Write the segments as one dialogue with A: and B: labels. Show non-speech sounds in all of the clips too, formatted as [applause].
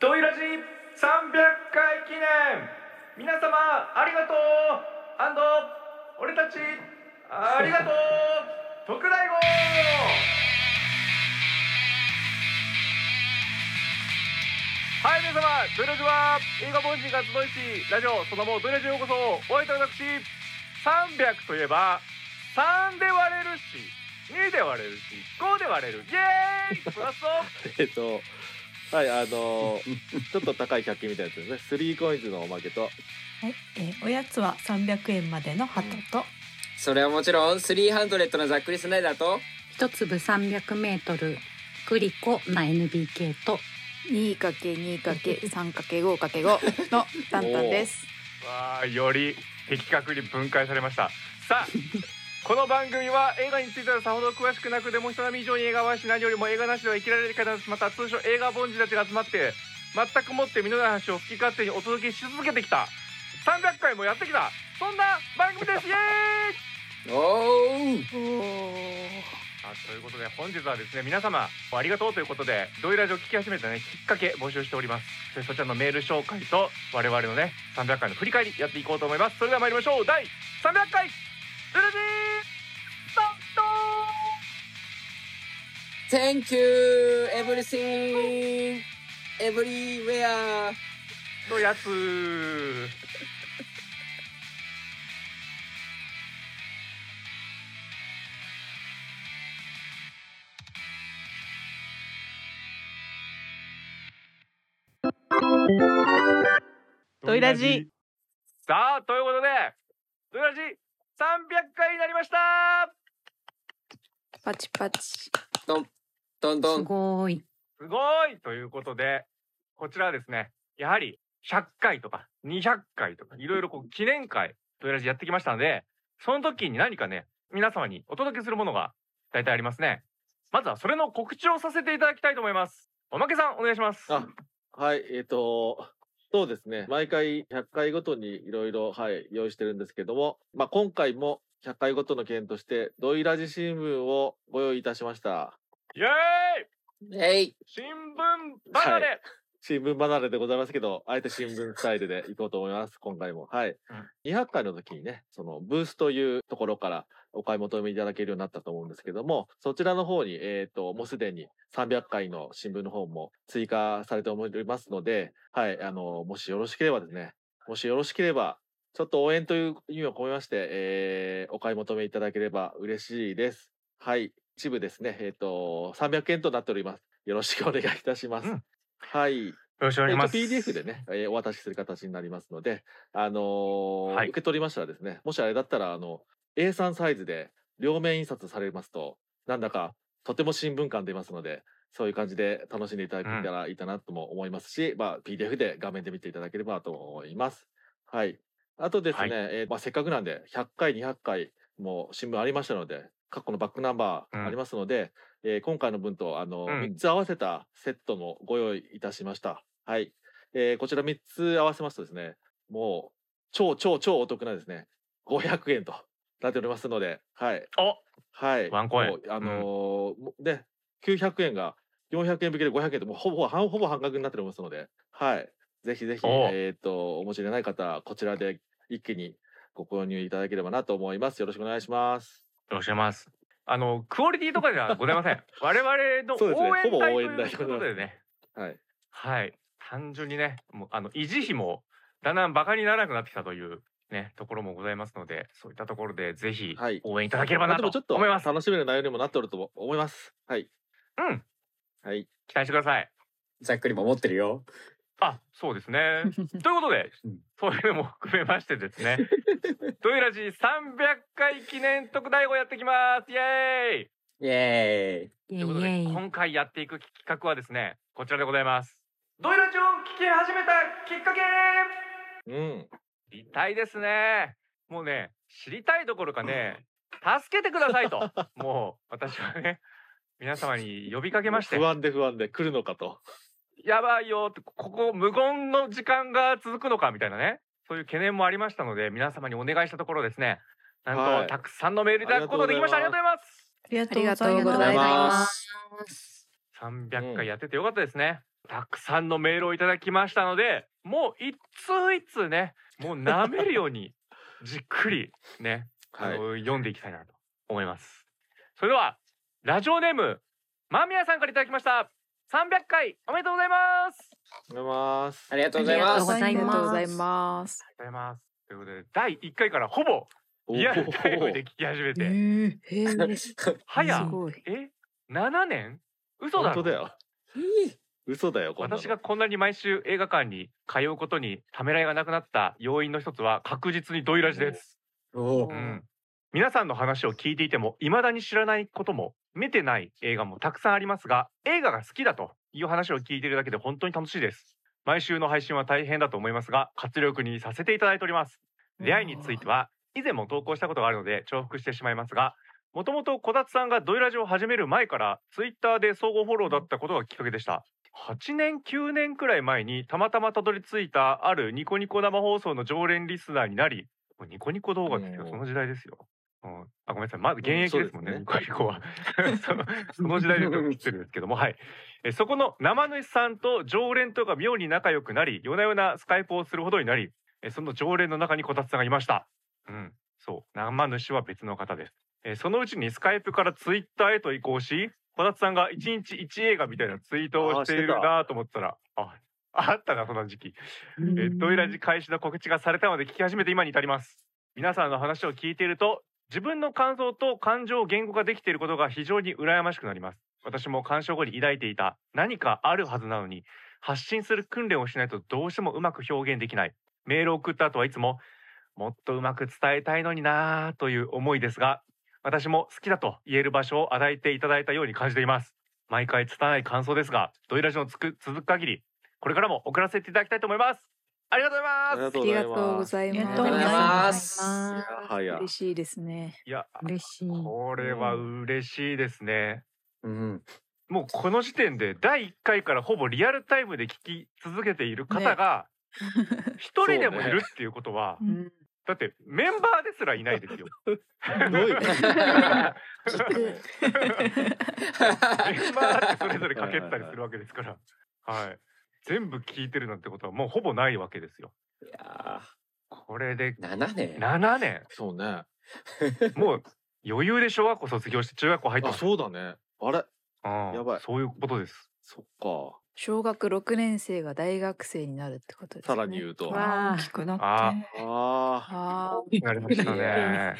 A: トイラジ300回記念皆様ありがとう俺たちありがとう [laughs] 特大号はい皆様トイラジは映画凡人が集いしラジオそのもトイラジへようこそお会いいた私300といえば3で割れるし2で割れるし5で割れるイエーイプ [laughs] ラスト
B: えっと、はい、あのーちょっと高い100均みたいなやつですね。スリーコインズのおまけと、
C: はい、えーおやつは300円までのハトと、
D: それはもちろん300のざっくりスナイダーと
E: 一粒三百メートルグリコな NBK と
F: 二かけ二か
E: [laughs]
F: け三かけ五かけ五のタンタンです。
A: わあより的確に分解されましたさあ [laughs] この番組は映画についてはさほど詳しくなくでも人並み以上に映画はし何よりも映画なしでは生きられる方たちまた通称映画凡人たちが集まって全くもって身のない話を好き勝手にお届けし続けてきた300回もやってきたそんな番組ですイエーイ
D: おー
F: おー
A: あということで本日はですね皆様ありがとうということでドイラジを聞き始めたねきっかけ募集しておりますでそちらのメール紹介と我々のね300回の振り返りやっていこうと思いますそれでは参りましょう第300回ドイラジースタート
D: Thank you everything everywhere
A: のやつ
C: トイラジ
A: さあということでドイラジ300回になりました
F: パチパチ。
D: どんど
E: す
D: ん
E: ごい
A: すごいということで、こちらはですね、やはり100回とか200回とかいろいろこう記念会とりあえずやってきましたので、その時に何かね、皆様にお届けするものが大体ありますね。まずはそれの告知をさせていただきたいと思います。おまけさんお願いします。
B: あはい、えっと、そうですね。毎回100回ごとにいろいろ、はい、用意してるんですけども、まあ、今回も100回ごとの件として、ドイラジ新聞をご用意いたしました。
A: イエーイ
D: えい
A: 新聞離れ、
B: は新聞離れでございますけど、あえて新聞スタイルでいこうと思います、今回も。はい。200回の時にね、そのブースというところからお買い求めいただけるようになったと思うんですけども、そちらの方に、えっ、と、もうすでに300回の新聞の方も追加されておりますので、はい、あの、もしよろしければですね、もしよろしければ、ちょっと応援という意味を込めまして、えーお買い求めいただければ嬉しいです。はい。一部ですね、えっ、と、300円となっております。よろしくお願いいたします。
A: うん
B: はい。
A: よろしくお願
B: え
A: いし
B: っと
A: ます。
B: PDF でね、えーお渡しする形になりますので、あのー
A: はい
B: 受け取りましたらですね、もしあれだったら、あの、A3 サイズで両面印刷されますと、なんだかとても新聞感出ますので、そういう感じで楽しんでいただけたらいいかなとも思いますし、まあ、PDF で画面で見ていただければと思います。はい。あとですね、
A: はい
B: えーまあ、せっかくなんで、100回、200回も新聞ありましたので、過去のバックナンバ
A: うん
B: ーありますので、えー今回の分とあの、
A: うん
B: 3つ合わせたセットもご用意いたしました。はい。えーこちら3つ合わせますとですね、もう超超超お得なですね、500円となっておりますので、はい。
A: お
B: はい。
A: ワンコイン
B: もうあのーもうね、900円が400円引きで500円と、もうほぼ半ほぼ半額になっておりますので、はい。ぜひぜひ、
A: おう
B: えっ、と、お持ちでない方は、こちらで一気にご購入いただければなと思います。よろしくお願いします。
A: よろしくお願いします。あの、クオリティとかではございませ
B: [laughs]
A: ん。我々の
B: そうですね
A: 応援
B: ほぼ
A: 隊と
B: 応
A: い
B: 援隊
A: うことでね。
B: はい。
A: はい。単純にね、もう、あの、維持費も、だんだんバカにならなくなってきたという、ね、ところもございますので、そういったところで、ぜひ
B: はい、
A: 応援いただければ
B: まあ
A: な
B: で
A: と
B: もちょっと
A: 思います。
B: 楽しめる内容にもなっておると思います。はい。
A: うん。
B: はい。
A: 期待してください。
D: ざっくりも持ってるよ
A: あ、そうですね。
B: [laughs]
A: ということで
D: うん、
A: そういうのも含めましてですね、ドイラジ300回記念特大号やってきますイエーイ
D: イエーイ
E: イエイ
A: ということで、
E: イエイ
A: 今回やっていく企画はですね、こちらでございます。ドイラジを聞き始めたきっかけ
B: うん。
A: 痛いですねもうね知りたいどころかね助けてくだ [laughs] さいともう私はね皆様に呼びかけまして
B: 不安で不安で来るのかと。
A: やばいよってここ無言の時間が続くのかみたいなねそういう懸念もありましたので皆様にお願いしたところですねなんと、
B: はい
A: たくさんのメールいただくことができました
B: あ
A: あり
B: り
A: が
B: が
A: と
B: と
A: うございます
F: ありがとうご
C: ありが
F: ざい
D: ありがとうござい
F: ま。
D: ます
A: 300回やっててよかったですね、たくさんのメールをいただきましたのでもう一通一通ねもう舐めるよ
B: [laughs]
A: うにじっくりね、
B: は
A: あ
B: い。
A: の読んでいきたいなと思いますそれではラジオネーム間宮さんからいただきました300回おめでとうございます
B: お願いします
D: あ。りがとうございま
E: ありがとうござい
D: す
E: ます
F: あ
A: ありがとうござい
F: りがとうございます。
A: ますということで第一回からほぼリアルタイムで聞き始め
F: え
A: て
F: えー、
A: 早
B: [laughs]
F: すごい。
A: え7年
B: お
A: 嘘
B: お
A: だ
B: 本当
A: ろ
B: だよ。嘘だよ、こんなの
A: 私がこんなに毎週映画館に通うことにためらいがなくなった要因の一つは確実にドイラジです、
D: お
A: う
D: ー
A: ん、皆さんの話を聞いていても未だに知らないことも見てない映画もたくさんありますが映画が好きだという話を聞いているだけで本当に楽しいです毎週の配信は大変だと思いますが活力にさせていただいております出会いについては以前も投稿したことがあるので重複してしまいますがもともと小達さんがドイラジを始める前からツイッターで総合フォローだったことがきっかけでした8年9年くらい前にたまたまたどり着いたあるニコニコ生放送の常連リスナーになりもうニコニコ動画ですよ
B: うん
A: その時代ですよ、うん、あごめんなさいまだ現役ですもんね,、
B: うん
A: ニコニコは [laughs] そその時代の曲切ってるんですけどもはいえそこの生主さんと常連とが妙に仲良くなり夜な夜なスカイプをするほどになりえその常連の中にこたつさんがいましたうんそう生主は別の方ですえーそのうちにスカイプからツイッターへと移行しこたつさんが一日一映画みたいなツイートをしているなと思ったらああったなそんな時期、えードイラジ開始の告知がされたので聞き始めて今に至ります皆さんの話を聞いていると自分の感想と感情を言語化できていることが非常に羨ましくなります私も鑑賞後に抱いていた何かあるはずなのに発信する訓練をしないとどうしてもうまく表現できないメールを送った後はいつももっとうまく伝えたいのになぁという思いですが私も好きだと言える場所を与えていただいたように感じています毎回拙い感想ですがドイラジオのつく続く限りこれからも送らせていただきたいと思いますありがとうございます
B: と
F: ありがとうございます。
C: ありがとうござい
D: ます
E: ありがとうございます
B: はいや
F: 嬉。しいですね。
A: いや
E: 嬉しい。
A: これは嬉しいですね、
B: うん。
A: もうこの時点で第一回からほぼリアルタイムで聞き続けている方が一人でもいるっていうことは、
F: うん
A: だってメンバーですらいないですよ
B: [laughs] どういうこと [laughs]
A: [laughs]
D: [laughs]
A: メンバーってそれぞれかけてたりするわけですからはい全部聞いてるなんてことはもうほぼないわけですよ
D: いや
A: これで
D: ー7年
A: 7年
B: そ
D: [laughs]
B: うね。
A: もう余裕で小学校卒業して中学校入って
B: あ、
A: ます
B: そうだね。あれ
A: うん
B: やばい
A: そういうことです
B: そっか。
F: 小学六年生が大学生になるってことです、
B: さらに言うと。あ
E: わ
C: 大
E: あ
C: きくな
A: あ
C: って
B: あ
F: あ
A: 大きくなりましたね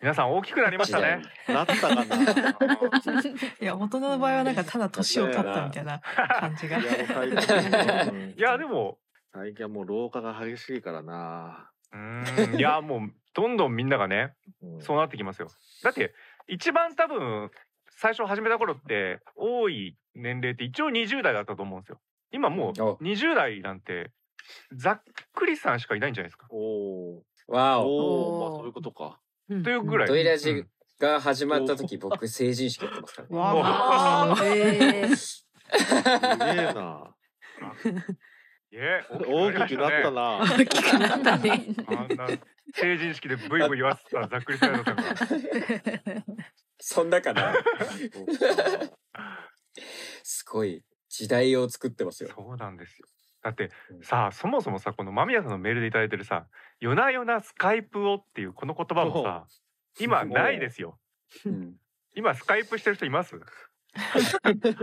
A: 皆さん大きくなりました [laughs] ね
B: ー、なったかな。いや、も
C: いや大人の場合はなんかただ年を取ったみたいな感じが
B: う最近うん
A: いやでも
B: 最近はもう老化が激しいからな。
A: うーんいやもうどんどんみんながね
B: [laughs] うん
A: そうなってきますよだって一番多分最初始めた頃って多い年齢って一応20代だったと思うんですよ今も
D: お
A: う20代なんてざっくりさんしかいないんじゃないですか
B: おお。
D: わお
B: おお、
F: おー
B: まあそういうことか。
A: というぐらい
D: ドイラジ
A: う
D: が始まった時僕成人式やってますからね
A: わ
F: あ。えー
B: すげえな。
A: んえ
B: 大きくなった
A: な
B: な。
E: 大きくなったね。
A: あんな成人式でブイブイ言わせたざっくりさんだったから
D: そんなかな
B: そっか
D: すごい時代を作ってますよ
A: そうなんですよ。だってさあそもそもさこの間宮さんのメールでいただいてるさ「夜な夜なスカイプを」っていうこの言葉もさ今ないですよ。
D: うん
A: [laughs] 今スカイプしてる人います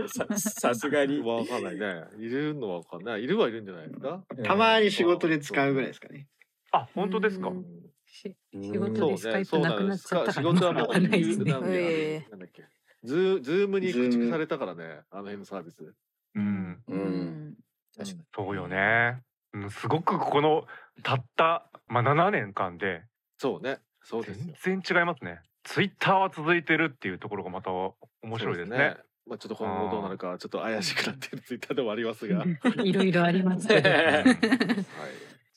D: ささすがに
B: わかんないね。いるのはわかんない。いるはいるんじゃないですか。
G: たまに仕事で使うぐらいですかね。
A: あ本当ですか
F: う。ん
E: し
D: うん
E: 仕事
B: そう
E: で
B: ね
E: スカイプなくなっちゃった
B: そ
E: か
B: う
E: ら
B: なんです仕事はもう
E: わかんないですね
B: なんでなんだっけ。ズーズームに駆逐されたからね。あの辺のサービス。
A: うん
D: う
F: うんん
D: 確か
A: そうよね。うんすごくこのたった、まあ、7年間で
B: そうね。そうですよ。
A: 全然違いますね。ツイッターは続いてるっていうところがまた面白いですね。。
B: まあちょっと今後どうなるかちょっと怪しくなってるツイッターでもありま
D: [laughs]
B: すが。は
E: [laughs]
B: い。
E: いろいろあり
F: [laughs]
E: ますけど。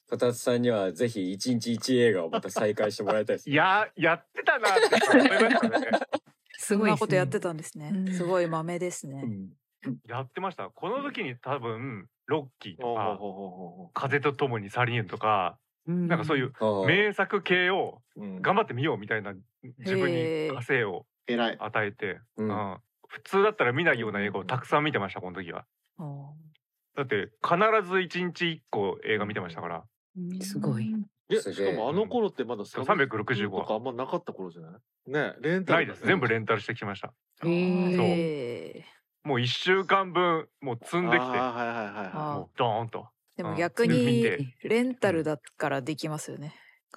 D: こたつさんにはぜひ一日一映画をまた再開してもらいたいです
A: いややってたなって思いましたね。
E: す
F: こ
E: ごい
F: ん
E: です
F: な
E: ね
F: ことやってたんですね
E: うん。
F: すごい豆ですね。
A: やってました。この時に多分ロッキー
B: ほうほ
A: と
B: う
A: か
B: ほうほ
A: 風と共にサリンとかなんかそういう
D: うん
A: 名作系を
B: うほう。うん
A: 頑張ってみようみたいな自分
F: へ
A: に
F: ー
A: 稼性を
G: 偉い。
A: 与えて、
D: う
A: うんん普通だったら見ないような映画をたくさん見てましたこの時は。
F: おー
A: だって必ず一日一個映画見てましたから。
E: すごい。
B: え
D: す
B: し
D: げえ
B: かもあの頃ってまだ
A: 365
B: とかあんまなかった頃じゃないねレンタル
A: ないです。全部
B: レ
A: レンタルしてきました。
E: へー
F: えー
A: もう一週間分もう積んできて、
B: はいはいはいは
F: あ
A: もうドーンと。
F: で
A: う
F: も
A: ん
F: 逆
A: 見
F: に
A: て
F: レンタルだからできますよね。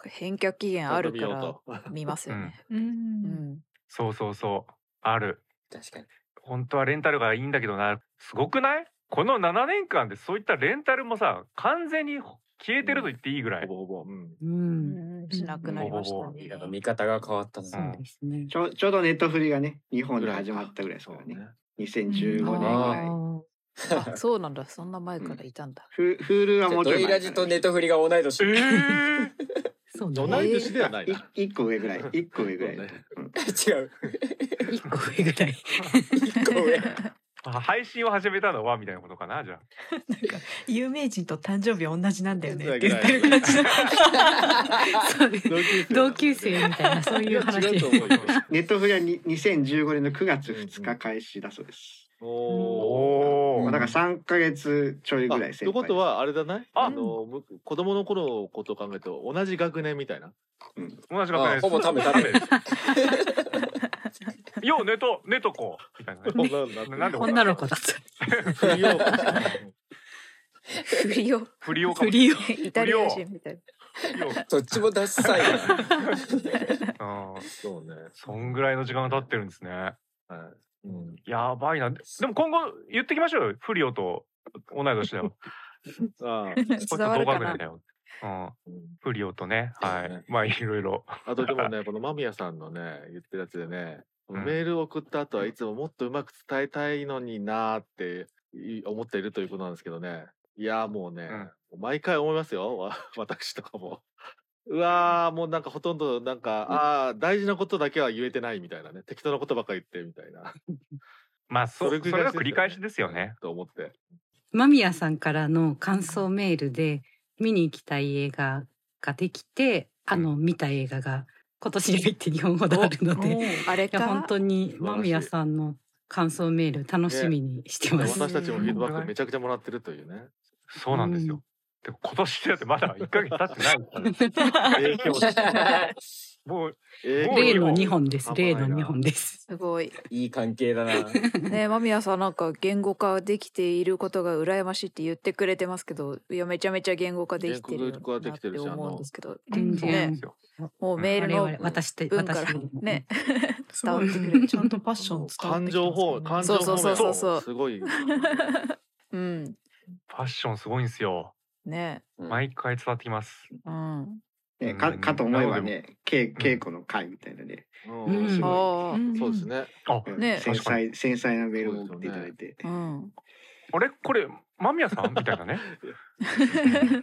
F: 返却期
B: い
F: 限あるか
B: ちゃん
F: ら
B: と見ようと
F: 見ますよね。
C: う。
F: うんん。
A: そうそうそう。ある。
D: 確かに。
A: 本当はレンタルがいいんだけどな。すごくないこの7年間でそういったレンタルもさ、完全に消えてると言っていいぐらい。
B: ほぼほぼ、うん、
E: うん。
F: しなくなりましたね。
D: なんか見方が変わった
E: そうですね。
G: ちょちょうどネットフリがね日本で始まったぐらいですからね2015年ぐらい
D: あ
F: あ、そうなんだ。そんな前からいたんだ。
G: フフールは
D: じ
G: も
D: ゃあ
G: うち
D: ド
G: ょい
D: イラ
G: 前
D: ジ
G: か
D: と
G: ら
D: ネットフリが同い年。
A: えー、
E: そう
B: 同
E: ね。
B: い年ではないな。
G: い一個上ぐらい一個上ぐらい
B: そう
G: だと
B: ね
G: うん
D: 違う。
E: 一個上ぐらい。
D: 一個上。
A: あ配信を始めたのはみたいなことかなじゃあ。
C: 有名人と誕生日同じなんだよねっ
B: ぐ
C: て言
B: ら
C: っ
B: い
C: てる感じの。
E: そうです。 [laughs] 同級生みたいな、そういう
B: や違う
E: 話
B: と。思うよ
G: ネットフリはに2015年の9月2日開始だそうです、
B: おー
A: お
G: ま
A: お
G: あ、だ。から3か月ちょいぐらい
B: あってことはあれだない
A: あ
B: あのむ子供の頃のことを考えると同じ学年みたいな
A: 同じ学年
D: あ
A: です。
D: ほぼ多分多分
A: [laughs] よう寝と寝とこうみたいなね。なんで
E: 女の子だった。
B: 不良感
F: 不りを
A: 不良か
E: 不
A: も。
E: 良。
F: イタリア人みたいな。
A: 不良
D: どっちもダッサ
A: [laughs]
D: いな。
A: あー
B: そうね
A: そんぐらいの時間が経ってるんですね。
B: はい、うん、
A: やばいな。ででも今後言ってきましょうよ。不良と同い年だよ。
B: [laughs] あ
A: こいつ
F: 伝わ
A: 同
F: るか
A: 学年
F: な
A: だ。よ。うん。
B: ーうん
A: 不良とね。は
B: そうね
A: い。まあいろいろ。
B: あとでもね、この間宮さんのね、言ってるやつでね、
A: うん
B: メールを送った後はいつももっとうまく伝えたいのになーってい思っているということなんですけどね。いやーもうね、毎回思いますよ、わ [laughs] 私とか
A: [laughs]
B: も。うわーもうなんかほとんどなんか、
D: うん
B: ああ大事なことだけは言えてないみたいなね適当なことばっかり言ってみたいな
A: [laughs] まあそ
B: それ
A: そ
B: ぐ
A: れ
B: らい
A: が繰り返しですよね。
B: と思って
E: 間宮さんからの感想メールで見に行きたい映画ができてあの見た映画が今年に入って日本語であるのでい
F: あれ
E: や
F: か。
E: 本当に
B: 素晴らしい
E: 間宮さんの感想メール楽しみにしてます。
B: 私たちもフィードバックめちゃくちゃもらってるというね
A: [laughs] そうなんですよ。で今年だってまだ1ヶ月経ってないから。
B: 影響
A: もう
B: 影響
E: 例の2本です。例の2
B: 二
E: 本です。
F: すごい。
D: [laughs] いい関係だな。
F: ね [laughs] え、間宮さんなんか言語化できていることが羨ましいって言ってくれてますけど、いやめちゃめちゃ言語化できてる
B: 言語化で
F: なっ
B: きて
F: て
B: るしあの
F: 思うんですけど、
E: 全
A: そうなん
E: 然
A: ですよ。
F: もうメール
E: 我々
F: の
E: 私たち
F: 文から
E: 私たちも
F: ね、
C: すご
F: 伝わってく
C: い
F: れる
C: ちゃんとパッション伝わっ
B: 感
C: てきて
B: 情
C: ます
B: 方感情方面
F: そ
C: よね
F: うそうそうそう
B: すごい
F: [laughs] うん、
A: ファッションすごいんですよ。
F: ね、
A: 毎回伝わってきます。
F: うん、
G: ね、かかと思えばね稽稽古の会みたいなね、
B: う
E: うん
B: んすご
F: あ
C: う
F: あ、
C: ん
B: いそうですね。
A: あ、
G: うん
F: ね
G: 繊細繊細なメールを送っていただいて、
F: うん、
A: あれこれ間宮さんみたいなね。
B: [laughs] ね。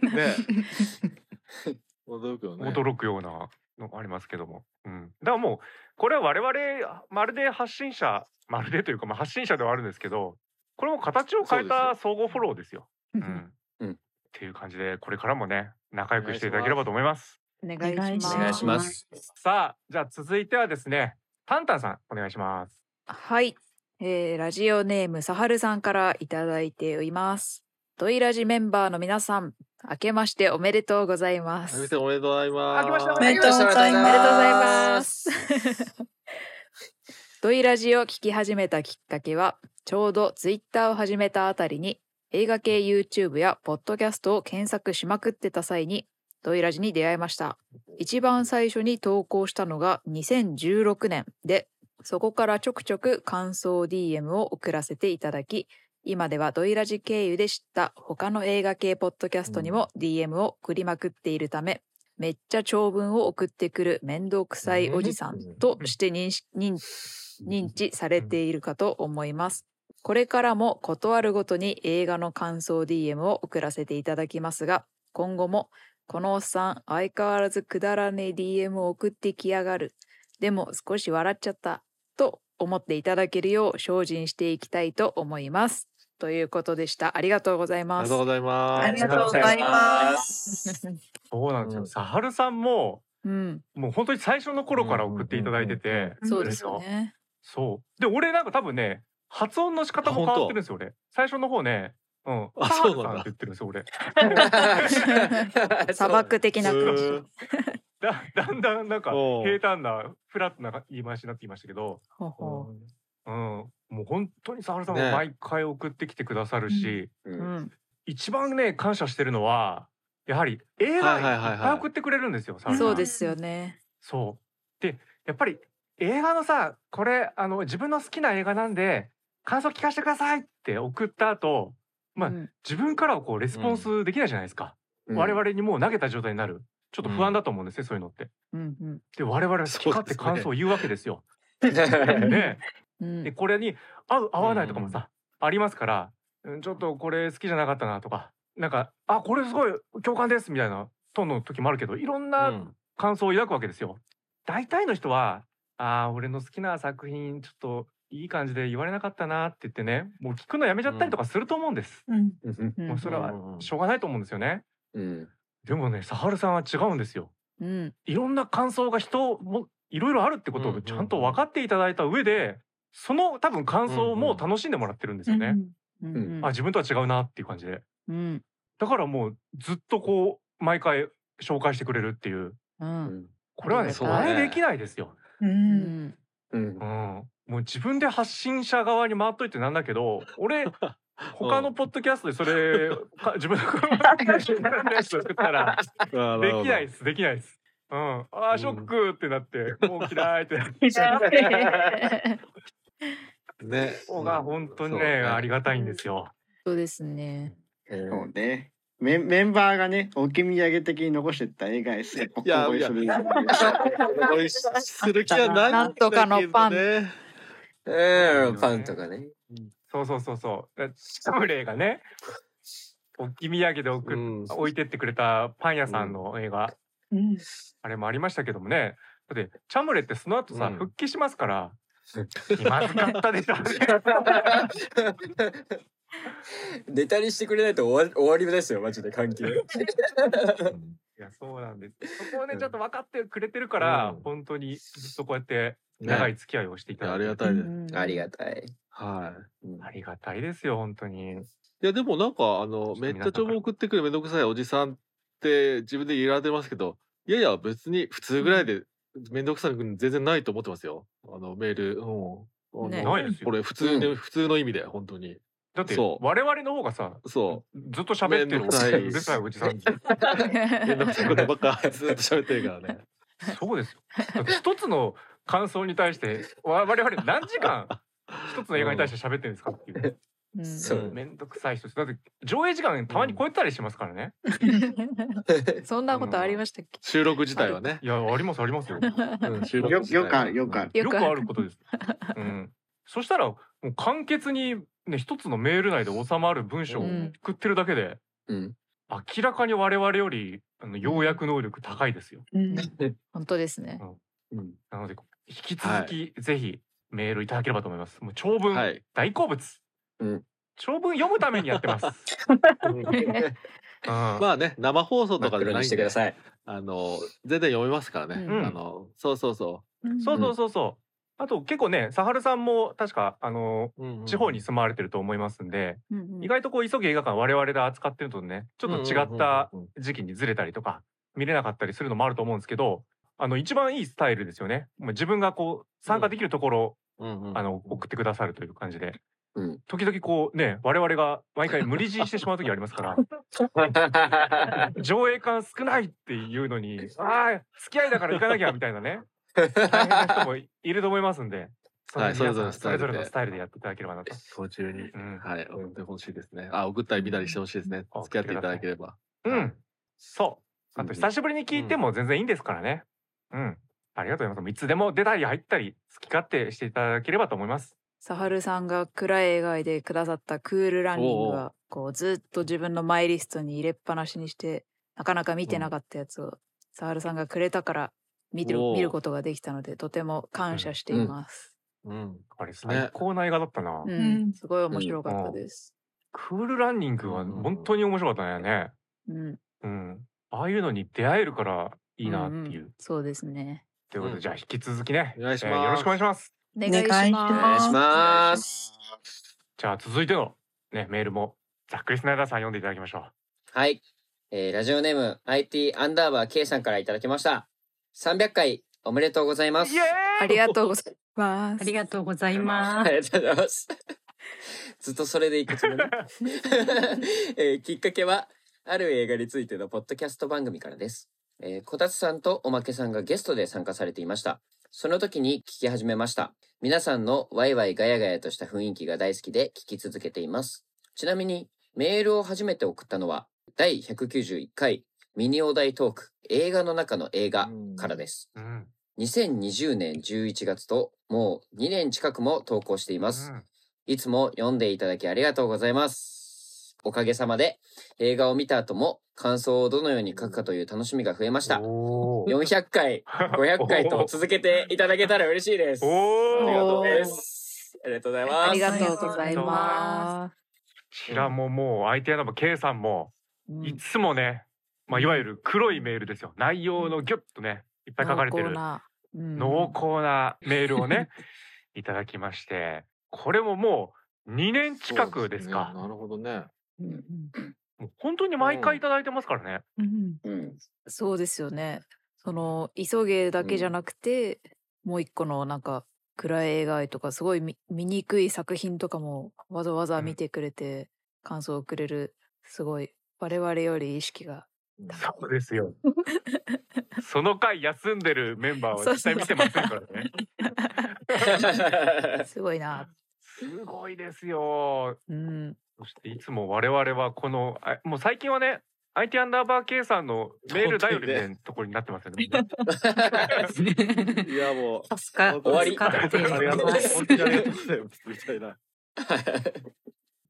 B: 驚くよね。
A: 驚くようなのがありますけども、うん、だからもうこれは我々まるで発信者まるでというか、まあ、発信者ではあるんですけどこれも形を変えた総合フォローですよ。うん
D: うん。
A: っていう感じでこれからもね仲良くしていただければと思います。
F: お願いします。
C: お願いし
E: ます
A: さあじゃあ続いてはですねタンタンさんお願いします。
F: はい、えーラジオネームさはるさんからいただいています。ドイラジメンバーの皆さん、明けましておめでとうございま
B: あみ
F: す。
B: さんおめでとうございます。
A: あきましたお
C: おめでとうございます。
F: ありがとうございます。 [laughs] ドイラジを聞き始めたきっかけは、ちょうどツイッターを始めたあたりに、映画系 YouTube やポッドキャストを検索しまくってた際に、ドイラジに出会いました。一番最初に投稿したのが2016年で、そこからちょくちょく感想 DM を送らせていただき、今ではドイラジ経由で知った他の映画系ポッドキャストにも DM を送りまくっているため、めっちゃ長文を送ってくる面倒くさいおじさんとして認識認認知されているかと思います。これからも断るごとに映画の感想 DM を送らせていただきますが、今後もこのおっさん相変わらずくだらねえ DM を送ってきやがる。でも少し笑っちゃった。と思っていただけるよう精進していきたいと思います。ということでした。ありがとうござい
B: あり
F: ま
B: が
F: す
B: とう。ございます。
C: ありがとうございます。
A: そうなんですよ。サハルさんも
F: うん、
A: もう本当に最初の頃から送っていただいてて、
F: そうですよね。
A: そう。で、俺なんか多分ね、発音の仕方も変わってるんですよ、俺。最初の方ね、うん。
B: あそうなんだ
A: って言ってるんですよ、俺。
B: [laughs]
F: 砂漠的な感じ。
A: だ、だんだんなんか、
B: おう
A: 平坦な、フラットな言い回しになってきましたけど、
F: ほうほ
A: うん。もう本当にサハルさん
B: ね
A: も毎回送ってきてくださるし、
D: う
F: う。うんん。
A: 一番ね、感謝してるのは、やはり映画
B: はいはいはいはい
A: いっぱい送ってくれるんですよ、サハルさん
F: そうですよね。
A: そう。で、やっぱり映画のさ、これ、あの、自分の好きな映画なんで、感想聞かせてくださいって送った後、まあ
F: うん
A: 自分からはこう、レスポンスできないじゃないですか。我々にもう投げた状態になる。ちょっと不安だと思うんですね、そういうのって。
F: うん
A: で、我々は好き勝手
B: そうですね
A: 感想を言うわ
B: [laughs]
A: けですよ。
D: 々
A: ね。
F: う
A: で、
F: ん。
A: これに合う合わないとかもさ、ありますから、うんちょっとこれ好きじゃなかったなとか、なんか、あ、これすごい共感ですみたいなトーンの時もあるけど、いろんな感想を抱くわけですよ。大体の人は、ああ、俺の好きな作品、ちょっといい感じで言われなかったなって言ってね、もう聞くのやめちゃったりとかすると思うんです。
C: うん。
D: うん
A: もうそれは
B: うん
A: しょうがないと思うんですよね。
D: うん
A: でもね、サハルさんは違うんですよ。
F: うん。
A: いろんな感想が人もいろいろあるってこ
B: う
A: と
B: んうんう
A: を
B: ん
A: ちゃんと分かっていただいた上で、その多分感想も楽しんでもらってるんですよね。
F: うん
D: うん
A: あ、自分とは違うなっていう感じで。
F: うん。
A: だからもうずっとこう、毎回紹介してくれるっていう。
F: う。
D: うんん
A: これは
F: あ
A: ね、
F: りが
A: そ
F: たい
A: れできないですよ。
C: う。
F: うんん。
D: うん
A: うん、もう自分で発信者側に回っといてなんだけど俺他のポッドキャストでそれか自分のポッドキャストで作ったらできない
B: す。
A: ですできないです。うん、あーショックってなって、もう嫌いってなって
B: ね。
A: そこが本当にね、ありがたいんですよ。
F: そうですね。
G: そうね。メンメンバーがね、置き土産的に残してった映画ですね。
B: いや
G: ほっこりする [laughs] 映画
B: これする気はない
F: なんとかのパン
B: ね。
D: うんパンとかね。
A: そうそうそうそう。だサムレイがね、おき土産で送っ
B: うん
A: 置いてってくれたパン屋さんの映画、
C: うん。
A: あれもありましたけどもね。だって、チャムレってその後さ、
B: うん
A: 復帰しま
B: [laughs]
A: すから、気まずかったでしょ。
D: ネタにしてくれないと終わ終わりですよマジで関係。
A: いや、そうなんです。そこをね、ちょっと分かってくれてるから、
B: うん
A: 本当にずっとこうやって長い付き合いをしていただ
B: あ
A: い
B: り
A: て、
B: がたいです。
D: ありがたい。
B: はい。
A: ありがたいですよ、本当に。
B: いやでもなんかあのめっちゃ帳簿送ってくるめんどくさいおじさんって自分で言われてますけどいやいや別に普通ぐらいでめんどくさく全然ないと思ってますよあのメールうんあの
F: ね
A: ないですよ
B: こ。れ普通で、
D: う
B: 普通の意味で本当に
A: だって、
B: そう
A: 我々の方がさ、
B: そ
A: ずっと喋って
B: め
A: る
B: ん
A: お
B: どく
A: じさ
B: さ
A: ん、
B: いう
A: るさいおじさん。
B: うめんどくさいことばっかずっと喋ってるからね
A: そうですよ。だって一つの感想に対して、わ我々何
B: [laughs]
A: 時間、一つの映画に対して喋ってるんですかっていう。
D: そう
B: うん
A: めんどくさい人ですだって、上映時間たまに超えたりしますからね。
F: [laughs] そんなことありましたっけ
B: 収録自体はね、
A: いや、あります、ありますよ。
B: うん収録
G: よ
B: 自体
G: よ
B: は
G: くある、よくある。
A: よくあることです。うん、そしたらもう簡潔に、ね、一つのメール内で収まる文章を
F: うん
A: 送ってるだけで、
D: うん。
A: 明らかに我々よりあの要約能力高いですよ。
C: うん。
F: 本当ですね。
D: うん。
A: なので引き続き、ぜひメールいただければと思います。もう長文、
B: はい
A: 大好物、
D: うん
A: 長文読むためにやってます。うん
B: まあね生放送と
D: 真
B: か
D: っ
B: じゃ
D: 黒
B: な
D: にし
B: いん
D: てく
B: で
D: ださい。
B: あの全然読めますからね、
F: うん
B: あのそうそうそ
A: そうそうそうそう。あと結構ねサハルさんも確かあの
B: う、うんうん
A: 地方に住まわれてると思いますんで、
F: うん
A: 意外とこう急ぎ映画館我々で扱ってるとねちょっと違った時期にずれたりとか見れなかったりするのもあると思うんですけどあの一番いいスタイルですよねもう自分がこう参加できるところ、
B: うんうん
A: あの送ってくださるという感じで、
D: うん
A: 時々こうね我々が毎回無理強いしてしまう時ありますから
B: [laughs]
A: 上映感少ないっていうのにああ付き合いだから行かなきゃみたい
B: [laughs]
A: なね大変な人もいると思いますんで。
B: はい
A: その皆さん
B: そ
A: そ
B: れ
A: れ
B: ぞ
A: ぞ
B: れ
A: れ
B: の
A: の
B: ス
A: スタイルでやっていただければなと。
B: 途中に
A: うん
B: はい、送ってほしいですね。あ、送ったり見たりしてほしいですね。
A: うん
B: 付き合っていただければ。
A: うん。そう。あと久しぶりに聞いても全然いいんですからね。うん。ありがとうございます。いつでも出たり入ったり好き勝手していただければと思います。
F: サハルさんが暗い映画でくださったクールランニングはこうずっと自分のマイリストに入れっぱなしにしてなかなか見てなかったやつをサハルさんがくれたから見てる
B: おー
F: 見ることができたのでとても感謝しています。
B: うん。
A: あれ最高な映画だったな。
F: うん
C: んうん
F: すごい面白かったです。
A: クールランニングは本当に面白かったね。
F: うん、
A: うん。ああいうのに出会えるからいいなっていう。
F: そうですね。
A: ということで、じゃあ引き続きね。
B: お願いします
A: えーよろしくお願いします。
F: お願
C: 願いします
D: お願いします。
A: じゃあ続いてのね、メールもざっくりスナイダーさん読んでいただきましょう。
D: はい。えーラジオネーム IT アンダーバー K さんからいただきました。300回おめでとうございます。
A: イエ
F: ありがとうございます。
E: ありがとうございま
D: あ
E: す。
D: りがとうございます。ずっとそれでいくつも
A: [laughs]
D: り、えーきっかけは、ある映画についてのポッドキャスト番組からです。えーこたつさんとおまけさんがゲストで参加されていました。その時に聞き始めました。皆さんのワイワイガヤガヤとした雰囲気が大好きで聞き続けています。ちなみに、メールを初めて送ったのは、第191回ミニお題トーク映画の中の映画からです。
A: ーイうん
D: 2020年11月ともう2年近くも投稿しています。
A: うん
D: いつも読んでいただきありがとうございます。おかげさまで映画を見た後も感想をどのように書くかという楽しみが増えました。
A: おー
D: 400回、500回
A: [laughs]
D: と続けていただけたら嬉しいです。ありがとうご
A: おー
D: ざいます。ありがとうございます。
F: ありがとうございま
A: ちらももう相手のも K さんもいつもね、まあいわゆる黒いメールですよ。内容のギュッとね、いっぱ
F: す。
A: い書かれて
F: 濃厚
A: る
F: な。うん
A: 濃厚なメールをね、いただきまして、これももう2年近くですか。
B: そうねなるほどね。
F: うんうん
A: もう本当に毎回いただいてますからね。
F: うん
G: うん。
F: そうですよね。その急げだけじゃなくて、もう一個のなんか暗い映画愛とかすごい見見にくい作品とかもわざわざ見てくれて、感想をくれるすごい我々より意識が
A: そうですよ。その回休んでるメンバーは絶対見てませんからね。
F: すごいな。
A: すごいですよ。
F: うん。
A: そしていつも我々はこの、あもう最近はね、IT アンダーバー K さんのメール頼りみたいなところになってますよね。
B: いやもう。
E: 助か、
D: 終わり
E: 助かって
B: ありがとう。
E: ます。
B: 本当にありがとうございます。みたいな。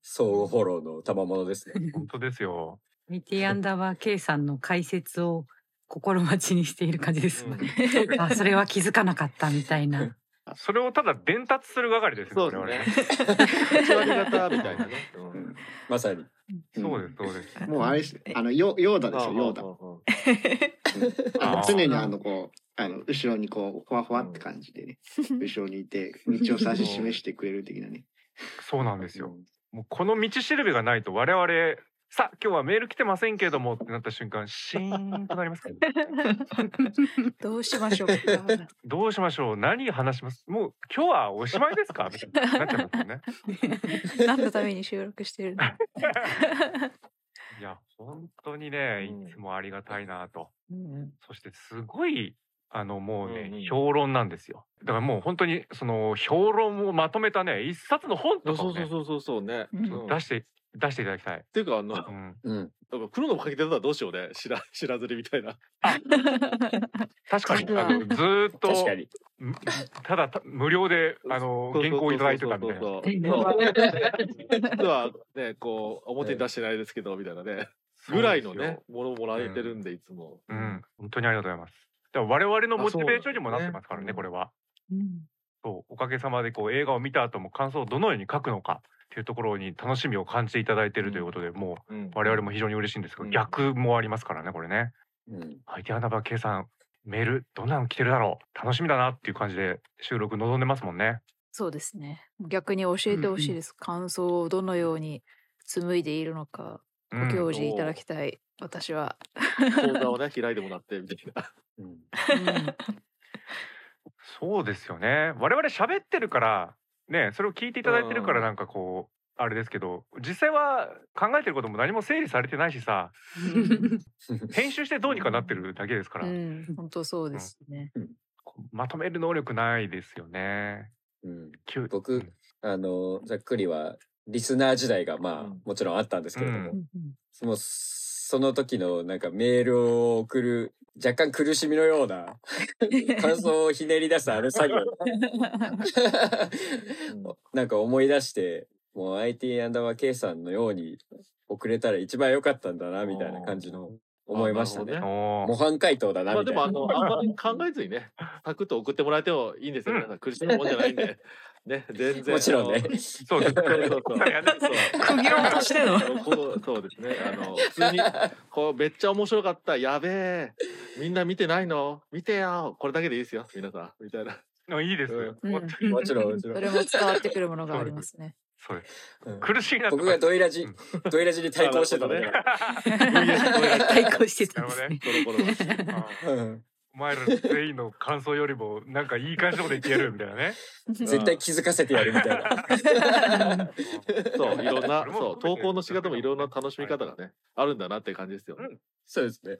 D: 相互フォローの賜物ですね。
A: 本当ですよ。
E: ミティアンダーバー K さんの解説を心待ちにしている感じです
B: う。ん
E: あ、それは気づかなかったみたいな。
A: それをただ伝達する係ですね。
B: そう
A: 我々
B: ですね。8割方みたいなね。うん
D: まさに。
A: そうです、そうです。
G: もうあれですあのヨヨーダで
B: あ
G: す
B: あ
G: よヨーダ。
B: あ
G: あ
A: あ
G: の
A: ー
G: 常にあのこうあの後ろにこうほわほわって感じでね、後ろにいて道を指し示してくれる的なね。
A: そうなんですよ。もうこの道しるべがないと我々さあ今日はメール来てませんけれどもってなった瞬間シーンとなりますから
F: [laughs] どうし
A: [laughs]
F: ましょうか。
A: どうしましょう何話しますもう今日はおしまいで
B: [laughs]
A: すかみたいになっちゃいますよね
F: 何のために収録して
A: [laughs]
F: るの。
A: いや本当にね
B: うん
A: いつもありがたいなと、
F: うん
A: そしてすごいあのもうね、
B: うんうん
A: 評論なんですよだからもう本当にその評論をまとめたね一冊の
B: あ
A: 本
B: あ
A: とか
B: そ
A: を
B: うそう
A: ね
B: そうそうそうね。
F: うん
B: うん
A: 出して出していただきたい、
B: っていうかあのなん
A: う
B: か
A: ん、
D: うん。
B: 黒のもかけてたらどうしようね。知ら [laughs] 知らずりみたいな。
A: 確かに
F: 実は
A: あのずーっと
D: 確かに。
A: んただた無料であの
B: そうそうそうそう
A: 原稿をいただいてたみたいな。
B: そうそう実はねこう表に出してないですけどみたいなね。ぐらいのねものをもらえてるんでいつも。
A: うん、本当にありがとうございます。だから我々のモチベーションにもなってますからね、
B: あそ
A: こ
B: う
A: れ
B: なん
A: は。
F: うん
A: そう、おかげさまでこう映画を見た後も感想をどのように書くのかっていうところに楽しみを感じていただいているということで、もう
B: うん。
A: 我々も非常に嬉しいんですけど、
B: うん
A: 逆もありますからね、これね。
D: うん。
A: 相手アナバケイさん、メールどんなの来てるだろう、楽しみだなっていう感じで収録臨んでますもんね。
F: そうですね。逆に教えてほしいです。感想をどのように紡いでいるのか、
A: う
F: ご教
A: ん、
F: 示いただきたい。私は。
B: 講座をね開いてもらってみたいな。
D: うん [laughs]
A: そうですよね。我々喋ってるから、ね、それを聞いていただいてるから
B: うん
A: なんかこう、あれですけど、実際は考えてることも何も整理されてないし
D: [laughs]
A: さ、編集してどうにかなってるだけですから、
F: うん、本当そうですね。
A: まとめる能力ないですよね。
D: うん。
A: きゅ
D: 僕
A: うん
D: あの、ざっくりは、リスナー時代が、ま
B: う
D: あ
B: ん、
D: もちろんあったんですけれども、
A: うん
D: その、その時の、なんか、メールを送る、若干苦しみのような、感想をひねり出すあの作業。 [laughs] なんか思い出して、もう IT アンダーバー K さんのように、送れたら一番良かったんだな、みたいな感じの、思いました
B: あ
D: ね
B: なる。
A: お
D: 模
A: ー
D: 範解答だな、
B: まあ
D: み
B: で
D: たい
B: もあ
D: な。
B: のあんまり考えずにねサクッと送ってもらえてもいいんですよ。
A: うん
B: 皆さん苦しむもんじゃないんで
D: [laughs]
B: ね全然。
D: もちろんね。
A: そうです
B: あの。そうそうそう。
C: 区切ろうとしての。
B: こうそうですね。あの普通にこうめっちゃ面白かった。やべえ。みんな見てないの？見てよ。これだけでいいですよ。皆さんみたいな。
A: いいです。
B: うん
F: うん
A: 本当に
D: もちろん、もちろ
F: そ
D: ん。
F: れも伝わってくるものがありますね。
A: そうです
D: うん
A: 苦しいなと
D: 僕がドイラジ
A: うん、
D: ドイラジに対抗してたの
B: な
D: ね
B: る。
A: [laughs]
E: 対抗してたんですね。
B: コロコロだし
D: うん
A: お前ら全員の感想よりもなんかいい感じのこと言ってやるみたいなね。
D: [laughs] 絶対気づかせてやるみたいな。
B: そう、いろんな
A: れ、も
B: そう、
A: 含め
B: 投
A: て
B: 稿の仕方もいろんな楽しみ方がね、あるんだなって感じですよね。
D: そうですね。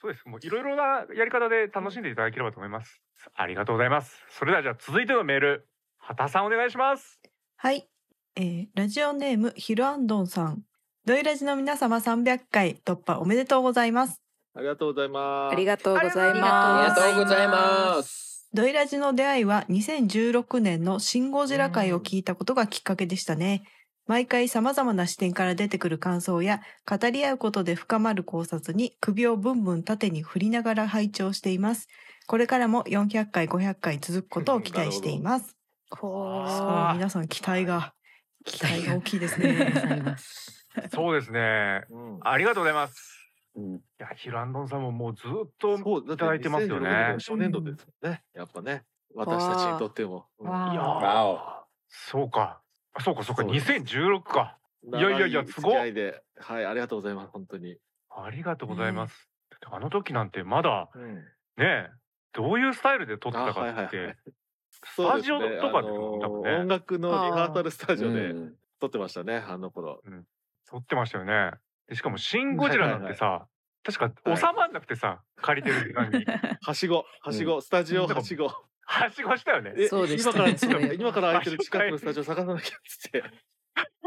A: そうです。もういろいろなやり方で楽しんでいただければと思います。ありがとうございます。それではじゃあ続いてのメール、畑さんお願い
B: [laughs]
A: します。
C: はい、えーラジオネームヒルアンドンさんドイラジの皆様300回突破おめでとうございます
B: ありがとうございま
F: あ
B: す。
F: りがとうござい
D: あ
F: ま
D: り
F: す。
D: がとうございます。
C: ドイラジの出会いは2016年のシンゴジラ会を聞いたことがきっかけでしたね。毎回様々な視点から出てくる感想や語り合うことで深まる考察に首をブンブン縦に振りながら拝聴しています。これからも400回500回続くことを期待しています。
F: ほ
A: なる
C: そ
A: ほ
F: ー
A: ど
C: う皆さん期待が期待が大きいです
E: ありがとうござい
C: ね。
E: ます。
A: そうですね。
B: うん。
A: ありがとうございます。
D: うん
A: いや、ヒルアンドンさんももうずっと
B: そう、だ
A: いただいてますよね
B: 2016年の初年度ですよね。やっぱね、私たちにとっても。うん
E: わあ
A: いや
D: わお。
A: そうか。あそうか、そうか、
B: そうです
A: 2016か。いやいやいや
B: 長
A: す
B: 付
A: ごっ
B: き合いで、はい、ありがとうございます、本当に。
A: ありがとうございます。あの時なんてまだ
B: うん
A: ね、どういうスタイルで撮ってた
B: あ
A: か
B: は
A: っ
B: いはいは
A: て
B: [laughs] い、ス
A: タジオとかでも多分ね
B: 音楽のリハーサルスタジオ
D: う
B: で
D: ん
B: 撮ってましたね、あの頃。
A: 撮ってましたよね。でしかも、シン・ゴジラなんてさ、確か
B: はい
A: 収まんなくてさ、借りてる時間に。
B: [laughs] はしご、はしご、スタジオはしご。
A: はしごしたよね。
B: え
E: そうでし
B: 今
E: た
B: か
E: ね
B: ら近
E: そういえば
B: く、今から空いてる近くのスタジオ探さなきゃっつって。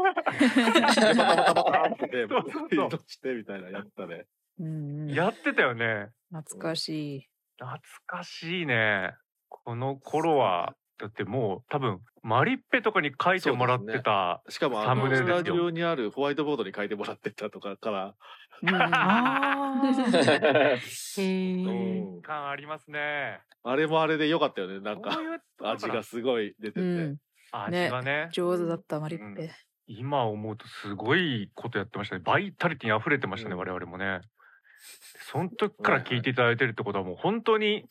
B: パタパタパタってね、
A: そうそうそう
B: 移動してみたいなやったね。
F: うんうん
A: [laughs] やってたよね。
F: 懐かしい。
A: 懐かしいね。この頃は、だってもう多分、マリッペとかに書いてもらってた、
B: しかも
A: サ
B: あ
A: ム
B: の
A: ネ
B: ス
A: ですよ
B: タジオにあるホワイトボードに書いてもらってたとかから、
F: うんうん
C: あー
B: [laughs]
E: へー
B: うん
A: 感ありますね。
B: あれもあれで良かったよねなん
A: こ
B: か
A: ういう
B: 味がすごい出てて、
F: うん、
A: 味がね、
F: 上手だったマリッ
A: う
F: ペ。
A: 今思うとすごいことやってましたね。バイタリティに溢れてましたね、
B: うん
A: 我々もね。その時から聞いていただいてるってことはもう本当に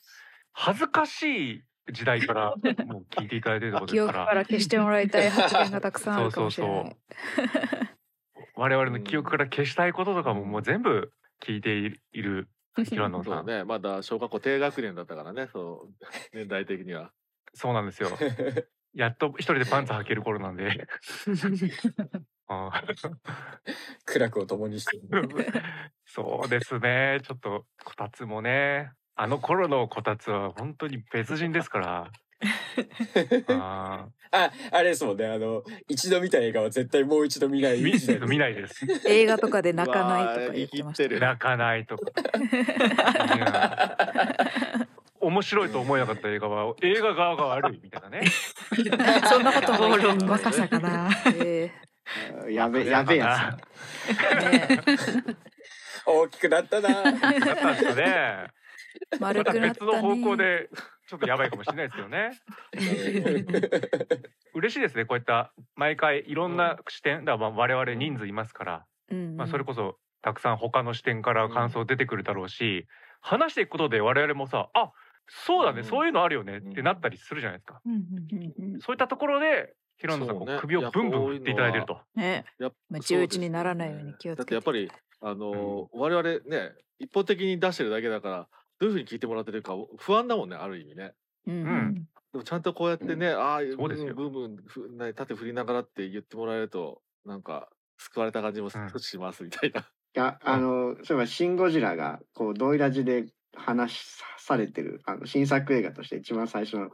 A: 恥ずかしい時代からもう聞いていただいてるってこと
F: 記
A: ですか、
F: 憶からら消してもらいたい発言がたくさんあるかもしれ
A: そう
F: な
A: そう
F: い。
A: 我々の記憶から消したいこととかももう全部聞いているいるヒラノ
B: そ
A: さ。
B: うんねまだ小学校低学年だったからねそう [laughs] 年代的には
A: そうなんですよ。やっと一人でパンツ履ける頃なんで。あー
D: [laughs] 苦楽を共にして。
A: [laughs] そうですね。ちょっとこたつもね、あの頃のこたつは本当に別人ですから。
D: [laughs]
A: あ
D: あ、あれですもんね。あの、一度見た映画は絶対もう一度見な
A: ー
D: い。
A: 見見ないです。
F: 映画とかで泣かないと
B: うわ
F: か
B: ー
F: 言
B: 言
F: っ
B: い
F: て
B: 切
F: ま
B: っ
F: した
B: て。る
A: 泣かないとか。いや面白いと思えなかった映画は映画側が悪いみたいなね。
C: そんなことも
E: 暴論
C: 若さかな。
F: え
G: あーやべやべえや
A: な。
F: ーね
A: [laughs]
D: 大きくなったな。
A: だったんですよね。
F: え
A: ま
F: [laughs] 丸
A: た
F: くなった
A: 別
F: ね。
A: の方向でちょっとやばいかもしれないですよね。嬉しいですね。こういった毎回いろんな視点、だからまあ我々人数いますから。
F: うんうん、
A: まあ、それこそたくさん他の視点から感想出てくるだろうし、話していくことで我々もさあそうだね、
B: うん
A: そういうのあるよね
B: うん
A: ってなったりするじゃないですか、
C: うんうん
F: うんうん
A: そういったところでヒロノさん
B: そ
A: こ
B: う
A: う、
B: ね
A: 首をブンブン振っていただいてると
F: ね
B: やっ
F: まあ内々にならないように気をつけて
B: だってやっぱりあのー、我々ね一方的に出してるだけだからどういうふうに聞いてもらってるか不安だもんねある意味ね
F: うん
A: うん
B: でもちゃんとこうやってね、ああいう
A: そ
B: ブ
A: う
B: ン
A: です
B: ブ
A: よ
B: ンブンブンふな縦振りながらって言ってもらえるとなんか救われた感じも
A: うん
B: 少ししますみたいな、
G: いやあのそういえば「シン・ゴジラ」がこうドイラジで話されてるあの新作映画として一番最初の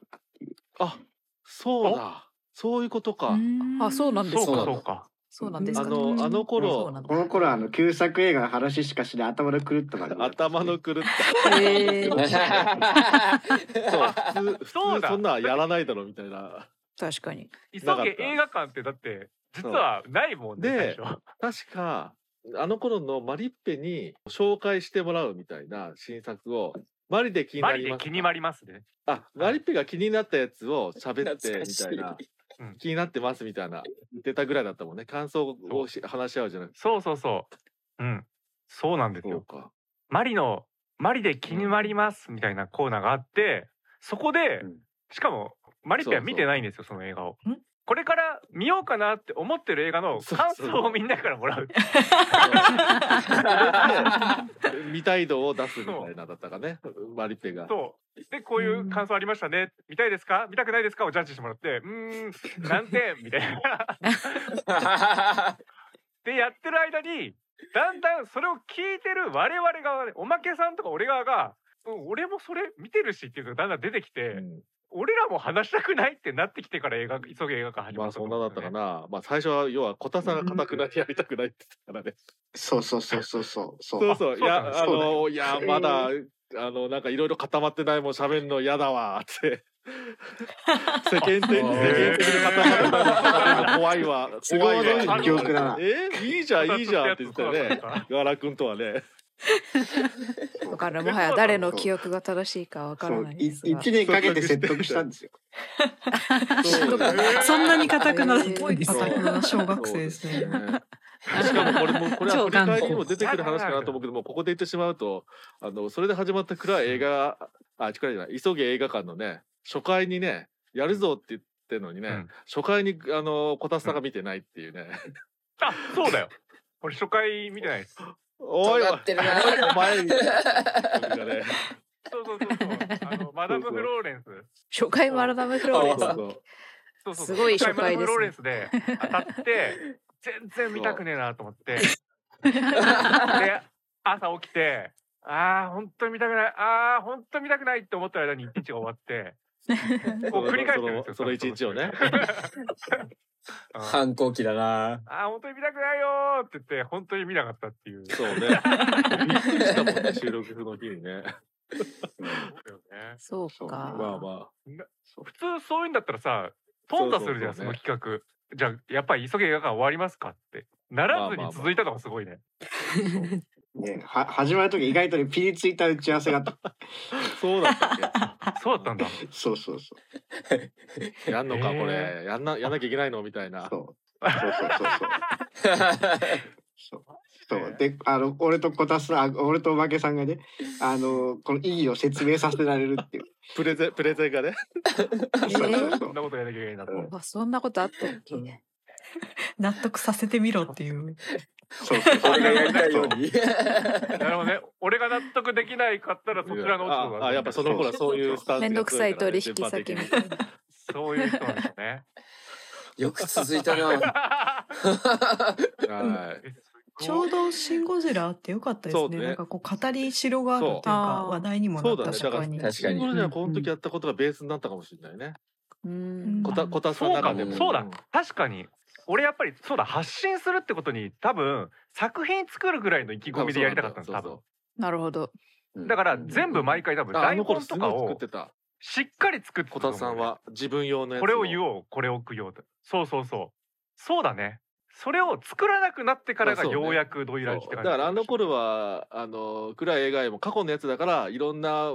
B: あそうだそういうことか、 [laughs]
F: あそうなんです
A: そうか
F: か
D: そ
A: そううか
F: そうなんです
B: あ
F: か
B: のあの
F: そ
B: 頃
F: うなんだ
G: この頃はあの旧作映画の話しかしで頭の狂った感じだった
B: 頭の狂っ
F: へー
B: た。そう、普通、
A: そう
B: 普
A: だ
B: 通そんなんやらないだろみたいな。
F: 確かに
A: 急
B: なかった
A: げ映画館ってだって実はないもんね
B: で
A: 最初
B: 確
A: [laughs]
B: か、あの頃のマリッペに紹介してもらうみたいな新作を、マリで気に
A: マ
B: な
A: リ
B: り
A: で
B: ます。
A: 気になりますね
B: あ、マリッペが気になったやつを喋っ
D: 懐
B: て
D: か
B: み
D: しい
B: たいな
A: うん。
B: 気になってますみたいな出たぐらいだったもんね。感想をし話し合うじゃなくて。
A: そうそうそううんそうなんです
B: そ
A: よ
B: うか。
A: マリの「マリで気になります」みたいなコーナーがあってそこで
D: うん
A: しかもマリペは見てないんですよその映画を
C: ん。
A: これから見ようかなって思ってる映画の
B: そう
A: 感
B: そう
A: 想をみんなからもらう。
B: 見たい度を出すみたいなだったかねマリペが
A: そう。で、こういう感想ありましたね。見たいですか見たくないですかをジャッジしてもらって、うーん、なんて、みた
B: [laughs]
A: いな。で、やってる間に、だんだんそれを聞いてる我々側で、おまけさんとか俺側が、うん、俺もそれ見てるしっていうのがだんだん出てきて、
B: うん
A: 俺らも話したくないってなってきてから映画、急げ映画館始
B: ま
A: まっ
B: あ
A: た
B: そんなだったか
A: な。
B: なまあ最初は要は小田さんがかたくなにやりたくないって言ってたからね
G: [laughs] そうそうそうそうそうそ
B: そううそうい
A: あ
B: やあ
G: そうだ
B: のいやまだあのなんかいろいろ固まってないもん喋んの嫌だわって世間的世 [laughs] 間的に固まってないもん喋んの怖いわ
G: 都
B: 怖
G: 合
B: い
G: の
B: わ
G: いい記憶だな
B: えいいじゃんいいじゃんって言ってた
F: [laughs]
B: よねガラ君とはね
F: だからもはや誰の記憶が正しいかわからないです
G: そうい
F: が
G: 一年かけて説得したんですよ
B: そう
E: そんなに硬くならず
F: す
E: に
F: ごい
E: です
C: 硬くな小学生ですね。
B: [laughs] しかもこれもこれは
E: 超
B: 振り
E: 頑固
B: 返りにも出てくる話かなと思うけどもここで言ってしまうとあのそれで始まった暗い映画あ違うじゃない急げ映画館のね初回にねやるぞって言ってんのにね、
A: うん
B: 初回にあのこたつさんが見てないっていうね、
A: あ、そうだよ。俺初回見てないです。
B: おいおい
D: 尖ってるな
B: [laughs] お前みたい
D: [laughs]
B: な感じがね
A: そうそうそうそう。あの、マダム・フローレンス。
F: 初回マラダム・フローレンス
B: そうそう
A: そうそう
F: すごい初回
A: マダム
F: ですね
A: フローレンスで当た
D: [laughs]
A: って、全然見たくねえなと思って。 [laughs] で、朝起きて、ああ、本当に見たくない、ああ、本当に見たくないって思った間に一日が終わ
D: [laughs]
A: って、もう繰り返してるんで
B: そ
A: すよ。
B: のその一日を
A: [laughs]
B: ね。
A: あ
D: 反抗期だな。
A: あー、本当に見たくないよーって言って、本当に見なかったっていう。
B: そうねびっくりしたもんね収録の日に
A: [laughs]
B: ね
A: そうだよね
F: そう
G: そう
F: か、
B: まあま
A: 普通そういうんだったらさ、頓挫するじゃん、そ
B: そうそうそうね
A: の企画。じゃあ、やっぱり急げ映画館終わりますかって。ならず
B: まあまあま
A: に
B: あ
A: 続いたのがすごいね。
G: ねは始まる時意外とねピリついた打ち合わせがあった
B: あそうだったっ
A: そうだったん
B: [laughs]
A: だ。
G: そうそうそう
A: [laughs]
B: けやんのか
A: えー
B: これやんなやんなきゃいけないのみたいな
G: そうそうそうそうそう
A: [laughs]
G: そう。そう
A: ね
G: で、あの、俺とこたす、あ、俺とおまけさんがね、あの、この意義を説明させられるっていう。
B: プレゼンプレゼンがね
G: そうそうそ
A: そんなことやらなきゃいけないなと。
G: うん
F: あそんなことあったっけ、
C: 納得させてみろっていう。
G: う。そうそう。
D: 俺がやりたいように。
A: [laughs] なるほどね。俺が納得できないかったらそちらの落ち度
B: ああやっぱその頃はそういうスタンスが強いからね
F: めんどくさい取引先みたいな
A: そういう人なんですね。
D: よく続いたな。
B: はい。
A: えすごい
C: [laughs] ちょうどシンゴジラあってよかったです
B: そう
C: ね。
B: ね
C: なんかこう語りしろがあるという
F: そ
C: か
F: う
C: 話題にもな
B: そう
C: っ
B: だ
C: た
B: ね。
C: し
B: だか
C: かに。
B: ら、
D: 確
B: シ
D: か
B: ン
D: に
B: ゴルジャーこの時やったことがベースになったかもしれないね。
F: うん
B: こた、こたさんの
A: そう
B: 中
A: かも
B: でも。
A: そうだ確かに俺やっぱりそうだ発信するってことに多分作品作るぐらいの意気込みでやりたかったんです
B: 多
A: 多
B: 分
A: 分
B: そ
F: なるほど
A: だから全部毎回多分
B: うだあ
A: 台
B: の頃
A: 本
B: す
A: と
B: ご
A: か
B: い作っ
A: を
B: てた。
A: しっかり作ってた
B: こ
A: と
B: た
A: 思う
B: さんは自分用のやつ
A: これを言
B: う。
A: おうこれを食おうとそうそうそうそうだねそれを作らなくなってからがようやくドイラジっ
B: そ
A: て
B: うだ
A: 感じ
B: からあの頃はあの暗い映画も過去のやつだからいろんな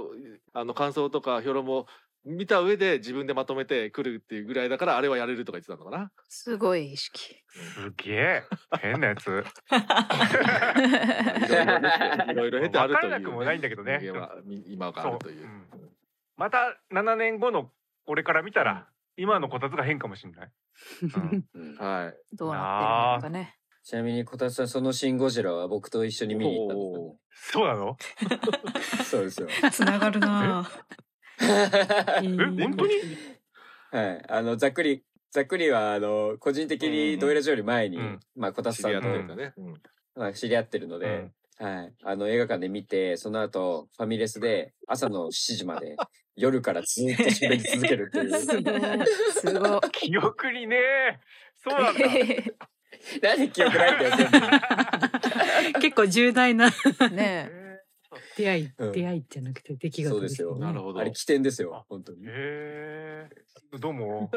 B: あの感想とか評論も見た上で自分でまとめてくるっていうぐらいだからあれはやれるとか言ってたのかな。
F: すごい意識
A: すげえ変な
B: [laughs]
A: やつ
B: いろいろねいろいろ経てあるという。
A: わからなくもないんだけどね
B: 人間はみ今があるという。
A: そうまた7年後の俺から見たら今のこたつが変かもしれない、うん
D: うん
B: はい。
F: どうなってるのかね
D: ちなみにこたつさんそのシン・ゴジラは僕と一緒に見に行ったんですよね
A: そうなの
D: そうですよ。
C: つながるなぁ。
A: え本当に
D: はい、あのざっくりざっくりはあの個人的にドイラジより前に、
A: うん
D: まあこたつ
B: 知
D: さ
B: り
D: ん
B: 合っ
D: と、
B: てるんだね。うん
D: まあ、知り合ってるので、はい、あの映画館で見てその後ファミレスで朝の7時
A: [laughs]
D: まで夜からずっと喋り続けるっていう。
F: すご
A: 記憶にねそうなんだ
F: い
D: 何記憶ないんだよ全部。
E: [laughs] 結構重大な
F: ね
E: 出会い、
D: うん
E: 出会いじゃなくて出来事
D: そうですよ
E: ね
B: なるほど
D: あれ。起点ですよ本当に。
A: えー、どうも。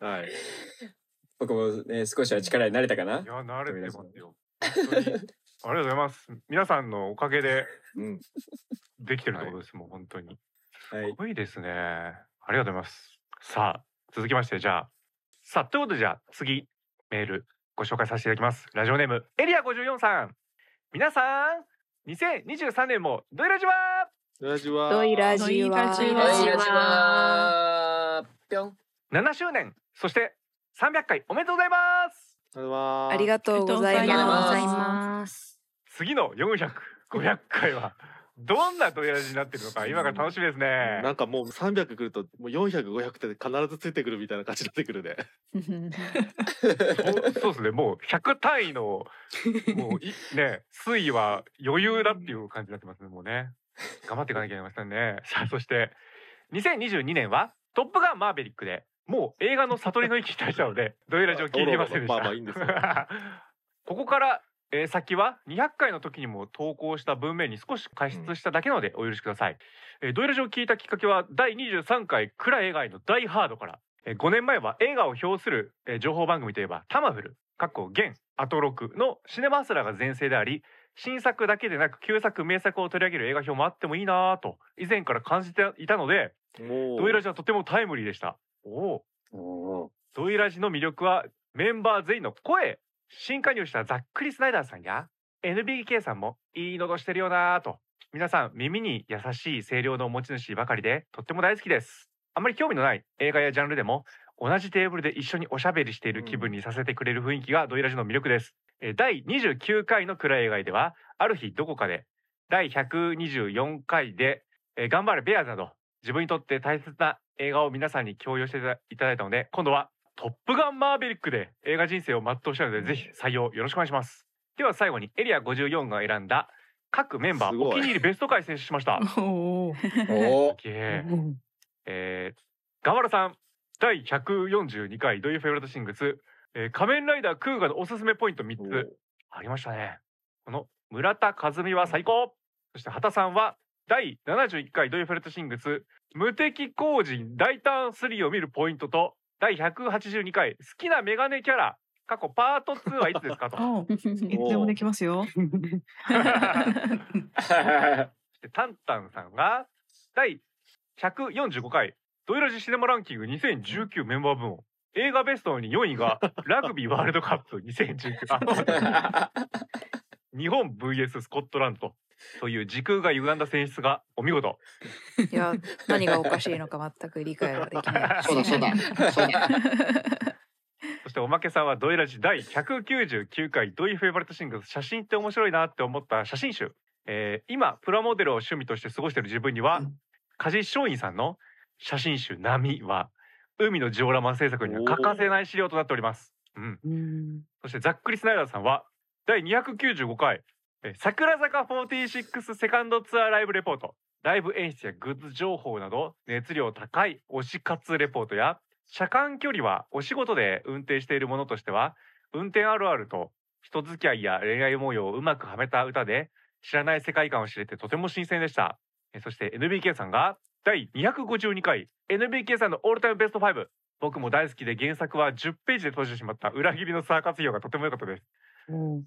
B: はい。
D: 僕も、ね、少しは力になれたかない
A: や慣れてますよ本当にありがとうございます皆さんのおかげで
B: うん。
A: できてるってことですもん本当に
D: は
A: す
D: い。
A: ごいですねありがとうございますさあ続きましてじゃあさあということでじゃあ次メールご紹介させていただきますラジオネームエリア54さん皆さん2023年もドイラジは
B: ラジは。
F: ドイラ
C: ジ
F: ジ
C: は
F: は
D: お願いします。ぴょん。
A: 7周年そして300回おめでとうございます
B: それは
F: ありがとうござ
E: あ
F: い
E: りがとうご
F: ま
E: ざい
F: す。
E: ます。
A: 次の400500回はどんなドヤラジになってるのか今から楽しみですね
B: なんかもう300来るともう400500って必ずついてくるみたいな感じになってくるね
A: おそうですねもう100単位のもうい
B: [laughs]
A: ね推移は余裕だっていう感じになってますねもうね頑張っていかなきゃいけません
B: [laughs]
A: ねさあそして2022年は「トップガンマーベリック」でもう映画の悟りの域に達したのでドイラジオ聞いていませんでした
B: まあまあいいんですよ
A: ここから、えー先は200回の時にも投稿した文面に少し加筆しただけなのでお許しください、えードイラジオを聞いたきっかけは第23回「暗い映画への大ハード」から、えー5年前は映画を表する、えー情報番組といえば「タマフル」かっこ現アトロクのシネマアスラーが全盛であり新作だけでなく旧作名作を取り上げる映画表もあってもいいなぁと以前から感じていたので
B: もう
A: ドイラジはとてもタイムリーでしたおお
D: お
A: ドイラジの魅力はメンバー全員の声新加入したざっくりスナイダーさんや NBK さんもいい喉してるよなぁと皆さん耳に優しい声量の持ち主ばかりでとっても大好きですあまり興味のない映画やジャンルでも同じテーブルで一緒におしゃべりしている気分にさせてくれる雰囲気がドイラジの魅力ですえー第29回の暗い映画ではある日どこかで第124回で「えー頑張れベアーズ」など自分にとって大切な映画を皆さんに共有していただいたので今度は「トップガンマーヴェリック」で映画人生を全うしたいので、ぜひ採用よろしくお願いしますでは最後にエリア54が選んだ各メンバ
B: す
A: ー
B: ごい
A: お気に入りベスト回選出しました
C: おー
D: お
A: オッケーえー、ガワラさん第142回ドイフェブラットシングス、えー仮面ライダークーガのおすすめポイント3つありましたね。この村田和美は最高。そして畑さんは第71回ドイフェルトシングス無敵工人大胆3を見るポイントと第182回好きなメガネキャラ過去パート2はいつです
C: [laughs]
A: かと。
C: おーいつでもできますよ。
A: でタンタンさんが第145回ドイラジシネマランキング2019メンバー部門映画ベストに4位がラグビーワールドカップ2019あ日本 VS スコットランドという時空が歪んだ選出がお見事
F: いや何がおかしいのか全く理解はでき [laughs] ない。
G: そうだそうだ。そうだ。
A: そしておまけさんはドイラジ第199回ドイフェイバリットシングル写真って面白いなって思った写真集、えー今プラモデルを趣味として過ごしている自分には梶松陰さんの写真集「波」は海のジオラマ制作には欠かせない資料となっております、うん、
E: うん
A: そしてざっくりスナイダーさんは第295回えー桜坂46セカンドツアーライブレポートライブ演出やグッズ情報など熱量高い推し活レポートや車間距離はお仕事で運転しているものとしては運転あるあると人付き合いや恋愛模様をうまくはめた歌で知らない世界観を知れてとても新鮮でしたえそして NBK さんが第252回 NBK さんのオールタイムベスト5僕も大好きで原作は10ページで閉じてしまった裏切りのサーカス用がとても良かったです
E: おー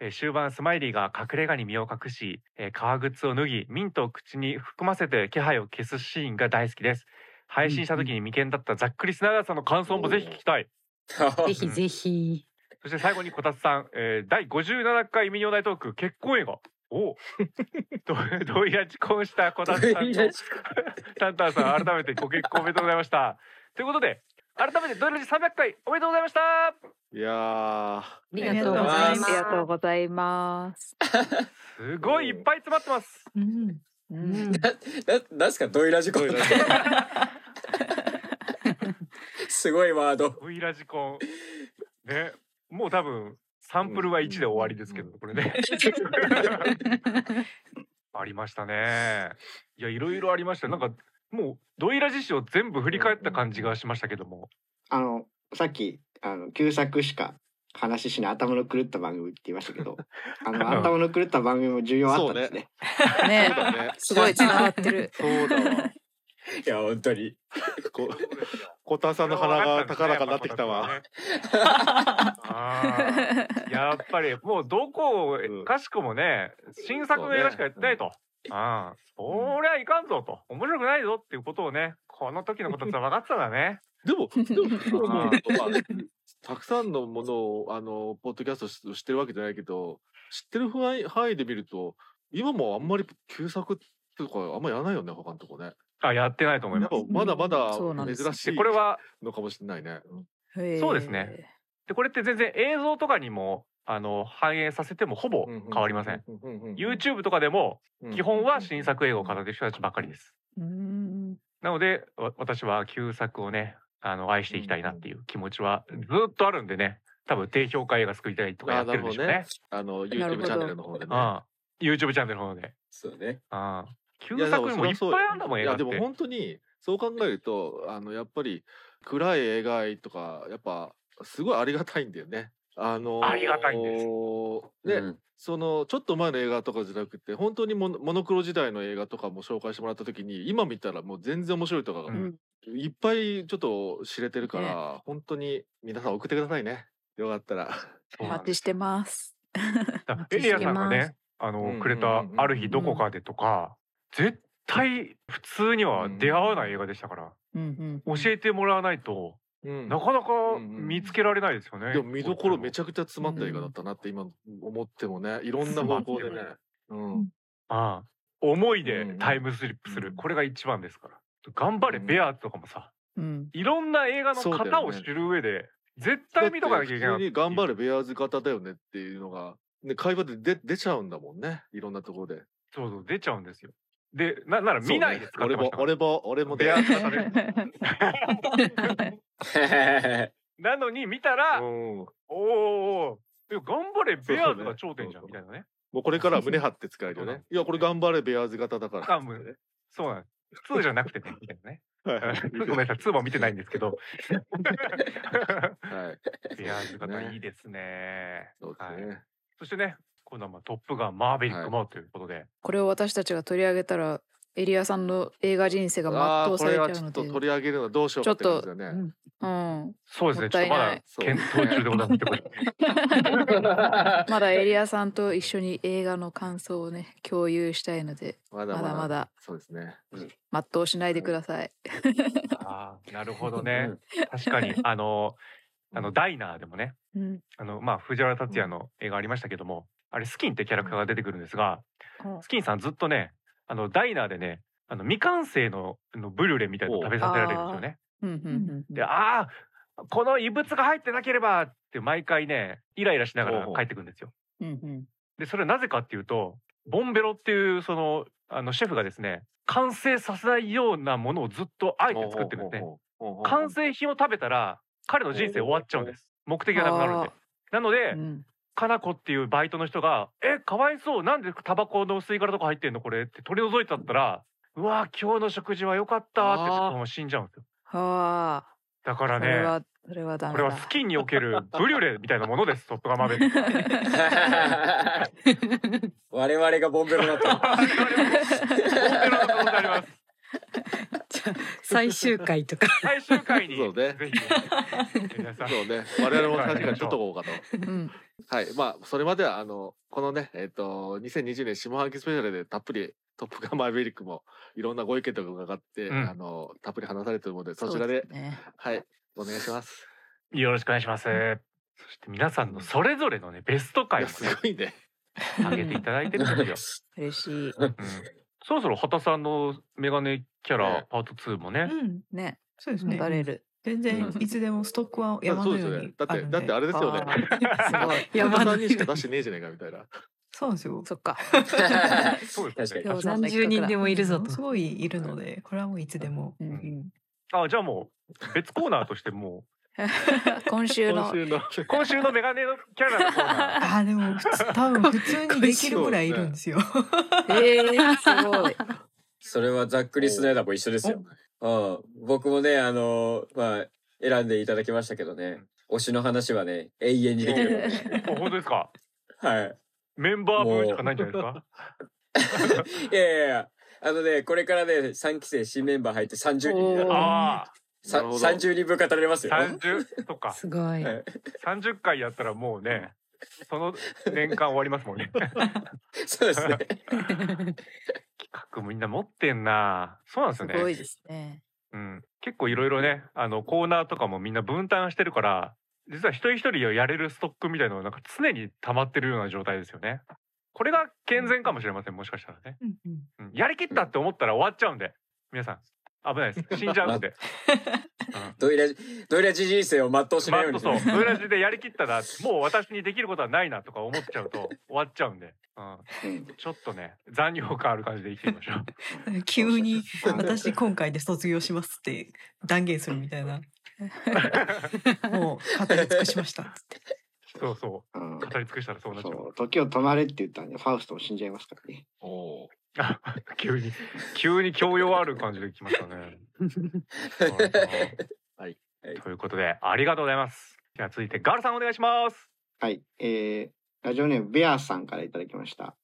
A: えー終盤スマイリーが隠れ家に身を隠し、えー革靴を脱ぎミントを口に含ませて気配を消すシーンが大好きです配信した時に未見だったざっくりスナイダーさんの感想もぜひ聞きたい
E: [laughs] ぜひぜひ。
A: そして最後にこたつさん、えー、第57回ミニオン大トーク結婚映画おうどどうやち婚したこたつさんとタンタンさん改めてご結婚おめでとうございましたということで改めてドイラジ300回おめでとうございました
B: いや
E: ありがとうございます。
F: ありがとうございます。
A: すごいいっぱい詰まってます
C: うん。
F: うん
D: ななんすかドイラジコン
B: ドイラ
D: すごいワード
A: ウイラジコンねもう多分サンプルは1で終わりですけど、これねありましたねいやいろいろありましたなんかもうドイラジ史を全部振り返った感じがしましたけども、
G: あのさっきあの旧作しか話しない頭の狂った番組って言いましたけ
A: [laughs]
G: ど、あの頭の狂った番組も重要あったんですね。
B: ー
F: ね
B: そうだね
F: すごい伝わってる。
B: そうだわ
D: いや本当に
B: こ小田さんの鼻が高らかになってきたわ
A: [laughs] あーやっぱりもうどこ
B: うん
A: かしこもね新作の映画しかやってないと、ああそりゃいかんぞと面白くないぞっていうことをねこの時のことは分かってたんだね
B: でもでもでも
A: あ
B: まあ [laughs] たくさんのものをあのポッドキャストししてるわけじゃないけど知ってる範囲範囲で見ると今もあんまり旧作とかあんまやらないよね他のとこね
A: [laughs] あやってないと思い
B: なん
A: ま
B: か
A: す。
B: まだまだ
F: そうなんです
B: 珍し
A: で
B: い
A: これは
B: のかもしれないね。うん
F: へー
A: そうですね。でこれって全然映像とかにもあの反映させてもほぼ変わりません。。YouTube とかでも基本は新作映画を語ってる人たちばっかりです。
F: うーん。
A: なのでわ私は旧作をねあの愛していきたいなっていう気持ちはずっとあるんでね多分低評価映画作りたいとかやってるんでしょう
B: あな
A: ね
B: る。あの
F: なるほ
B: YouTube
F: ど
B: チャンネルの方でね。
A: ああ YouTube チャンネルの方で。
D: そうね。
A: ああ旧
B: いやで
A: 作にもいっぱい
B: そりゃそうよ
A: あんだもん映
B: い
A: 画っ
B: や
A: て
B: で。も本当にそう考えるとあのやっぱり暗い映画とかやっぱすごいありがたいんだよね。あのー
A: ありがたいんで
B: ね、
A: す
D: うん
B: そのちょっと前の映画とかじゃなくて本当にモノモノクロ時代の映画とかも紹介してもらった時に今見たらもう全然面白いとかが
A: うん
B: いっぱいちょっと知れてるから、本当に皆さん送ってくださいねよかったら。
A: そう
F: お
A: なん
F: 待ち
A: です
F: してます。
A: だ
E: 待
A: エ
E: ちして
A: リアさんが
E: ま
A: ね
E: す
A: あ
B: うんうん
A: の
B: うん
A: くれた「ある日どこかで」とか絶対普通には出会わない映画でしたから
F: うんうん。
A: 教えてもらわないと
B: うん
A: なかなか
B: うんうん
A: 見つけられないですよね。
B: でも見どころめち
A: ゃ
B: ゃくちゃ詰まった映画だったなって今思ってもねいろんな方向でね
A: 詰まって
B: う
A: る。
B: ん
A: ああ思い
B: うんう
A: で
B: ん
A: タイムスリップする、
B: うん
A: これが一番ですから。頑張れベアーズとかもさ
F: うん。
A: いろんな映画の
B: そうだよね
A: 型を知る上で、絶対見とかなきゃいけな
B: 普
A: い
B: 通に頑張るベアーズ型だよねっていうのが、ね、会話で出出ちゃうんだもんねいろんなところで
A: そうそう出ちゃうんですよでななら見ないで使
B: そ
A: っ
B: う
A: て
B: ね
A: ましたから
B: 俺も俺も俺も
A: ベアーズ型で [laughs] なのに見た
B: [laughs]
A: ら、
B: う
A: おー
B: んも
A: おーおーいや頑張れベアーズが頂点じゃんみたいなね
B: うこれからは胸張って使えるよ
A: そ
B: ね
A: うだ
B: いやこれ頑張れベアーズ型だから
A: あもうそうなんです普通じゃなくてねみたいなね
B: はい
A: ごめんなさい2も見てないんですけ
B: は
A: ど
B: い
A: ベアーズ型 [laughs] いいですね
B: そうです
A: はい、
B: ね
A: そしてね今度はまあトップガンマーベリッ
B: は
A: ク
B: い
A: もということで、
F: これを私たちが取り上げたら、エリアさんの映画人生が
B: あ
F: 全
B: ー
F: う
B: こ
F: され
B: れ
F: ちゃ
B: は
F: う
B: ちょ
F: の
B: っ
F: で
B: と。取り上げるのはどうしようかって感じだよね
F: うん。
A: そうですねちょ
F: も
A: っと
F: ったい
A: ま
F: な
A: だ
F: い
A: 検討中でございますけど
F: [laughs] まだエリアさんと一緒に映画の感想をね、共有したいので、
B: まだ
F: ま
B: まだ
F: だまだ
B: そうですね
F: 全うしないでください。
A: あーなるほどね確かにあ
B: [laughs]
A: のあのダイナーでもね
F: うん。
A: あのまあ藤原竜也の映画ありましたけども、あれスキンってキャラクターが出てくるんですが、スキンさんずっとねあのダイナーでねあの未完成のあのブリュレみたいなの食べさせられるんですよね。
F: うんうんうん
A: でああこの異物が入ってなければって毎回ねイライラしながら帰ってくるんですよ。
F: うんうん
A: でそれはなぜかっていうとボンベロっていうそのあのシェフがですね完成させないようなものをずっとあえて作ってるんですね。
B: ね
A: 完成品を食べたら彼の人生終わっちゃうんです。目的がなくなるんで。なので、
F: うん
A: かなこっていうバイトの人が「えかわいそうなんでタバコの吸い殻とか入ってんのこれ」って取り除いてたったら「うわ今日の食事は良かった」って
F: あー
A: そのまま死んじゃうんですよ
F: [laughs] はあ。
A: だか
F: そ
A: ら
F: れ
A: ね
F: は、それはダ
A: こ
F: メ
A: れ
F: だ
A: は。スキンにおけるブリュレみたいなものですトップガンマーベリック
D: [laughs]
E: [laughs]
D: 我々がボンベロだ
F: [laughs]
D: った。
A: ボンベロの可能性あります
E: じゃあ最終回とか
A: 最終回
B: [laughs]
A: に
B: そうね
A: ぜひ皆さん
B: そうね我々も確かにちょっと多かった
F: うん。
B: はい、まあそれまではあのこのねえっ、と2020年下半期スペシャルでたっぷり「トップガンマーヴェリック」もいろんなご意見とか伺って、
A: うん
B: あのたっぷり話されてるのでそちらで
F: そうすね。
B: はいお願いします。
A: よろしくお願いしますそして皆さんのそれぞれのねベスト
B: い
A: 回
B: や
A: を
B: す
A: ね
B: ごいね。
A: 上げていただいてるんです
D: [laughs]
A: よ
F: 嬉しい。
A: うんそろそろ畑さんのメガネキャラ
B: ね
A: パート2もね
C: うん、
F: ね。
C: そうですね
F: 語。れる。
C: 全然
B: うん
C: いつでもストックは
B: だって
C: 山
B: そう
C: の
B: です
C: よ
B: よ
C: う
B: ね
C: に。
B: だっ
C: あ
B: て
C: るん
B: だ
C: で。
B: ってあれですよね
F: あ。ー
B: [laughs]
F: すごい。
E: 山
B: 山田さ
E: の
B: んにしか出してねえじゃねえかみたいな。
C: そうなんですよ。
F: そっか。
A: そうです
D: 確かに
A: ね
F: 餃子の一角
E: 何十人
F: だ
E: でもいるぞと
C: すごいいるので、これはもういつでも。
F: うんうん
A: あじゃあもう別コーナーとしても
F: 今週
B: 今
F: の。
B: 週の
A: う今週のメガネのキャラのコーナー
C: あーでも普通多分普通にできるぐらいいるんですよ。
F: ええ、すごい。
D: それはざっくりスナイダーも一緒ですよ。うん、僕もね、あのまあ、選んでいただきましたけどね、推しの話はね、永遠にできる。
A: お [laughs] 本当ですか
D: はい。
A: メンバー分しかないんじゃないですか
D: [laughs] いやいやいや、あのね、これからね、3期生新メンバー入って30人にな
F: お
D: る
F: ー
A: ああ
D: さ
B: なるほど
D: 30人分語れますよ。
A: 30と [laughs] か
E: すごい。
D: はい
A: 30回やったらもうねその年間終わりますもんね
D: そうですね。
A: 企画みんな持ってんなそうなんです
F: [laughs] す
A: よ
F: ご
A: ね
F: いですね。
A: うん、結構いろいろねあのコーナーとかもみんな分担してるから実は一人一人をやれるストックみたいなのがなんか常に溜まってるような状態ですよねこれが健全かもしれませんもしかしたらね、
C: うんうん
A: うんやりきったって思ったら終わっちゃうんで皆さん危ないです死んじゃうんで
D: ドイラジドイラジ人生を全うし
A: マ
D: ないよう
A: ッ
D: に
A: ト
D: する
A: そうブラジルでやりきったらもう私にできることはないなとか思っちゃうと終わっちゃうんで、うん、
G: うん
A: ちょっとね残業感ある感じで生きてみましょ
B: [laughs]
A: う
C: [laughs] 急に
G: あの
C: 私今回で卒業しますって断言するみたいな。もう語り尽くしましたっつって。
A: そうそう
G: うん
A: 語り尽くしたらそうなっちゃう
G: そう時を止まれって言ったらねファウストも死んじゃいますからね。
B: おー
A: あ急に急に教養ある感じで来ましたね。
B: はい
A: ということでありがとうございます。じゃあ続いてガルさんお願いします。
G: はい、えー、ラジオネームベアさんからいただきました。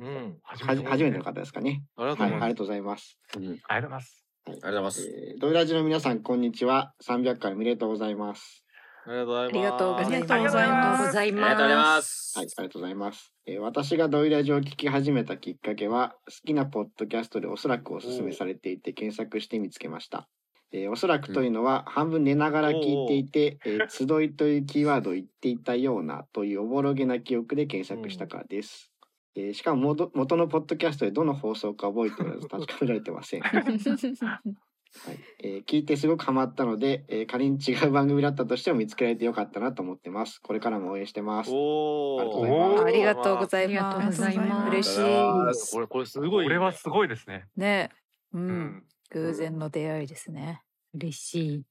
B: うん。
A: 初
G: はじ初めての
A: 方。
G: 方ですかね。
B: ありがと
G: は
B: う
G: い、
B: ご
G: あ
B: ざい
G: り
B: ます。
G: がとうございます。
D: うん
A: ありがとうございます。
D: ありがとうございます。
G: えー、ドイラジの皆さんこんにちは。300回おめでとうございます。
B: ありがとうございます。
F: ありがとうございま
E: ありがとう
F: す
C: ありがとうございま
E: ご
C: す。
E: ざい
D: ありがとうござい
E: ま。
D: ますす。
G: はい、ありがとうございます。えー私がドイラジを聞き始めたきっかけは、好きなポッドキャストでおそらくおすすめされていて検索して見つけました。えーおそらくというのは、半分寝ながら聞いていて、えー集いというキーワードを言っていたようなというおぼろげな記憶で検索したからです。えーしかも元元のポッドキャストでどの放送か覚えておらず確かめられてません。はいえー聞いてすごくハマったので、えー仮に違う番組だったとしても見つけられてよかったなと思ってます。これからも応援してます。
B: お
G: ありがとうござい
E: あ
G: ます
B: おー。い
F: ありがとうござい
E: りがとう
F: ま
E: ご
F: す
E: ざいます
F: 嬉しい
B: ます。これ、これすごい。
A: これはすごいですね。
F: ねう
A: うんん。
F: 偶然の出会いですね
E: 嬉しい。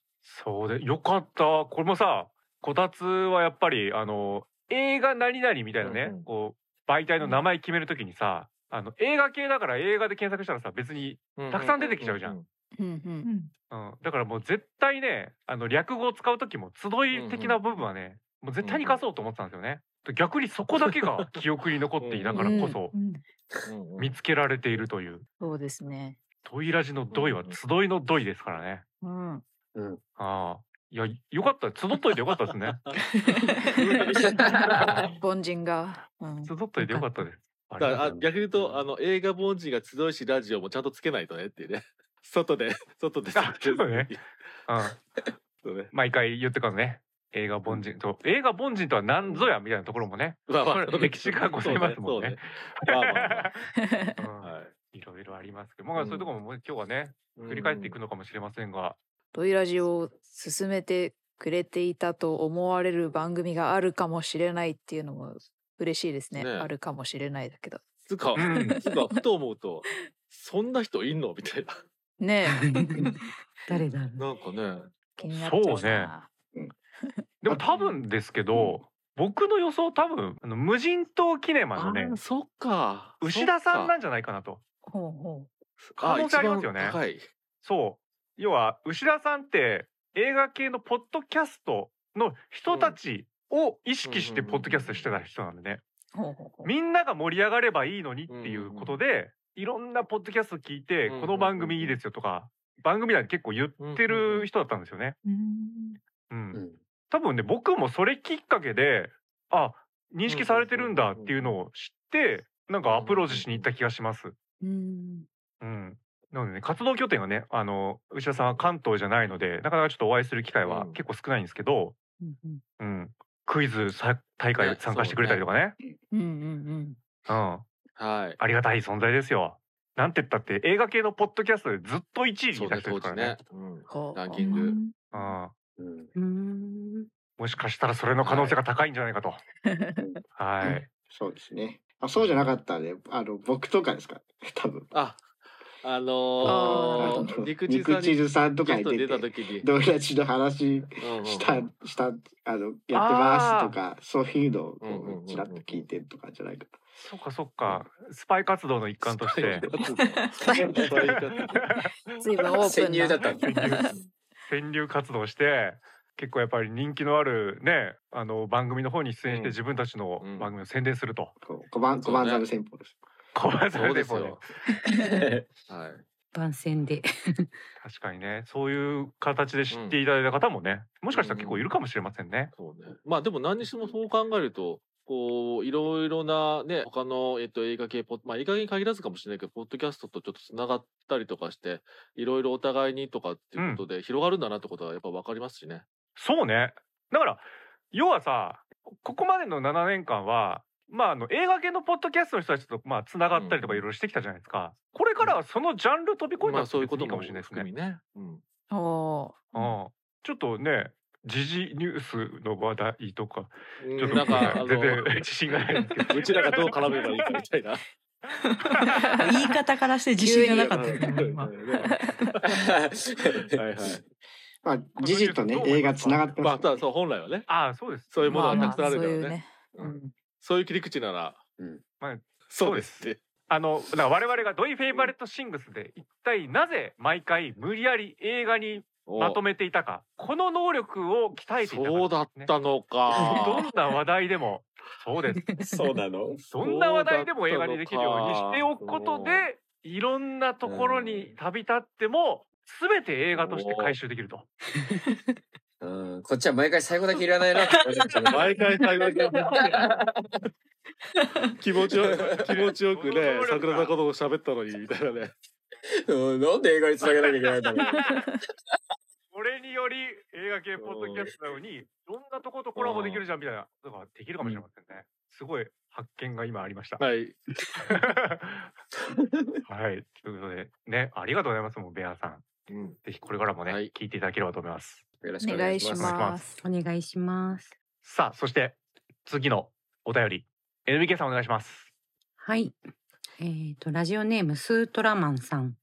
A: そうでよかった。これもさ、こたつはやっぱりあの映画何々みたいなね、
B: うんうん
A: こう媒体の名前決めるときにさ、あの映画系だから映画で検索したらさ別に、たくさん出てきちゃうじゃん。
F: うんう
C: うんん
A: うん、だからもう絶対ねあの略語を使うときも集い的な部分はね、もう絶対に貸そうと思ってたんですよね。逆にそこだけが記憶に残っていながらこそ
F: うん
B: うんうん
A: 見つけられているという。
F: そうですね
A: ドイラジのドイは集いのドイですからね。
F: うん
A: ああ。いや、よかった。集っといてよかったですね。
F: 凡人がうん
A: 集っといてよかったです。あ
B: だからあ
A: りがとう
B: 逆に言うと、あの映画凡人が集いしラジオもちゃんとつけないとねっていうね。 [laughs] 外で、外で。
A: あそうね。 [laughs] うん
B: そうね。
A: 毎回言ってからね。映画凡人と、映画凡人とは何ぞやみたいなところもね。
B: まあまあ、
A: これ歴史がございますもんね
B: そうね。そうねまあまあまあ。
A: うん
B: はい。
A: いろいろありますけど、まあそういうところも今日はね、振り返っていくのかもしれませんが、
F: ドイラジを進めてくれていたと思われる番組があるかもしれないっていうのも嬉しいですね
B: ねえ
F: あるかもしれないだけど
B: つうか
A: うん、
B: つうか、ふと思うと、そんな人いんのみたいな。
F: ねえ
E: 誰だろう。
B: なんかね。
F: 気になっちゃうな
A: そうねでも多分ですけど、僕の予想多分、あの無人島キネマのね
B: ー、そっか。
A: 牛田さんな
B: だ
A: んじゃないかなと。
F: ほうほう
A: 可能性ありますよね
B: 高い。
A: そう。要は、牛田さんって映画系のポッドキャストの人たちを意識してポッドキャストしてた人なんでね。
F: ほうほうほう
A: みんなが盛り上がればいいのにっていうことで、いろんなポッドキャスト聞いて
B: うんうん、うん
A: この番組いいですよとか、番組内で結構言ってる人だったんですよね。うん
D: うん
A: 多分ね、僕もそれきっかけで、あ、認識されてるんだっていうのを知って、なんかアプローチしに行った気がします。
F: うん
A: うん。なのでね、活動拠点がね、あの、内田さんは関東じゃないので、なかなかちょっとお会いする機会は
B: うん
A: 結構少ないんですけど、
F: うんうん
A: うん。クイズさ大会
B: ね
A: 参加してくれたりとかね。
F: うんう
A: う
F: ん
A: ん。
B: はい。
A: ありがたい存在ですよ。なんて言ったって映画系のポッドキャストでずっと1位に
B: そ
A: いうた
B: ね、
A: 人で
B: 当
A: すか
B: 時
A: ら
B: ね
A: ね。。
B: うん
F: ほう
B: ランキング。
A: うん
D: うん
E: うーん。
A: もしかしたらそれの可能性が高いんじゃないかと。はい。
G: そうですね。あ、そうじゃなかったらね、あの僕とかですか、多分。
B: あ、あ
G: あ
B: の
G: の
B: ー、陸地さん
G: 陸地
B: に
G: 図さんと
B: ゲ
G: か
B: ス
G: に
B: トに
G: 出
B: 出た
G: て、
B: 時に。
G: ドイラジの話
B: うんうん
G: したしたあのやってますとか、そういうのをこ
B: うんうんうんうん
G: うちらっと聞いてとかじゃないかな。
A: そっかそっか。スパイ活動の一環として。
B: スパイ活動スパイ活動
F: うん随分オープンな
D: 潜入だったんだ。
A: 潜入活動して結構やっぱり人気のあるねあの番組の方に出演し
B: うん
A: て自分たちの
B: うん
A: 番組を宣伝すると、
G: こう小判
B: そ
G: 小
B: うね
G: 判ザル戦法です。
A: 小林さん
B: そうです
A: で
B: よ
A: も。
B: はい。
E: 番宣で。
A: 確かにねそういう形で知っていただいた方もね、もしかしたら結構いるかもしれませんね、
B: そうね。まあでも何にしてもそう考えると、こう、いろいろなね、他の、えっと、映画系、ポッまあ映画系に限らずかもしれないけど、ポッドキャストとちょっとつながったりとかして、いろいろお互いにとかっていうことで、広がるんだなってことはやっぱ分かりますしね。
A: そうねだから要はさここまでの7年間はまあ、あの映画系のポッドキャストの人たちと、まあ、つながったりとかいろいろしてきたじゃないですか、これからはそのジャンル飛び越えた
B: ま
A: ら
B: あそういう
A: 別
B: こ
A: にい
B: とも
A: いかもしれないですね
B: 含。みね。うん。
F: お
A: うんちょっとね時事ニュースの話題とかちょっと
B: なんかあの
A: 全然自信がないんですけ
B: [laughs]
A: ど
B: うちらがどう絡めばいいかみたいな。
C: 言い方からして自信がなかったよね。今
B: はいはい。
G: まあ時事とね映画つながって
B: ま
G: ま
B: ああ
G: す
B: とはそう本来はね、
A: ああそうです
B: そういうもの
F: まあ
B: が
F: ま
B: た
F: あ
B: くさんあるか
F: そう
B: ら
F: いう
B: ね。
F: ね
A: うん
B: そういう切り口なら
D: うん。
B: そうですって。
A: あのだから我々が「ドイ・フェイバレット・シングス」で一体なぜ毎回無理やり映画にまとめていたか [laughs] この能力を鍛えていたから
B: そうだっ
A: ね
B: たの
A: ど
B: か。
A: んな話題でもそうです
D: そうなの
A: どんな話題でも映画にできるようにしておくことでいろんなところに旅立っても全て映画として回収できると。
D: うん、こっちは毎回最後だけいらないな
A: [laughs]
D: って思いましたね
B: 毎回最後
D: [laughs]
B: だけ気持ちよ気持ちよく
A: [laughs]
B: ね桜坂と喋ったのにみたいなね。
D: うんなんで映画に繋げなきゃいけないんだろう。
A: [laughs] これにより映画系ポッドキャストなのにいろんなとことコラボできるじゃんみたいなことができるかもしれませんね。すごい発見が今ありました。
B: はい。
A: [laughs] はい。ということでねありがとうございますもうベアさん。
B: うん
A: ぜひこれからもね、
B: はい
A: 聞いていただければと思います。
D: よろ
F: お願いし
A: お願いし
F: ま。
A: ます
E: お願いします。
A: さあそして次のお便り NBK さんお願いします。
E: はい。えっ、と、ラジオネームスートラマンさん。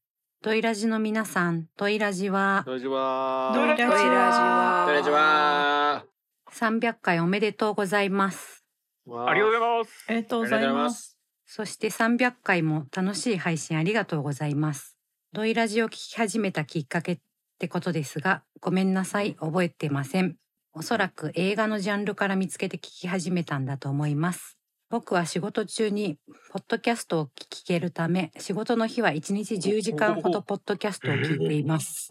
E: トイラジの皆さん、トイラジは
B: こんにちは。
C: ドイラジ
F: ドイラジは。
D: こんにちは。
E: 300回おめでとうございます。
A: ありがとうございます
C: あ。りが
D: あ
C: とうご
D: りがとご
C: ざいう
D: ざい
C: ま。
D: ますす。
E: そして300回も楽しい配信ありがとうございます。ドイラジを聞き始めたきっかけってことですが、ごめんなさい、覚えてません。おそらく映画のジャンルから見つけて聞き始めたんだと思います。僕は仕事中にポッドキャストを聞けるため、仕事の日は1日10時間ほどポッドキャストを聞いています。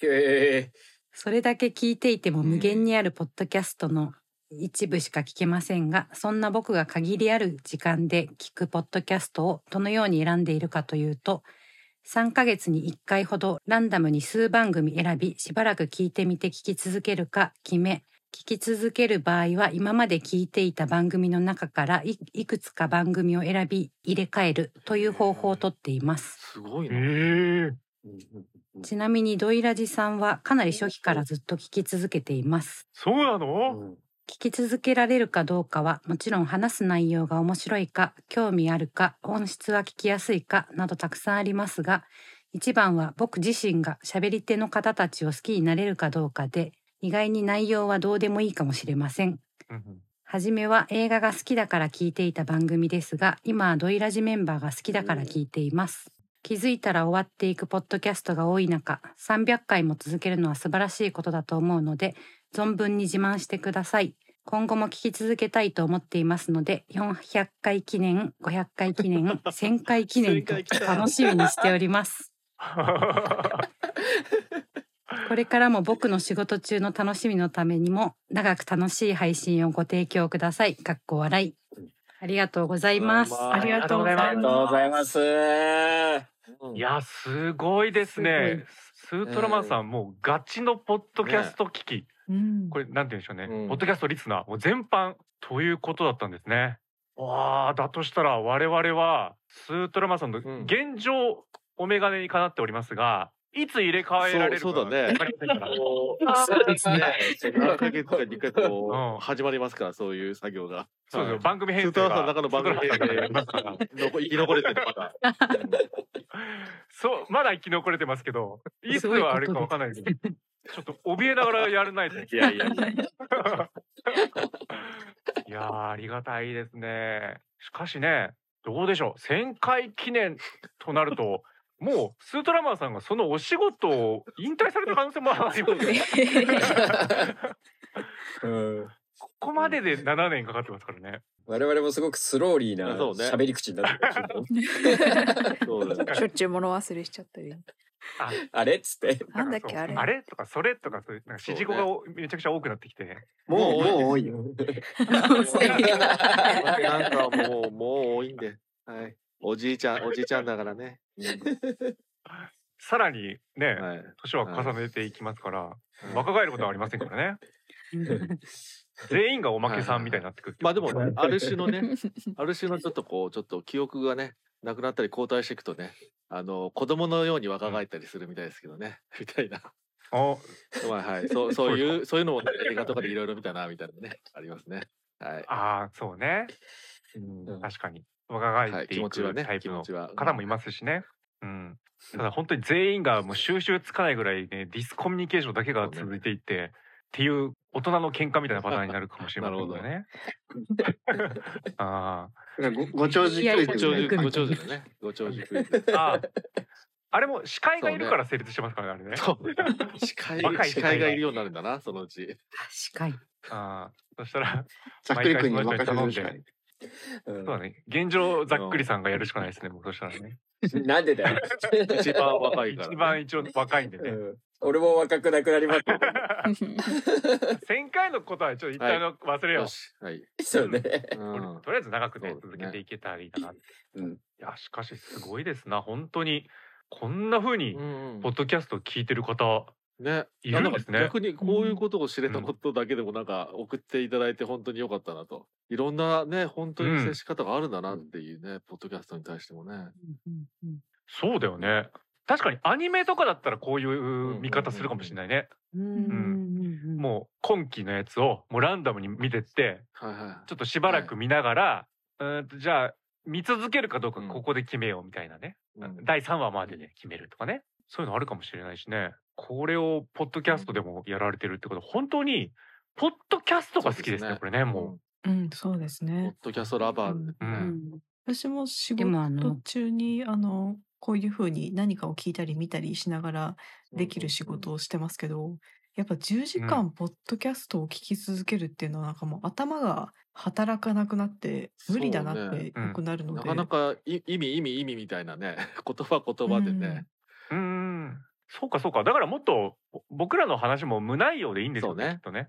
D: え
E: それだけ聞いていても無限にあるポッドキャストの一部しか聞けませんが、そんな僕が限りある時間で聞くポッドキャストをどのように選んでいるかというと、3ヶ月に1回ほどランダムに数番組選び、しばらく聞いてみて聞き続けるか決め、聞き続ける場合は今まで聞いていた番組の中からいいくつか番組を選び入れ替えるという方法をとっています。
B: すごい
A: ええ
B: な。
E: ちなみにドイラジさんはかなり初期からずっと聞き続けています。
A: そうな
D: ー
A: の？
E: 聞き続けられるかどうかはもちろん話す内容が面白いか興味あるか音質は聞きやすいかなどたくさんありますが一番は僕自身が喋り手の方たちを好きになれるかどうかで意外に内容はどうでもいいかもしれません。
A: うん
E: はじめは映画が好きだから聞いていた番組ですが、今はドイラジメンバーが好きだから聞いています。気づいたら終わっていくポッドキャストが多い中、300回も続けるのは素晴らしいことだと思うので、存分に自慢してください。今後も聞き続けたいと思っていますので、400回記念、500回記念、1000回記念と
B: 1000回来た
E: 楽しみにしております。これからも僕の仕事中の楽しみのためにも長く楽しい配信をご提供ください。かっこ笑い。ありがとうございます。
B: あ
C: ありがとうござい
D: ありがとうご
C: ま
D: ざいます。
B: うん
A: いやすごいですね。スートラマンさん、もうガチのポッドキャスト機器、
C: す。うん
A: これなんて言うんでしょうね、
B: うん
A: ポッドキャストリスナーもう全般ということだったんですね。わあだとしたら我々はスートラマンさんの
B: うん
A: 現状お眼鏡にかなっておりますが、いつ入れ替えられるか
B: そうそうだね
A: わかりませんから
D: そうですね。
B: 何ヶ月か2ヶ月
A: うん
B: こう始まりますからそういう作業が。
A: そうですよ
B: はい
A: 番組
B: スー
A: 編成
B: ターさんの
A: が
B: 中の番組
A: スートラマンさんの中
B: で
A: にありますから
B: 生き残れてるまた。
A: そうまだ生き残れて [laughs] ますけどいつはあれかわかんないですけどちょっと怯えながらやら [laughs] ないと。
B: いやいやいや。
A: いやーありがたいですね。しかしねどうでしょう1,000回記念となるともうスートラマンさんがそのお仕事を引退された可能性もありますよね。
D: うん
A: [laughs] ここまでで7年かかってますからね。
D: 我々もすごくスローリーな
B: そうね
D: 喋り口になってるけど。
B: そうだ
A: [laughs]
B: ね。
F: しょっちゅう物忘れしちゃったり。
D: あれっつって。
F: なんだっ
A: か
F: け
A: らそう
F: あれ
A: あれとかそれとかそういうなんか指示語がおめちゃくちゃ多くなってきて。
G: もうもう多いよ。
B: なんかもうもう多いんで。はい。おじいちゃんおじいち [laughs] ゃんだからね。
A: さらにね、
B: はい。
A: 年は重ねていきますから、
B: はい
A: 若返ることはありませんからね。全員がおまけさんみたいになってくるってこ
B: まあで
A: と。
B: もね、ある種のね、ある種のちょっとこう、ちょっと記憶がね、なくなったり後退していくとね、あの、子供のように若返ったりするみたいですけどね、みたいな。
A: お
B: まあはい、そう、そう
A: そう
B: いう、そういうのもね映画とかでいろいろ見たな、みたいなね、ありますね。はい。
A: ああそうね
D: うん
A: 確かに若返
B: は
A: っ
B: い、
A: て
B: 気
A: い
B: 持ちは
A: く
B: ね
A: タイ、
B: 気
A: プ
B: 持
A: の
B: ちは。
A: 方もいますしね。うん、ただ本当に全員がもう収集つかないぐらいねディスコミュニケーションだけが続いていって、っていう大人の喧嘩みたいなパターンになるかもしれませんよ
G: [laughs]
A: ね。あ
G: なんかごご長寿教
B: ご
G: 育
B: 長
G: み
B: 寿、
G: たいな
B: ご長寿のね、ご長寿クイズ。
A: ー [laughs] あーあれも司会がいるから成立してますからねあれね。
B: そう。司会
A: 若、い世
B: 司
A: 界
B: 会
A: が
B: がいるようになるんだな、そのうち。
E: 確か
A: あーそしたら
G: [laughs] ざっくり君に任せるしかない。
D: うん
A: そうだね現状ざっくりさんがやるしかないですねもうそしたらね。 [laughs]
D: なんでだよ。
B: [laughs] 一番若いから、
A: 一番一応若いんでね。
D: うん俺も若くなくなりますよ。
A: 1000回のことはちょっと一旦の忘れよう
B: よ。し。はい。
D: そうね。
B: うん。
A: とりあえず長くね
B: そうです
A: 続
B: ね
A: けていけたらいいかなって。
D: うん
A: いやしかしすごいですな本当にこんな風に
B: うん
A: ポッドキャストを聞いてる方、
B: ね、
A: いるんですね
B: あなんか逆にこういうことを知れたことだけでもなんか送っていただいて本当に良かったなと。いろんなね、本当に接し方があるんだなっていうね、ポッドキャストに対してもね。
E: に。うんうん
A: そうだよね確かにアニメとかだったらこういう見方するかもしれないね、
E: うんも
A: もう今期のやつをもうランダムに見てって
B: はいは
A: ちょっとしばらく見ながら、うーんとじゃあ見続けるかどうかここで決めようみたいなね、
B: い。うん
A: 第3話までね決めるとかねそういうのあるかもしれないしねこれをポッドキャストでもやられてるってこと本当にポッドキャストが好きですね
B: そうですね
A: これねもう。
C: うん、そうです
B: ポッ
C: ね。
B: ドキャストラバーです
A: う
E: う
B: ね。
A: ん
C: 私も仕
E: でもあの
C: 事中に、あの、こういうふうに何かを聞いたり見たりしながらできる仕事をしてますけど、やっぱ10時
A: う
C: 間ポッドキャストを聞き続けるっていうのはなんかもう頭が働かなくなって無理だなっ
B: そう
C: て
B: ね
C: よくなるの
B: な
C: で。
B: かなかい意味意味意味みたいなね、言葉言葉でね。
A: うーんそうかそうかだからもっとぼ僕らの話も無内容でいいんですよね
B: そうね
A: き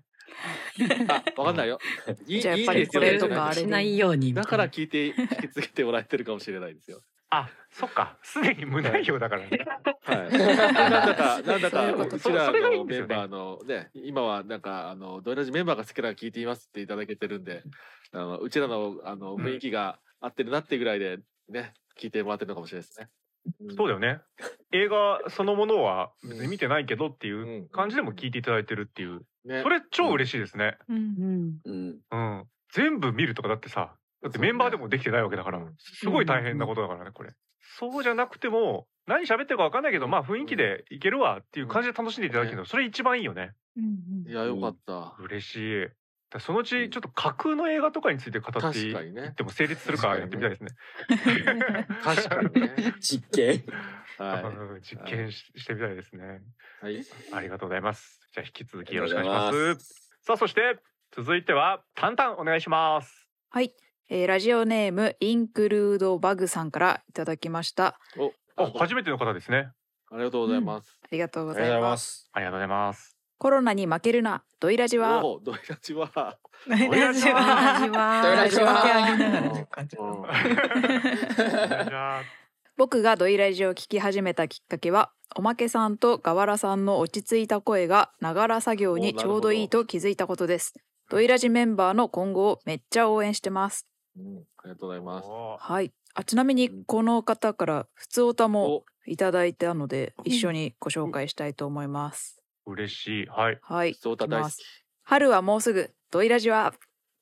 A: っとね
B: あ、わかんない
A: [laughs]
B: よ。いい
F: じゃあやっぱ
B: いい
F: り
B: です
F: こ
B: よ
F: れ
B: じ
F: と
B: ゃない
F: かあ
E: う
B: です
F: れ
E: し
F: で
E: ないように。
B: だから聞いて、聞き続けてもらえてるかもしれないですよ。
A: あそっかすでに無内容だからね
B: はい。なんだか、なんだ
F: そう
B: か、
F: いうこ
B: う
F: と
B: ちら
A: それがいい
B: の
A: んで
B: メ
A: すよ
B: ン
A: ね
B: バーのね、今はなんか、あの、ドイラジメンバーが好きなら聞いていますっていただけてるんで、あの、うちらの、あの、
A: うん
B: 雰囲気が合ってるなっていうぐらいで、ね、聞いてもらってるのかもしれないですね。
A: そうだよね映画そのものは別に見てないけどって
B: う
A: いうん感じでも聞いていただいてるっていう
B: ね
A: そ。れ超嬉しいですね
C: うん
E: うん
D: うん。
A: うん全部見るとかだってさだってメンバーでもできてないわけだから
B: うん
A: すごい大変なことだからねこれそうじゃなくても何喋ってるか分かんないけどまあ雰囲気でいけるわっていう感じで楽しんでいただけるのそれ一番いいよね
C: うん
B: いや、よかった。
A: 嬉しい。だそのうちちょっと架空の映画とかについて語ってい
B: 確かにね
A: いっても成立するかやってみたいですね。
B: 確かにね。
D: 実験。
B: は
A: うん実験ししてみたいですね。
B: い。はい。
A: ありがとうございます。じゃあ引き続きよろしくお願いします。さあそして続いてはタンタンお願いします。
F: はい、えーラジオネームインクルードバグさんからいただきました。
B: お、
A: お
B: あ
A: 初めての方ですね。
B: ありがとうございます。
F: ありがとう
D: あ
F: ございます。
D: す。
A: ありがとうございます。
F: コロナに負けるな、ドイラジは。
B: お、ドイラジは。
C: 大
A: お願いし
E: ドラジ
D: ド
E: は
D: ラジは
C: 手あげながら10感じ。
B: うん
A: じゃあ
F: 僕がドイラジを聞き始めたきっかけはおまけさんとガワラさんの落ち着いた声がながら作業にちょうどいいと気づいたことですドイラジメンバーの今後をめっちゃ応援してます
B: うんありがとうございます。
A: おー
F: はいあちなみにこの方から普通おたも
B: お、
F: いただいたので一緒にご紹介したいと思います
A: 嬉しい。はい。
F: はい
B: そうた大好
F: いきま
B: き
F: す。春はもうすぐドイラジは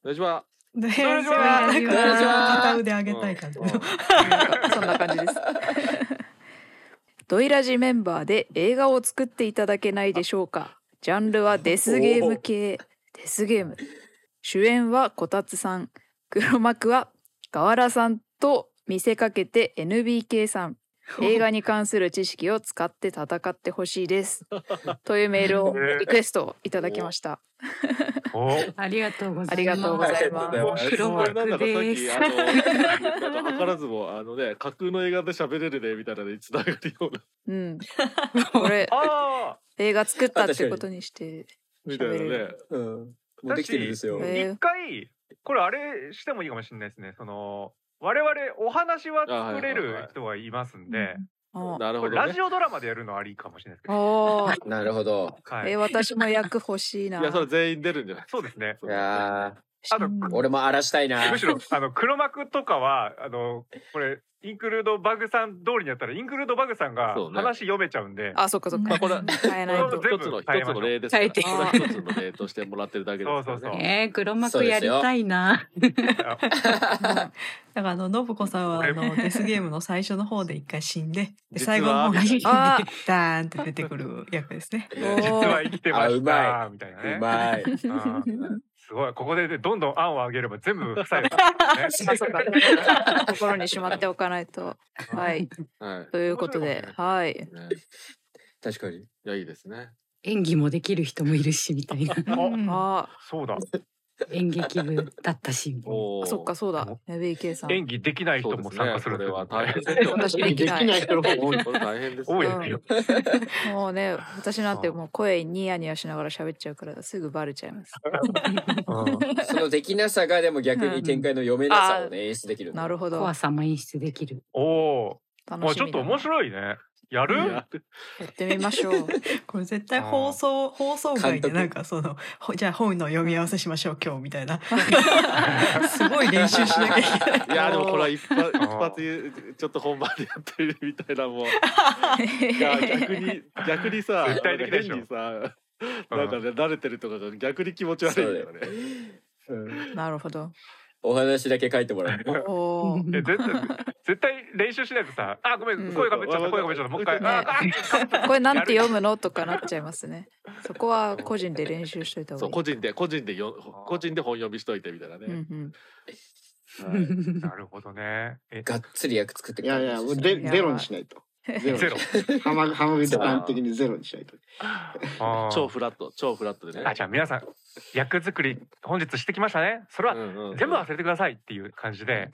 B: ドイラジは。
C: ドイ
A: ラ
C: ラ
A: ジ
C: ジ
A: は
C: はなんか
E: ドイラジ
D: は
C: 片腕上げたい感じ
B: うん。うん
F: そんな感じです。ドイラジメンバーで映画を作っていただけないでしょうか。ジャンルはデスゲーム系。デスゲーム。主演はこたつさん。黒幕はガワラさんと見せかけて NBK さん。映画に関する知識を使って戦ってほしいです。というメールをリクエストをいただきました。
A: お
E: ありがとうございます。
F: ありがとうございます。
E: 黒
A: 面白い
E: 幕。
B: なんだかさっき、あの、なんか図らずも、あのね、架空の映画で喋れるね、みたいなのに繋がるような、
F: うん。これ
A: あ
F: 映画作ったってことにして。
B: みたいな
F: 喋れ
B: ね
F: る。
D: うん。もうできてるんですよ。
A: 私
F: えー
A: 一回これあれしてもいいかもしれないですね。その我々お話は作れる人はいますんで、
F: あ
B: なる
A: こ
B: ほ
A: れ
B: ど
A: ラ
B: ね
A: ジ。オドラマでやるのありかもしれないですけど。
F: あ
D: なるほど。
A: は
F: ー。
A: い
F: え、私も役欲しいな。
B: いやそれ全員出るんじゃない。
A: そうですね。
D: いや
A: あと
F: うん
D: ー俺も荒らしたいな
A: む。しろあの黒幕とかはあのこれインクルードバグさん通りにやったらインクルードバグさんが
B: そうね
A: 話読めちゃうんで。
F: あ、そっかそっ
B: まあ
F: か。
B: これ
F: 変えない
A: そ
F: と
A: う。全部
B: 一つの一
A: 変えましょう
B: つの例ですか
E: 変
B: ら。
E: えて
B: これは一つの例としてもらってるだけですからね。
A: そうそうそう
E: えー、黒幕やりたいな。
A: あ
C: だからあの信子さんはあのデスゲームの最初の方で一回死んでで
B: 実は
C: 最後の方に
F: あ
C: ダーンって [laughs] 出てくる役です
A: [laughs]
C: ね。
F: お
A: 実
F: ー
A: は生きてま
D: あう
A: し
D: ま
A: たみたいなね。
D: うまい。
A: あーすごいここでねどんどん案を上げれば全部塞いで
F: [laughs] そっかそっか。心にしまっておかないと。はい。
B: はい。
F: ということで、はい。
B: ね
D: 確かに。
B: いやいいですね。
E: 演技もできる人もいるしみたいな
A: あ
F: あ
A: そうだ。
E: 演劇部だったし。
B: お
F: ー
B: ー
F: あ、そっか、。そうだ。BK さ
A: [laughs]
F: ん。
A: 演技できない
B: そ
A: 人
B: うで
A: も
B: す
A: 参加
B: ね。
A: す
B: こ
A: るとい
B: れ
A: う
B: は
A: こと
B: 大変ですよ。
F: 私
G: で
F: で
G: き
F: き
G: な
F: ないい
G: 人の方が多
B: 多
G: い
B: い。これ大変ですよ。
A: [laughs] 多い
F: で
A: ですよ。
F: もうね、私なんてもう声ニヤニヤしながら喋っちゃうから、すぐバレちゃいます。
D: そのできなさがでも逆に展開の読めなさをね演出できる。
F: なるほど。
E: 怖
F: 楽し
E: さも演出できる。
A: おお
F: みだ
A: ー。
F: な
A: まあちょっと面白いね。や
B: い
A: る
B: や？
F: やってみましょう。
C: [laughs] これ絶対放送放送外で
D: 監督
C: なんかそのほじゃあ本の読み合わせしましょう今日みたいなすごい練習しなきゃいけない。
B: いやでもこれは一発一発ちょっと本番でやってるみたいなもう。いや逆に逆にさ、
A: 絶対できないでしょ
B: なんか変にさ、なんかね慣れてるとかが逆に気持ち悪いんだよね。
D: うん
F: [laughs] なるほど。
D: お話だけ書いても
A: [laughs]
D: らう。
F: おー
A: いや絶対絶対練習しないとさあごめ
F: うん
A: ん声がめっちゃった声がめっちゃったもう一回
F: ね
A: ああ
F: [laughs] これなんて読むのとかなっちゃいますね。そこは個人で練習しといた
B: そ
F: 方
B: う
F: が
B: 個
F: いい。
B: 人で個人でよ個人で本読みしといてみたいな
F: うん
B: ね。
F: うん、
B: はい
A: [laughs] なるほどね。え
D: がっつり役作って
G: いやいや、もう
D: で
G: でゼロにしないと。ゼロ
B: [laughs]
A: ゼロ。
G: ハマハマグリさん的にゼロにしないと。
A: あー
B: 超フラット超フラットでね。
A: あじゃあ皆さん役作り本日してきましたね。それは
B: うんうん
A: 全部忘れてくださいっていう感
D: [laughs]
A: じで。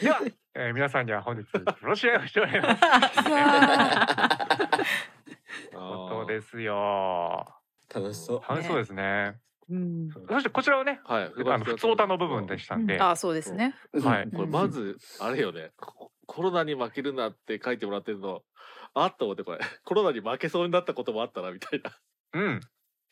A: では、えー皆さんには本日よろしくお願いします。ことですよ。
D: 楽しそう。
A: 楽しそうですね。
E: うん
A: そしてこちら
B: [laughs]
A: はね、
B: あーはい。
A: あの普通歌の部分でしたんで、
F: ああそうですね。
A: はい。
B: これまずあれよねこコロナに負けるなって書いてもらってるのあっと思ってこれ [laughs] コロナに負けそうになったこともあったなみたいな
A: うん。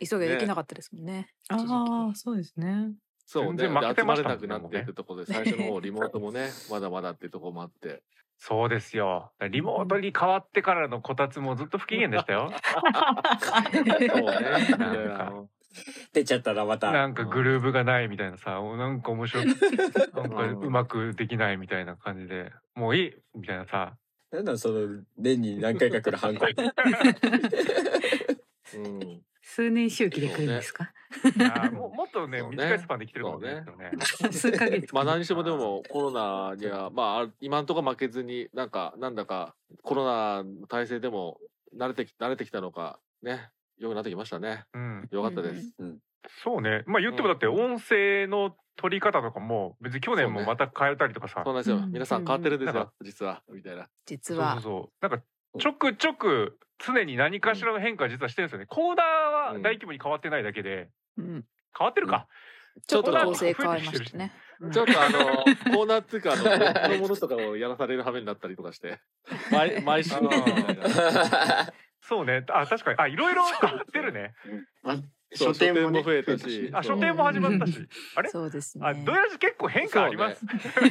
F: 急げできなかったですもんね。
C: ああそうですね。
B: そうね
A: 全然負けて
B: 集ま
A: ま
B: れ
A: した
B: な
A: もんね
B: くなっていくとこ
A: [laughs]
B: ろで
F: もう
B: 最
F: ね
B: 初の方リモートもねまだまだっていうところもあって
A: そうですよ。リモートに変わってからのこたつもずっと不機嫌でしたよ。
B: そうねみたい
A: なん
B: な
A: か
D: 出ちゃったなまた。
A: なんかグルーブがないみたいなさ、おなんか面白い、なんかうまくできないみたいな感じで、もういいみたいなさ。
D: なんだその年に何回か来る
A: [laughs]
D: 反抗。
B: うん
E: 数年周期で来るんですか。
A: いやーも
B: [laughs]
A: うもっとね、
B: そうね
A: 短いスパンで来てるかもしれないですよね。
E: 数ヶ月。
B: まあ何にしてもでもコロナに
A: [laughs]
B: はまああ今んとこ負けずになんかなんだかコロナの体制でも慣れてき慣れてきたのかね良くなってきましたね
A: うん。
B: 良かったです、
A: そうね。まあ言ってもだって音声の取り方とかも、別に去年もまた変えたりとかさ、
B: そうなんですよ、
F: うん
B: 皆さん変わってるんです
A: なん
B: よ実はみたいな
F: 実
A: そうそう
F: は。
A: そうなんかちょくちょく常に何かしらの変化は実はしてるんですよね、コーダーは大規模に変わってないだけで
F: うん、
A: 変わってるか、
F: ちょっと
B: ちょっと
F: 構成変わりましたね。
B: ちょっとあのコーナーっていうかあの別のものとかをやらされる羽目になったりとかして毎毎週
A: あのー
B: みたいな
A: そうねあ確かにあ [laughs] いろいろ変わってるね
G: まあ
B: そう
G: 書店も,、ね、
B: 書店も増えたし
A: あ
B: そ
A: 書
B: う
A: 店も始まったしあれ
F: そうですね。
A: あどうやら結構変化あります、 [laughs]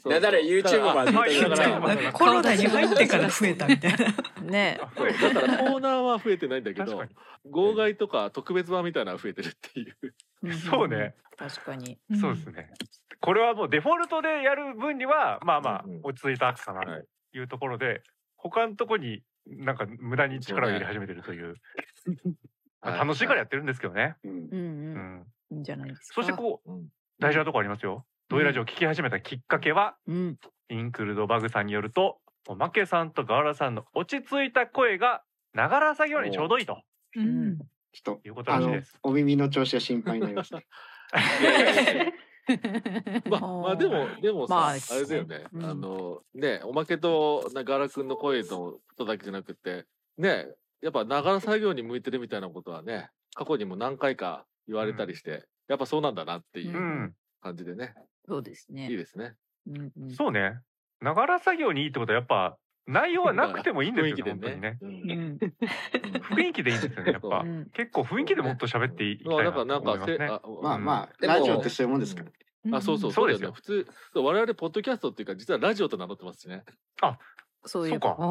B: そう
D: なんなら YouTube もある
B: だから
A: まあ
B: だから
A: YouTube もあ
C: な
A: る
C: んかコロナに入ってから増えたみたいな。
F: ね
A: あ
B: そうだからコーナーは増えてないんだけ
A: 確
B: ど
A: かに
B: 号外とか特別版みたいなのは増えてるっていう
A: そうね。
F: 確かに。
A: [laughs] そうですねこれはもうデフォルトでやる分にはまあまあ
B: うんうん
A: 落ち着いたかな
B: はい
A: というところで、他のとこになんか無駄に力を入れ始めてるというま [laughs] あ楽しいからやってるんですけどね、
G: うん
F: うん
A: う
F: うん。
A: ん、
F: いいんじゃないですか。
A: そしてこう
B: うん
A: 大事なとこありますよ。ドイラジオを聞き始めたきっかけは、
F: うん。
A: インクルドバグさんによると、おまけさんとガワラさんの落ち着いた声が、ながら作業にちょうどいいと
F: うん。
G: ちょっと
A: いうこと
G: あ
A: らしい
G: の
A: です。、
G: お耳の調子は心配になりますね。
B: まあまあでもでもさ、
F: まあ
B: あ、れだよね、
F: うん
B: あのねおまけとながらくんの声のことだけじゃなくてねやっぱながら作業に向いてるみたいなことはね過去にも何回か言われたりして、やっぱそうなんだなっていううん感じでね、
F: そうです
B: いい
F: ね。
B: ですね。
F: うんうん。
A: そうね。ながら作業にいいってことはやっぱ内容はなくてもいいんですよ、
B: 雰囲気で
A: 本当にね。
B: う
F: うんん
A: 雰囲気でいいんですよね、やっぱ
B: う。
A: 結構雰囲気でもっと喋っていきたいなと
B: まあなん
A: 思
B: か
A: い
B: な
A: ま
B: んかせ
A: すね。
B: あ
G: まあまあ
D: でも
G: ラジオってそういうもんですから。
B: あそうそう
A: そ
B: そうう
A: で
B: ですす
A: よ
B: よ、ね、普通そう我々ポッドキャストっていうか実はラジオと名乗ってますしね
F: そうい
A: そう
F: うこと
A: か、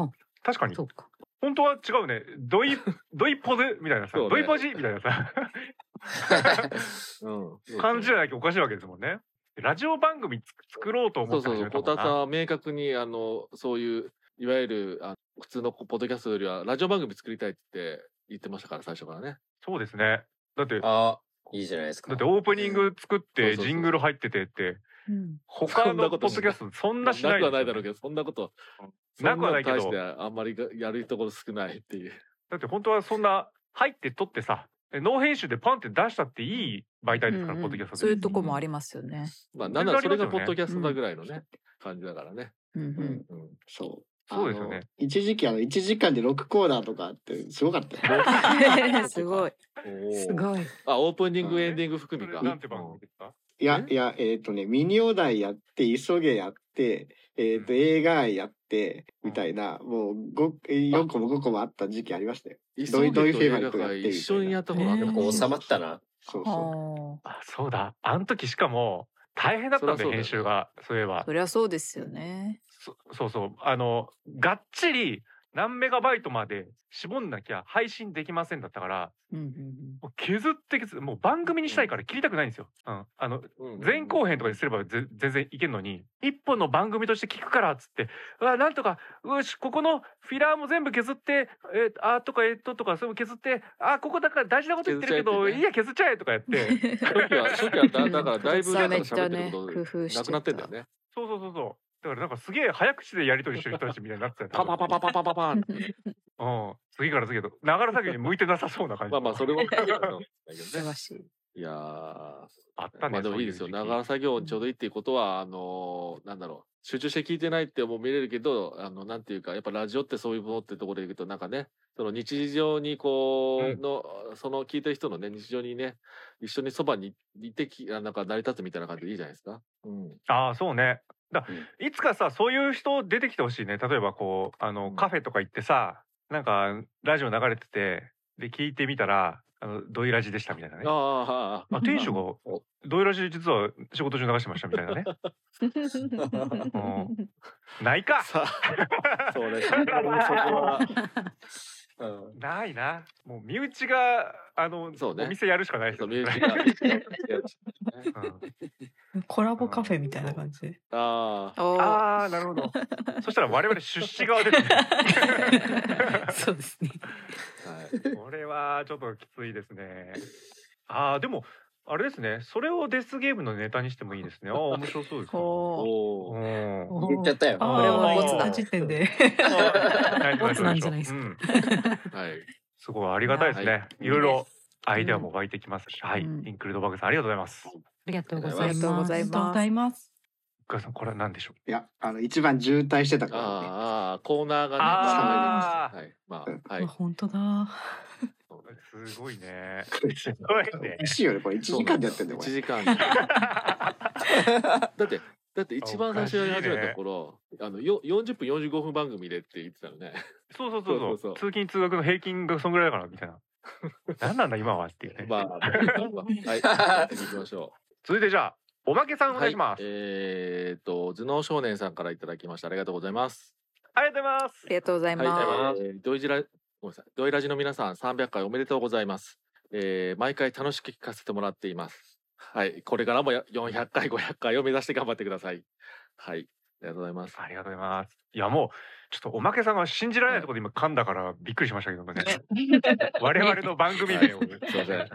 E: あ
A: 確かに
E: そ。うか。
A: 本当は違うね。ドイ、ドイポズみたいなさ、
B: そうね
A: ドイポジみたいなさ、
B: うん
A: 感じじゃなきゃおかしいわけですもんね。ラジオ番組つ作ろうと
B: そ
A: 思っ
B: う
A: て
B: そうそ
A: 始
B: う
A: めた
B: ポ
A: も
B: タ
A: ん
B: さん
A: な。
B: は明確にあのそういういわゆるあ普通のポッドキャストよりはラジオ番組作りたいって言ってましたから最初からね
A: そうですね。だって、だ
D: あいいじゃないですか
A: ってオープニング作っ
B: そう
A: て
B: そうそう
A: ジングル入っててって、
F: うん
A: 他
B: そんな
A: のポ
B: こ
A: ッド
B: と
A: キャストそんなしない
B: くはないだろうけ
A: ど。
B: どそんなこと
A: なくはないけど
B: そんの大してあんまりがやるところ少ないっていう
A: だって本当はそんな入って撮ってさ、えノー編集でパンって出したっていい媒体ですから、ポッドキャストで。
F: そういうとこもありますよね。
B: まあ
A: 全然
B: なんなら
A: あり
B: そ
A: ま
B: れ
A: すよ
B: が
A: ね
B: ポッドキャストだぐらいのね感じだからね
F: うんうん
B: うん
G: そう。
A: そうですよね。
G: 一時期あの1時間で6コーナーとかあってすごかったよ。
F: すごい。
B: [laughs] おー
E: すごい。
B: あオープニングエンディング含み
A: そ
B: か
A: れなんて番組ですか
G: いや
B: え
G: いやえっ、とねミニオダイやって急げやってえっ、と映画愛やってみたいなもう五4個も5個もあった時期ありましたよ。
B: 急
G: ドイ
B: げと
G: ドイフェ
B: 映
G: マリ
B: 画
G: ットやって
B: 会一緒にやったことあ
F: み
B: る
F: たいな
B: の
D: こう収まったな
G: そうそ
F: は
A: あ、そうだ。あの時しかも大変だったんだよ、
B: そりゃそうだよね
A: 編集が。そういえ
F: あ。
A: ば
F: そ。りゃそうですよね。
A: そそうそう。あの、がっちり何メガバイトまで絞んなきゃ配信できませんだったから、
F: うんうん
A: もう削って削って、もう番組にしたいから切りたくないんですよ。うん。あの、
B: う。うん
A: 前後編とかにすればぜ全然いけるのに一本の番組として聞くからっつってうわなんとかよしここのフィラーも全部削ってえーあーとかえーっととかそれも削ってあーここだから大事なこと言ってるけど
B: 削っちゃえってね
A: い,、や削っちゃえとかやって
B: 初期は初期はだだからだいぶだから
F: めっち
B: 喋
F: ゃ
B: ってる
F: ね
B: こ
F: 工夫し
B: と
F: て
B: なくなってんだよね。
A: そうそうそうそうだからなんかすげえ早口でやり取りしてる人たちみたいになってたよ
B: パパパパパパパ
A: [laughs]
B: パン。
A: うん次から次へとながら先に向いてなさそうな感じ
B: まあまあそれも含めてなんだ
F: 素
B: け
F: 晴
B: どね。
F: らしい。
B: いやー
A: あったね
B: まあでもいいですよ。ながら作業にちょうどいいっていうことは、あのーなんだろう。集中して聞いてないっても見れるけど、あの、なんていうか、やっぱラジオってそういうものってところで言うと、なんかね、その日常にこ
A: うん
B: う、の、その聞いてる人のね、日常にね、一緒にそばにいてき、あなんか成り立つみたいな感じでいいじゃないですか。うん。
A: [laughs] ああそうねだ、いつかさそういう人出てきてほしいね例えばこうあの、
B: うん
A: カフェとか行ってさなんかラジオ流れててで聞いてみたらあのドイラジでしたみたいなねあ
B: ああ、
A: 店
B: [laughs]
A: 主が
D: お
A: ドイラジ実は仕事中流してましたみたいなね
B: [laughs]
A: ないか
B: さあ、それ、そこは、
D: うん
A: ないなもう身内があの、
B: そうね
A: お店やるしかない
B: そ
A: 人
B: う、
A: み
B: 身
A: たい
B: 内
A: [laughs] な
B: が。
A: うん
C: コラボカフェみたいな感じで。
B: ああ、
F: おー
A: ああなるほどそしたら我々出資側ですね
E: そうですね。
B: はい。
A: これはちょっときついですね。ああ、でも、あれですね。それをデスゲームのネタにしてもいいですね。ああ、面白そうですね。
F: おー。
B: お
A: [laughs] う
B: お。
D: 言
A: ん。
D: っちゃったよ
C: ああ、
A: これは
F: ボツだ
C: この時点で。
A: [laughs] ボ
E: ボツなんじゃないですか
A: うん、
B: はい。
A: すごいありがたいです
B: は
A: ね。いろい
E: いい
A: ろ
E: で
A: アイデアも湧いてきますし、はい。イ
F: うん
A: ンクルードバグさん、ありがとうございます。
E: ありがとうございます。
D: あり
F: がとうございます
E: ます。
A: お母さん、これは何でしょ
G: う。いやあの一番渋滞してた
B: あ
G: からね。
B: あああ、コーナーがね、
A: あー
B: はい。まあ、は
C: まあ
B: い。
C: [laughs] 本当だ。
A: う。すごい
G: [laughs]
A: ね。すごいね
G: おか。しいよねこれ1時間でやってんだよこ
B: 1
G: れ。
B: 時
A: [laughs]
B: 間。だって、だって一番最初やり始めた頃、あの、よ40分45分番組でって言ってたのね。
A: そうそうそうそう
B: そうそうそう
A: 通勤通学の平均がそんぐらいだからみた
B: [laughs]
A: いな。何なんだ今はっていうね。
B: まあ、まあ
A: [laughs]
B: はい。やっていきましょ
A: 続いてじゃあおまけさ
B: う。
A: んお願いします。
B: はいえーっと、頭脳少年さんからいただきました。ありがとうございます。
A: ありがとうございます。
F: ありがとうござい
B: はい、
F: ま
B: えードイジラ、ごめんなさい、ドイラジの皆さん、300回おめでとうございます。えー毎回楽しく聞かせてもらっています。はい、これからもや400回、500回を目指して頑張ってください。はい、ありがとうございます。
A: ありがとうございます。いやもうちょっとおまけさんが信じられないところで今噛んだからびっくりしましたけどね。我々の番組名を。
B: はいすいません
A: うん。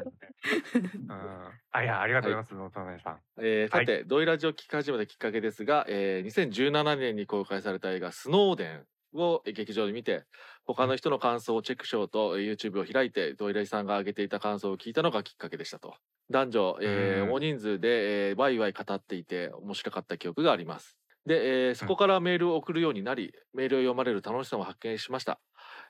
A: あいやありがとうございます、野田内さん。
B: えーさて、ドイラジを聞き始めたきっかけですが、えー2017年に公開された映画、スノーデン。をえー劇場で見て他の人の感想をチェックしようとえー YouTube を開いてドイラジさんが挙げていた感想を聞いたのがきっかけでしたと男女、えー
A: うん
B: 大人数で、えーワイワイ語っていて面白かった記憶がありますで、えーそこからメールを送るようになり、メールを読まれる楽しさも発見しました、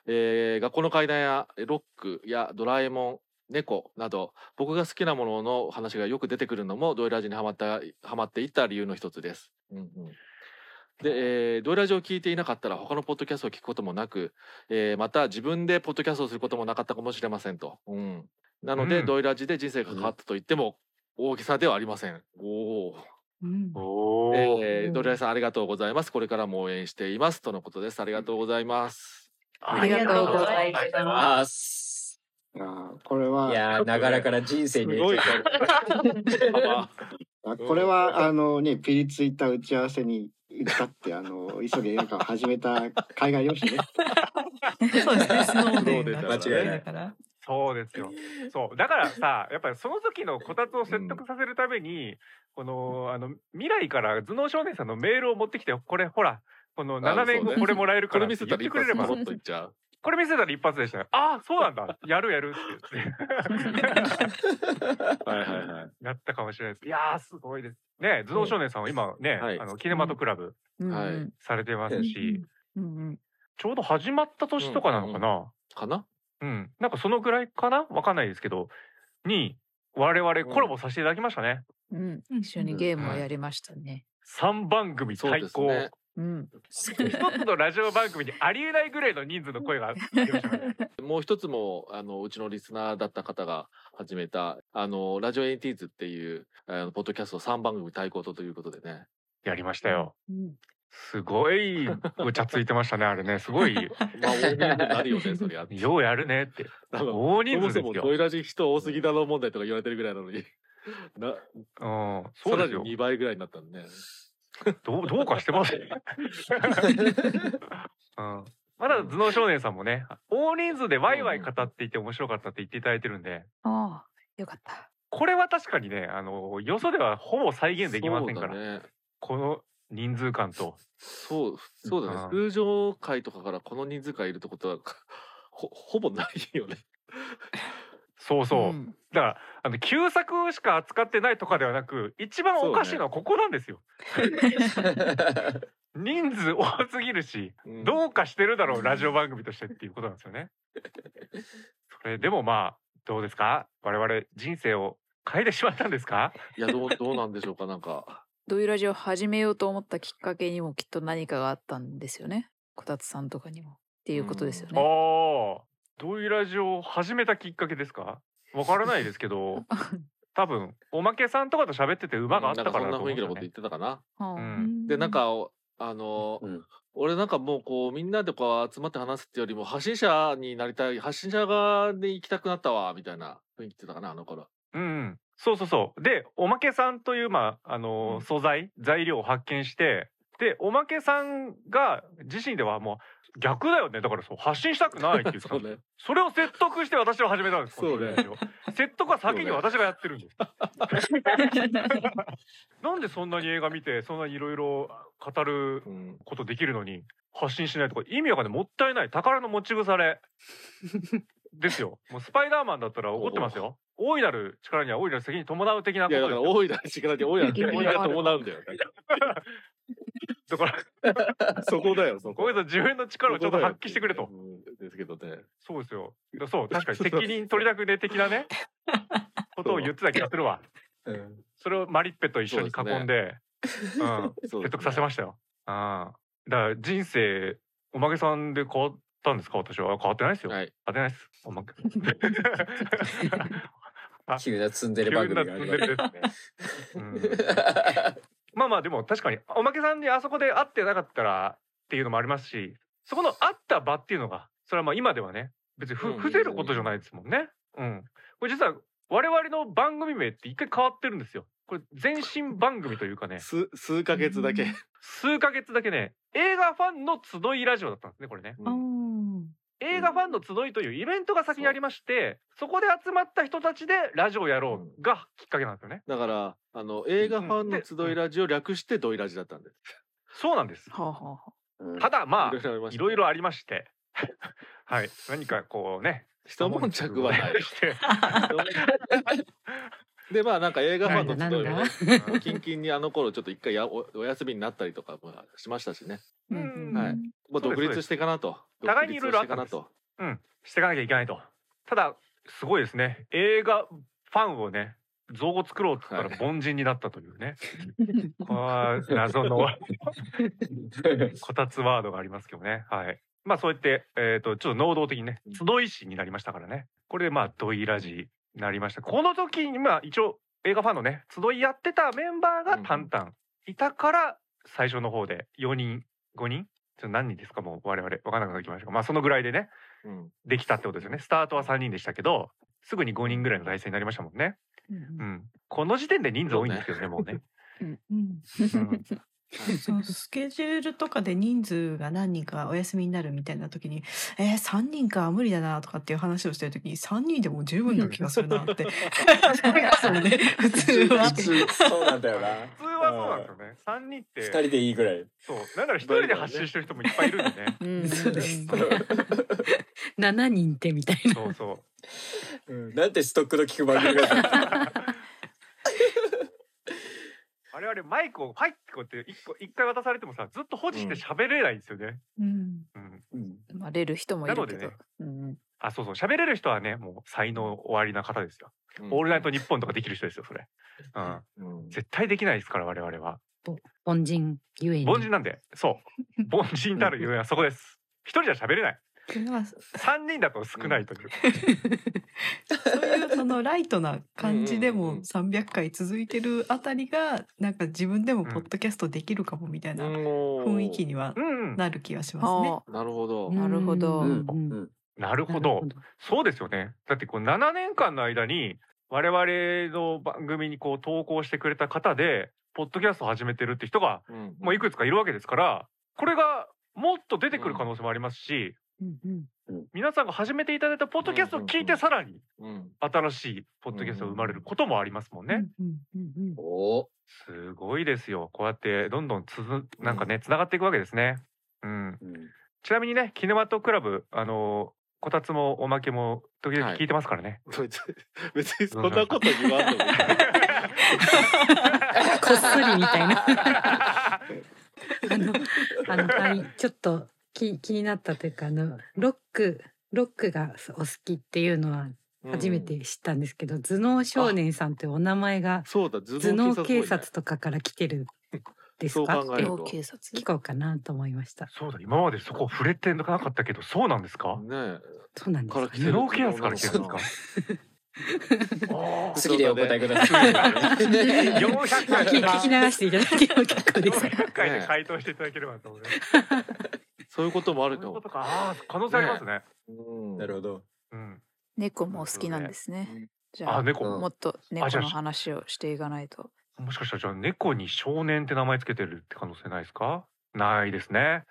B: えー学校の階段やえーロックやドラえもん猫など僕が好きなものの話がよく出てくるのもドイラジにハマったハマっていった理由の一つです、うんうんで、えー、ドイラジを聞いていなかったら他のポッドキャストを聞くこともなく、えーまた自分でポッドキャストをすることもなかったかもしれませんと。うん、なので、
A: うん
B: ドイラジで人生が変わったと言っても大げさではありません。おー
C: うん
A: お
B: えー、ドイラジさんありがとうございます。これからも応援していますとのことです。ありがとうございます。
C: ありがとうござ
H: います
D: あーす
G: あーこれ
D: い
G: は
D: やーながらから人生に影響
B: すあ
G: あこれはあのねピリついた打ち合わせに行ったってあの急げなんか始めた海外よしね。
C: [laughs] そうで
A: [laughs]
C: すね、スノーデーだから
D: 間違いない
C: だから。
A: そうですよ。そうだからさ、やっぱりその時のこたつを説得させるために、このあの未来から頭脳少年さんのメールを持ってきて、これほら、この7年
B: そうね
A: 後これもらえるか
B: こ
A: ら
B: れ
A: って
B: 見せ
A: 言
B: たら
A: って
B: 一
A: くれれ
B: 発
A: ば
B: ポ、ロッといっちゃう。
A: これ見せたら一発でしたね。ああ、そうなんだ。やるやるって言って
B: [laughs] はいはいはい。
A: やったかもしれないです。いやーすごいです。ね、頭脳少年さんは今ね、
B: はい
A: あのキネマトクラブ
F: うん
B: はい
F: うん
A: されてますし、
F: うんうん
A: ちょうど始まった年とかなのかな。
B: かな
A: うん、なんかそのぐらいかなわかんないですけど、に、我々コラボさせていただきましたね。
F: うん一緒にゲームをやりましたね。
A: 三番組
B: そう
A: 対
B: です
A: 抗。
B: ね。
F: うん、
A: 一つのラジオ番組にありえないぐらいの人数の声が出ましたね。
B: もう一つもあのうちのリスナーだった方が始めたあのラジオエンティーズっていうあのポッドキャスト3番組対抗とということでね。
A: やりましたよ。
F: うん
A: すごいごちゃついてましたね、あれね。すごい、
B: まあ大人数になるよねそりゃ。
A: ようやるねって。
B: なんか
A: 大
B: そ
A: 人
B: もそ
A: 数で
B: も
A: す
B: ド
A: よ。
B: イラジ人多すぎだろう問題とか言われてるぐらいなのに。な
A: うん、そ
B: さ
A: う
B: ら
A: です
B: に
A: よ。
B: 2倍ぐらいになったんでね。
A: どう、どうかしてますね。うん。まだ頭脳少年さんもね、大人数でワイワイ語っていて面白かったって言っていただいてるんで、
F: ああよかった。
A: これは確かにね、あの、よそではほぼ再現できませんから、
B: そうだね。
A: この人数感と。
B: そうそうだね
A: う。ん
B: 通常会とかからこの人数がいるってことは [laughs] ほほぼないよね。
A: そうそう。
F: ん
A: だからあの旧作しか扱ってないとかではなく一番おかしいのはここなんですよ。 [laughs] 人数多すぎるし
B: うん
A: どうかしてるだろう、ラジオ番組としてっていうことなんですよね。それでもまあどうですか我々人生を変えてしまったんですか
B: いやどうどうなんでしょうかなんか。
F: ドイラジを始めようと思ったきっかけにもきっと何かがあったんですよね。こたつさんとかにもっていうことですよ
A: ああ
F: ね。
A: どういうラジオを始めたきっかけですかわからないです
B: [laughs]
A: けど多分おまけさんとかと喋ってて馬があったか
B: な
A: ら
B: ん
A: だ
B: か
A: と
B: そん
A: 思
B: な
A: う
B: 雰囲気の
A: んですよ
B: こと言
A: ね
B: ってたかな。
F: は
A: う
F: あ
A: ん
B: でなんかあの
D: うん
B: 俺なんかもうこうみんなでこう集まって話すってよりも発信者になりたい発信者側で行きたくなったわみたいな雰囲気ってたかなあの頃
A: うんうん、そうそうそうでおまけさんという、まああのー
B: うん
A: 素材材料を発見してでおまけさんが自身ではもう逆だよねだからそう発信したくないっていうか
B: [laughs] そうね
A: それを説得して私は始めたんです
B: そうね
A: このラジオ説得は先に私がやってるんです、なんでそんなに映画見てそんなにいろいろ語る
B: うん
A: ことできるのに発信しないとか意味わかんないもったいない宝の持ち腐
B: [laughs]
A: れですよもうスパイダーマンだったら怒ってますよ大いなる力には大いなる責任伴う的ないこと
B: や
A: で
B: だか
A: す
B: ら
A: よ
B: 大いなる力で大いなる責任が伴うんだよ
A: だから
B: そこだよそ
A: ご
B: こ
A: めんなさい自分の力をちょっと発揮してくれと
B: うんですけどね
A: そうですよだそう確かに責任取りたくね的なねことを言ってた気がするわ
D: うん
A: それをマリッペと一緒に囲んでうん
B: そうですね
A: 説得させましたようんだから人生おまけさんで変わったんですか私は変わってないですよ、
B: はい
A: 当てないです。おまけ。
D: 急な積んで
A: 急
D: る番組
A: な
D: があるわ
A: レベルですね。うんまあまあでも確かにおまけさんにあそこで会ってなかったらっていうのもありますし、そこの会った場っていうのがそれはまあ今ではね別にふ
B: うん
A: 伏せることじゃないですもんね。うん。これ実は我々の番組名って一回変わってるんですよ。これ前身番組というか
B: [laughs]
A: ね、
B: 数数ヶ月だけ
A: 数ヶ月だけね映画ファンの集いラジオだったんですねこれね。
B: う
C: あ
B: ん
C: ー
A: 映画ファンの集いというイベントが先にありまして、そこで集まった人たちでラジオをやろうがきっかけなんですよね。
B: だからあの映画ファンの集いラジオ略してドイラジだったんです
A: そうなんです。
F: はあはあは
D: うん
A: ただまあ、
B: ろいろありまし
A: い
B: た
A: ろいろありまして、 [laughs] はい、何かこ
B: [laughs]
A: うね、
B: 一悶着はない
A: して、
B: でまあなんか映画ファンの
E: なんだ
B: 集い
E: なん
B: も
E: だ
B: ねキンキンにあの頃ちょっと一回やおお休みになったりとかもしましたしね
A: う
F: うんん
B: はいまあ
A: そうです
B: 独立していかなと
A: 互いにいろいろあったんです
B: 独立をしていかなと
A: うん、していかなきゃいけないと。ただ、すごいですね。映画ファンをね、造語作ろうって言ったら
B: は
A: 凡人になったというね。これは謎のこたつワードがありますけどね。はい。まあそうやって、えっ、と、ちょっと能動的にね、集い師になりましたからね。これでまあ、ドイラジになりました。この時に、まあ一応映画ファンのね、集いやってたメンバーがタンタンいたから、最初の方で4人、5人ちょっと何人ですかもう我々、わからなくなってきましたが、まあそのぐらいでね、
B: うん
A: できたってことですよね。スタートは3人でしたけど、すぐに5人ぐらいの体制になりましたもんね。うん。この時点で人数多いんですけどね、もうね。
C: うん
A: うん
C: そのスケジュールとかで人数が何人かお休みになるみたいな時に、えー、3人か無理だなとかっていう話をしてる時に3人でも十分な気がするなって。そうね、普通は
D: 普。通そうなんだよな
A: 普通はそうなんですよね。3人っ
D: 二
A: て、
D: 人でいいぐらい
A: そう。なんなら1人で発信してる人もいっぱいいるんでね。
F: うん
E: そうですね [laughs] 7人ってみたいな
A: そうそう。
D: なんてストックの聞く番組が
E: [laughs]
A: 我々マイクを、はいってこうやって一個、一回渡されてもさ、ずっと保持して喋れないんですよね。
C: うん
A: うん。
D: うん
F: まあ、れる人もいるけ
A: なので
F: ど、
A: ね
F: うん、
A: あ、そうそう。喋れる人はね、もう才能終わりな方ですよ。
B: うん
A: オールナイトニッポンとかできる人ですよ、それ。うん。
B: うん
A: 絶対できないですから、我々は。
E: 凡人ゆえに
A: 凡人なんで、そう。凡人たるゆえんはそこです。一人じゃ喋れない。
C: まあ
A: 三人だと少ないという。
C: そういうそのライトな感じで
B: うんうん
C: も
B: うん
C: 300回続いてるあたりがなんか自分でもポッドキャストできるかもみたいな雰囲気には
A: うん、
C: なる気がしますね
F: あ。
B: なるほど
E: うん
F: なるほど
E: うん
D: う
E: うん
D: ん
C: [laughs]
A: なる
E: な
A: ほ
E: る
A: ど。そうですよね。だってこう7年間の間に我々の番組にこう投稿してくれた方で、ポッドキャストを始めてるって人が
B: うん
A: もういくつかいるわけですから、これがもっと出てくる可能性もありますし、
E: うんうん
A: 皆さんが始めていただいたポッドキャストを聞
B: うんう
A: い
B: んう
A: て
B: ん
A: さらに
B: うん
A: 新しいポッドキャストが生まれることもありますもんね。
C: うん
E: うんうん
D: お
A: すごいですよ。こうやってどんどんつづなんかね、つながっていくわけですね。うん。
D: うん
A: ちなみにね、キネマトクラブ、あのーこたつもおまけも時々
B: はい
A: 聞いてますからね。
B: 別に別にそんなこと言わんでもいい
E: [laughs] こっそりみたいな [laughs] あのあのはいちょっと気気になったというかあのロックロックがお好きっていうのは初めて知ったんですけど、頭脳少年さんというお名前が
B: そうだ
E: 頭脳警
B: もいない
E: 察とかから来てる [laughs] ですか
B: そう
E: っ
B: 考え
E: て
B: る
F: 脳警察
E: 聞こうかなと思いました。
A: そうだ、
E: [laughs]
A: 今までそこ触れてなかったけど、そうなんですか
B: ね
E: そうなんです
B: から
E: か
B: 来て
E: ね
B: る。
A: 頭脳ケアスから来てるんですかあ
D: 好きでお答えくだ
A: あ
D: さい
A: 400
E: まあ
A: 回
E: 聞聞き流していただければ結構です。
A: 400回で回答していただければと思います。
B: そういうこともあ
A: そうい
B: る
A: う
B: かも
A: ことか。ああ、可能性ありますね。
B: うん
D: なるほど
A: うん。
F: 猫もお好きなんですね。じゃ
A: あ、
F: あ
A: 猫。
D: うん
F: もっと猫の話をしていかないと。
A: もしかしたらじゃあ猫に少年って名前つけてるって可能性ないですかないで
D: [laughs]
A: すね。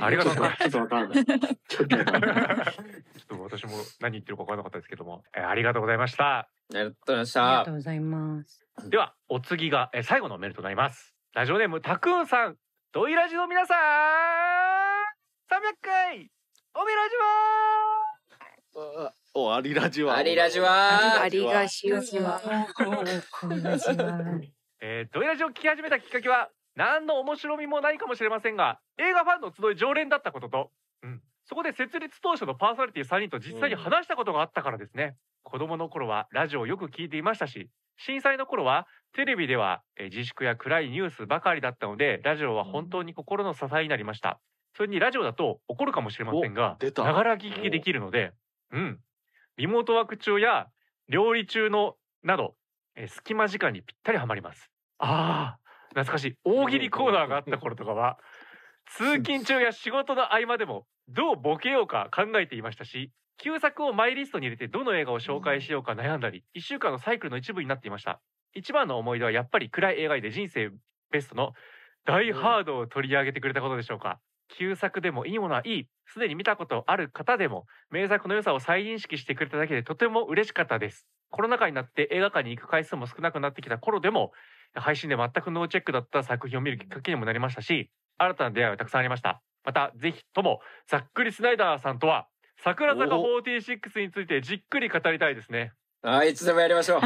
A: ありがとうござい
F: [laughs]
A: ます
G: ちょっとわからない。ちょっとわかんない
A: ちょっと私も何言ってるか分からなかったですけども、えーありがとうございました。
D: ありがとうございまし
E: ありがと
D: た
E: うございます。
A: では、お次が、えー最後のメールとなります。ラジオネーム、たくんさん、ドイラジの皆さん、300回、おめラジ
B: あおありラジは
D: ありラジ
B: あ
D: は
F: ありがしゅ
E: お
F: う
E: 願いします。
A: えードイラジを聞き始めたきっかけは、何の面白みもないかもしれませんが、映画ファンの集い常連だったことと、うん、そこで設立当初のパーソナリティ3人と実際に話したことがあったからですね。子供の頃はラジオをよく聞いていましたし、震災の頃はテレビではえー自粛や暗いニュースばかりだったので、ラジオは本当に心の支えになりました。それにラジオだと怒るかもしれませんが
B: お、出た
A: ながら聞きできるので、うん、リモートワーク中や料理中のなど、えー隙間時間にぴったりはまります。ああ、懐かしい。大喜利コーナーがあった頃とかは、通勤中や仕事の合間でも、どうボケようか考えていましたし、旧作をマイリストに入れてどの映画を紹介しようか悩んだり、1週間のサイクルの一部になっていました。一番の思い出はやっぱり暗い映画で人生ベストのダイハードを取り上げてくれたことでしょうか。旧作でもいいものはいい。すでに見たことある方でも、名作の良さを再認識してくれただけでとても嬉しかったです。コロナ禍になって映画館に行く回数も少なくなってきた頃でも、配信で全くノーチェックだった作品を見るきっかけにもなりましたし、新たな出会いがたくさんありました。また、ぜひとも、ざっくりスナイダーさんとは、桜坂
B: お
A: 46についてじっくり語りたいですね。
D: あいつでもやりましょう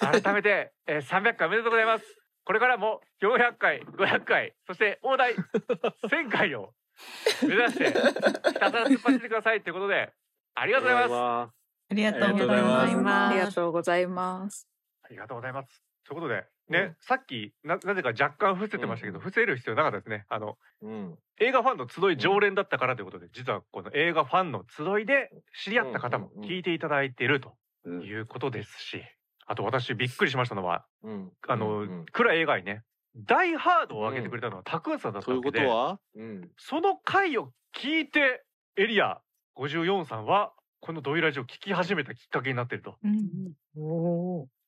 A: 改めて、えー300回おめでとうございます。これからも400回、500回、そして大台1000回を目指して、ひたすら突っ走ってくださいということで、あ
B: り
A: りがとうございます。
B: ま
C: ありがとうござい
E: あ
C: ま
E: り
C: す
E: がとうございます
F: ありがとう
A: ありがとう
F: ございます。
A: ございます。
F: [laughs]
A: ということで、
B: うん
A: ね、さっきな、なぜか若干伏せてましたけど、
B: うん
A: 伏せる必要なかったですね。あの、
B: うん。
A: 映画ファンの集い常連だったからということで、実はこの映画ファンの集いで知り合った方も
B: うんうんうん
A: 聞いていただいていると
G: うん
A: いうことですし、あと私びっくりしましたのは、
B: うん。
A: あの、
B: うんうん
A: クラ映画にね、ダイハードを上げてくれたのはタクーンさんだった
B: とい
A: わ
B: う
A: け
B: こと
A: で、
B: は、うん。
A: その回を聞いて、エリア54さんは、このドイラジを聞き始めたきっかけになっていると。
C: うん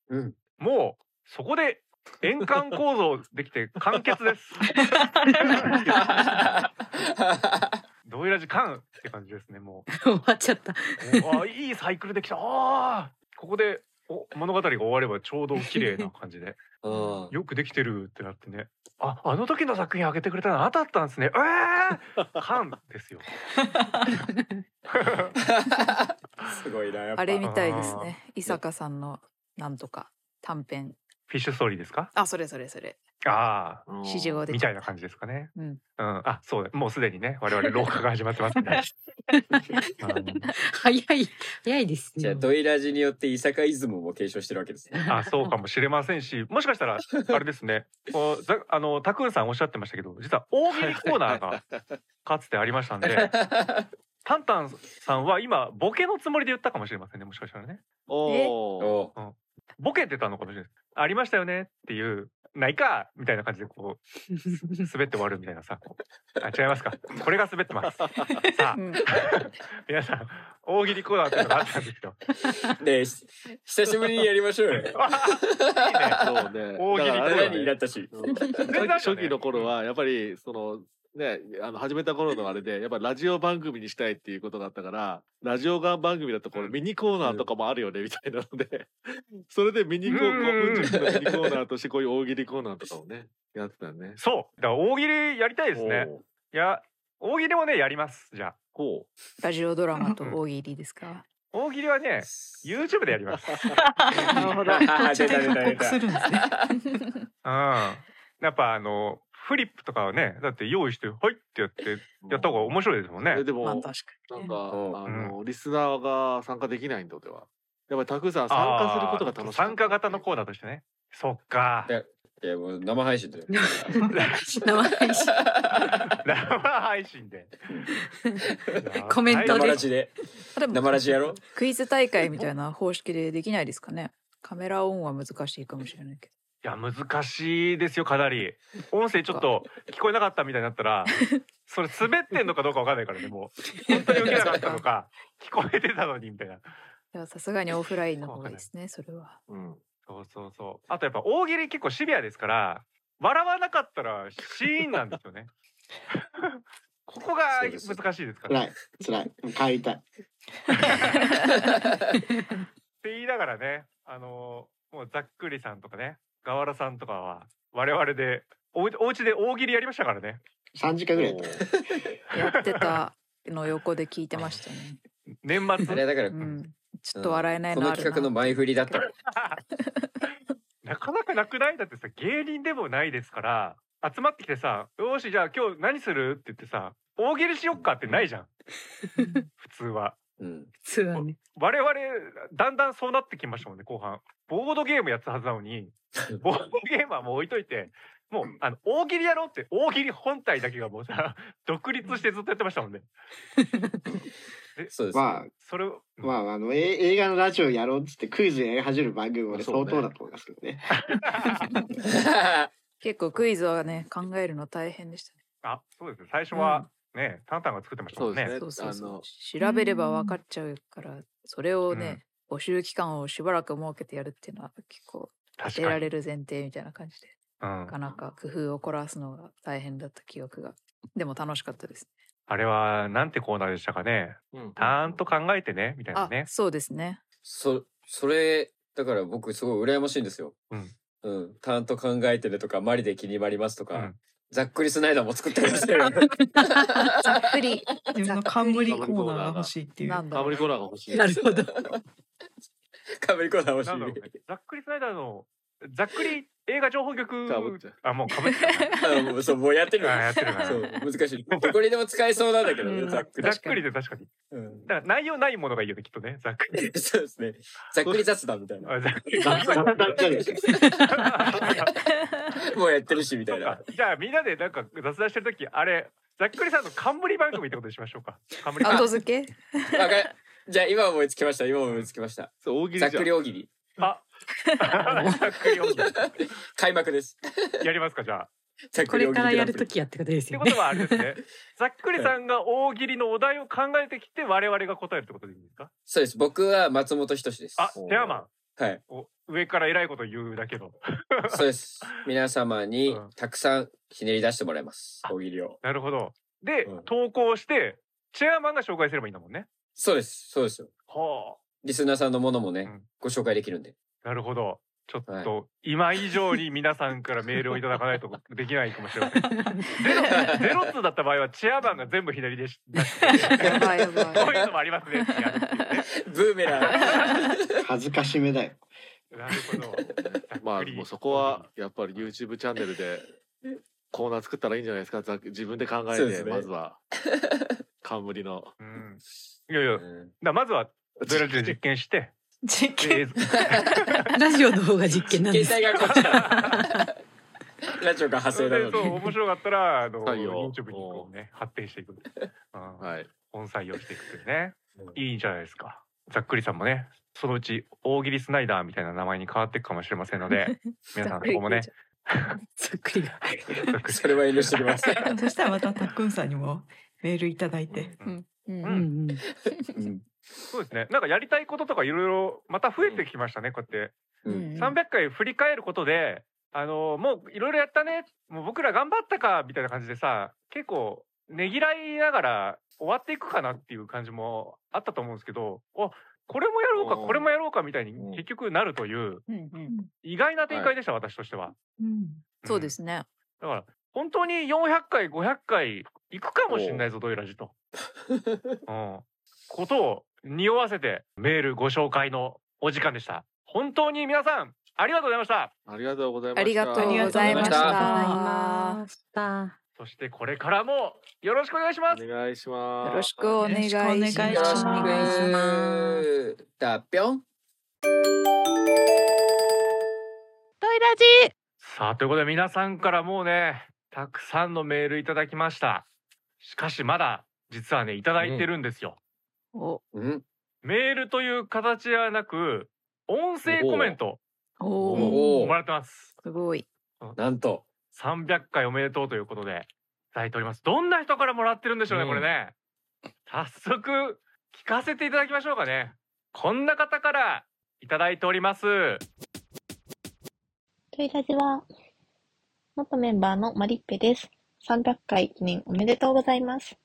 D: うん。
A: もう、そこで、円環構造で
B: [laughs]
A: きて完結です。ドイラジ完って感じですね、もう。
E: 終わっちゃった。
A: おあいいサイクルできたあーここでお物語が終わればちょうど綺麗な感じ
B: [laughs]
A: で
D: うん
A: よくできてるってなってねああの時の作品あげてくれたのあなただったんですねえー、カンですよ
D: すごいな、やっぱ。
F: あれみたいですね。伊坂さんのなんとか短編。
A: フィッシュストーリーですか
F: あ、それそれそれ。
A: ああ
F: 指示語で。
A: みたいな感じですかね
F: うん
A: うん、あそうだもうすでにね我々老化が始まってますね
E: [laughs] 早い、早いです
D: じゃあ、
E: ね。
D: ドイラジによって伊坂イズムも継承してるわけですね。
A: あそうかもしれませんしもしかしたらあれですねこうざあのたくんさんおっしゃってましたけど実は大喜利コーナーがかつてありましたんでタンタンさんは今ボケのつもりで言ったかもしれませんねもしかしたらね
B: おー
D: おう
A: ボケてたのかもしれないですありましたよねっていうないかみたいな感じでこう滑って終わるみたいなさこうあ違いますかこれが滑ってますさあ
F: うん、
A: [laughs] 皆さん大喜利コーナーっていうのがあったんですけど
D: [laughs] ねえひ久しぶりにやりましょうよ。
A: いいね
B: そう [laughs] ね。
A: 大喜利
B: だからあれ
D: 7
B: だよね
D: 人だったし。
B: うん [laughs] 初期の頃はやっぱりそのねあの始めた頃のあれでやっぱラジオ番組にしたいっていうことだったからラジオが番組だとこれミニコーナーとかもあるよねみたいなのでそれでミニコ
A: うんうんうん
B: ーナーミニコーナーとしてこういう大喜利コーナーとかをねやってたね。
A: そうだから大喜利やりたいですね
B: おう
A: いや大喜利もねやりますじゃあ
B: こ
F: ラジオドラマと大喜利ですか。
A: 大喜利はね YouTube でやります
C: [laughs] なるほど。
D: あ
C: ちょ
D: [laughs] 出
C: っと
D: た出た出
C: 報告す
D: た。
C: るんですね。
A: うんやっぱあのフリップとかはねだって用意して「はい」ってやって
B: う
A: やった方が面白いですもんね
B: えでも
F: まあ
B: なん
F: 確
B: か
F: か
B: あ
F: にね。
B: のリスナーが参加できないんだではやっぱりたくさん参加することが楽しい
A: あー参加型のコーナーとし
B: [laughs]
A: てねそっか
D: いやいや、もう生配信だよ。
E: 生配信
A: 生配信で
E: コメント
D: 生
E: で
D: ラジで。
F: あ [laughs] でも
D: 生ラジやろう。
F: クイズ大会みたいな方式でできないですかね。カメラオンは難しいかもしれないけ
A: いや難しいですよかなり音声ちょっと聞こえなかったみたいになったらそれ滑ってんのかどうかわかんないからねもう本当に受けなかったのか聞こえてたのにみたいな
F: ど。ではさすがにオフラインの方がいいですね。それは。
B: うん
A: そうそうそうあとやっぱ大喜利結構シビアですから笑わなかったらシーンなんですよねここが難しいですから
G: 辛い辛い帰りたい
A: って言いながらね、あのーもうざっくりさんとかね、ガワラさんとかは、我々で、おうおうちで大喜利やりましたからね。
G: 3時間ぐらいやっ
F: やってたの横で聞いてましたね。
A: 年
D: あ
A: 末、
D: れだから、
F: うん。ちょっと笑えない
D: こ
F: の
D: の
F: あるな。
D: 企画の前振りだったら。
A: なかなかなくないだってさ、芸人でもないですから、集まってきてさ、よーし、じゃあ今日何するって言ってさ、大喜利しよっかってないじゃん。普通は。
D: うん。
E: 普通はね。
A: 我々、だんだんそうなってきましたもんね、後半。ボードゲームやってたはずなのに、ボードゲームはもう置いといて、もう、あの、大喜利やろうって、大喜利本体だけがもうさ、 [laughs] 独立してずっとやってましたもんね。
D: そうですね。
G: ま
A: それを、
G: あまああのえ映画のラジオやろうっつってクイズやり始める番組もね
B: そう
G: 相当
B: ね
G: だと思いますけどね
F: 結構クイズはね考えるの大変でしたね。
A: あ、そうですね。最初はね、タンタンが作ってましたもん
B: そ
A: ね。
B: うですね
F: そうそうそ
B: あの
F: う。調べれば分かっちゃうから、それをね、募集期間をしばらく設けてやるっていうのは結構
A: 確
F: 得
A: からに。
F: れる前提みたいな感じで、
A: うん
F: なかなか工夫を凝らすのが大変だった記憶が。でも楽しかったです。
A: あれは、なんてコーナーでしたかね。
B: うん
A: ちゃんと考えてね、みたいな
F: あ、
A: ね。
F: そうですね。
D: そ、それ、だから僕すごい羨ましいんですよ。
A: うん。
D: うん。担当考えてるとか、マリで気にまりますと
A: う
D: か
A: ん、
D: ざっくりスナイダーも作ってましたよ。
F: ざっくり。
C: 自分の冠コーナーが欲しいって
F: [laughs]
C: い
F: な
C: う。
F: んだ
B: タ
F: ろ
B: ブリ
F: う。
B: コーナーが欲しい
E: なるほど。
D: かぶりコーナー欲し
A: なんだろうね
D: い。
A: ざっくりスライダーの、ざっくり映画情報局
B: かぶっちゃう
A: あもうかぶっちゃうな
D: あもうそうもうやってるよ
A: あやってるな
D: そう難しいどこにでも使えそうなんだけどねざっく
A: ざ
D: り
A: っくりで確かに
D: うん
A: だから内容ないものがいいよねきっとねざっくり
D: [laughs] そうですねざっくり雑談みたいな
A: あざっくり
G: ざっくり
D: もうやってるしみた
A: そう
D: い
A: か
D: な
A: じゃあみんなでなんか雑談してる時あれざっくりさんの冠番組ってことにしましょうか冠番
F: 後
A: 組
F: 付け
D: わかじゃあ今思いつきました今思いつきました
B: そう大喜利
D: ざっ
B: じゃ
D: く
B: ん
D: り。大喜利
A: あざっくり音楽
D: 開幕です
A: やりますかじゃあ
D: ざっく
E: こ
D: り
E: れ
D: 大喜
E: か
D: 利
E: ら
D: グラ
E: や
D: ンプ
E: る
D: リ
E: ときやってことです
A: って
E: よ
A: こ
E: ね
A: と。はあれですね。 [laughs] ざっくりさんが大喜利のお題を考えてきて我々が答えるってことでいいんですか
D: そうです僕は松本人志です
A: あ、
B: おー
A: ペアマン。
D: はい
A: お上から偉いこと言うだけど。
D: そうです皆様に
A: うん
D: たくさんひねり出してもらいます大喜利を
A: なるほど。で、
D: うん
A: 投稿して、チェアマンが紹介すればいいんだもんね。
D: そうですそうですよ
A: は
D: リスナーさんのものもね、
A: うん
D: ご紹介できるんで
A: あ。なるほど。ちょっと、
D: はい
A: 今以上に皆さんからメールをいただかないとできないかもしれません。ゼロ、ゼロ通だった場合はチェアマンが全部左でし、出して
F: やばいやばい
A: こういうのもありますねってやるっていうね。
D: ブーメラン
G: 恥ずかしめだ
A: [laughs]
G: よ。
A: なるほど。
B: まあもうそこはやっぱり YouTube チャンネルでコーナー作ったらいいんじゃないですかざっく自分で考え
D: そう
B: て、
D: ですね
B: まず
A: [laughs]
B: は冠の
A: うん。いやいや、だか
D: うん
A: らまずは、ゼロで実験して、
C: 実
A: で
C: 験
A: 映像
E: [laughs] ラジオの方が実験なんです。
D: 携帯がこっちだ [laughs] ラジオが派生
A: それ
D: な
A: で
D: の
A: そう
D: で
A: 面白かったらあの
B: 採用
A: YouTube にこうね発展していく、うん
B: はい
A: 本採用していくっていうね
D: うん
A: いいんじゃないですかざっくりさんもねそのうち大喜利スナイダーみたいな名前に変わっていくかもしれません
E: [laughs]
A: ので皆さんそこもね
E: ざっくりが。
D: それは遠慮してきます、
C: [laughs] そしたらまたたっくんさんにもメールいただいて。
A: うん
F: う
E: う
F: ん
E: んうん。
D: うん
A: [laughs] そうですねなんかやりたいこととかいろいろまた増えてきましたねこうやって
D: うん
A: 300回振り返ることであのもういろいろやったねもう僕ら頑張ったかみたいな感じでさ結構ねぎらいながら終わっていくかなっていう感じもあったと思うんですけどおこれもやろうか
B: うん
A: これもやろうかみたいに
B: うん
A: 結局なるという
F: うんうん
A: 意外な展開でした、私としては。
F: そうですね。
A: だから本当に400回500回行くかもしれないぞドイラジ
D: [laughs]
A: と。うん、ことを匂わせてメールご紹介のお時間でした。本当に皆さんありがとうございました。
B: ありがとうございました
F: ありがとうございまし
D: ありがとうございました
F: た。
E: ました。
A: そしてこれからもよろしくお願いします。
B: お願いします
F: よろしくお願いします。
D: よ
C: よろ
D: ろ
C: し
D: し
C: く
D: くお
C: お願
D: 願
C: い
D: い
C: し
D: し
C: ま
D: ます。だっぴょん。
H: トイラジ
A: さあということで皆さんからもうねたくさんのメールいただきましたしかしまだ実はねいただいてるんですよ、
F: お
D: うん。
A: メールという形ではなく音声コメント
F: おー
D: お
A: も
D: お。
A: らってます
F: すごい。
D: なんと。
A: 300回おめでとうということでいただいておりますどんな人からもらってるんでしょうね、
D: うん
A: これね早速聞かせていただきましょうかねこんな方からいただいております
H: トイラジは、元メンバーのマリッペです。300回記念おめでとうございます。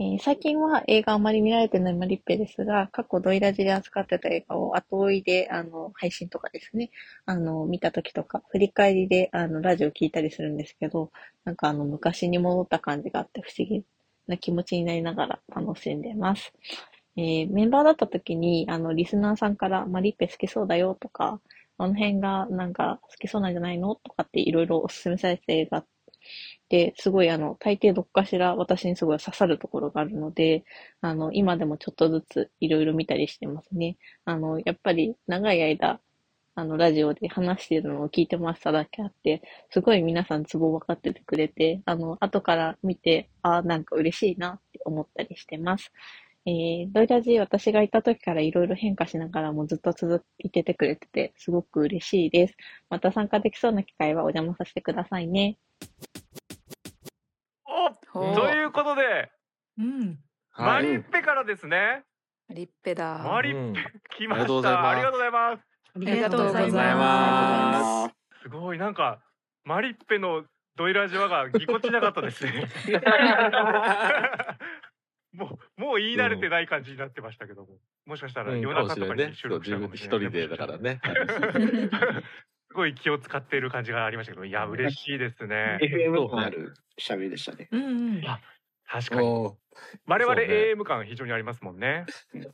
H: えー最近は映画あまり見られてないマリッペですが、過去ドイラジで扱ってた映画を後追いで、あの、配信とかですね、あの、見た時とか、振り返りで、あの、ラジオ聞いたりするんですけど、なんかあの、昔に戻った感じがあって不思議な気持ちになりながら楽しんでます。えーメンバーだった時に、あの、リスナーさんからマリッペ好きそうだよとか、あの辺がなんか好きそうなんじゃないのとかっていろいろおすすめされてた映画って、すごいあの、大抵どっかしら私にすごい刺さるところがあるので、あの、今でもちょっとずついろいろ見たりしてますね。あの、やっぱり長い間、あの、ラジオで話してるのを聞いてましただけあって、すごい皆さんツボ分かっててくれて、あの、後から見て、ああ、なんか嬉しいなって思ったりしてます。えー、ドイラジ私がいた時からいろいろ変化しながらもずっと続いててくれてて、すごく嬉しいです。また参加できそうな機会はお邪魔させてくださいね。
A: お
F: お
A: と
F: ー
A: いうことで
C: うん。
A: マリ
D: う
A: ッ
D: ん
A: ペからですね、
F: リッペだ。
A: マリ
B: うん
A: ッペ来
B: あり
A: ま
B: がとうご
A: し
B: ざいます
A: たありがとうございます
E: あ
F: ありがとうござい
D: ま
F: ます。
A: すごいなんかマリッペのドイラジワがぎこちなかったですね。もうもう言い慣れてない感じになってましたけども、もしかしたら
B: うん
A: 夜
B: かもし
A: 中と
B: れ
A: か
B: ない
A: に
B: ねそ
A: 収
B: う
A: 録し
B: 自
A: たか
B: 分
A: も
B: 一
A: しれない
B: 人でだからね
A: [laughs] すごい気を使っている感じがありましたけど、いや嬉しいですね。
G: FM 感ある喋りでしたね。
C: うんうん。
A: あ確かに
D: お
A: 我々
B: そうね
A: AM 感非常にありますもん
B: [laughs]
A: ね。うんい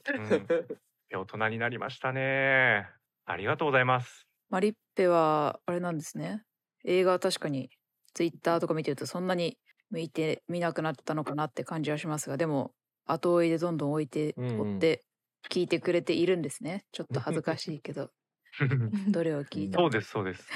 A: や大人になりましたね。ありがとうございます。
F: マリッペはあれなんですね映画は確かにツイッターとか見てるとそんなに向いて見なくなったのかなって感じはしますがでも後追いでどんどん置いて
B: うんうん
F: 追って聞いてくれているんですねちょっと恥ずかしいけどどれを聞いた
A: そ
F: の
A: うですそうです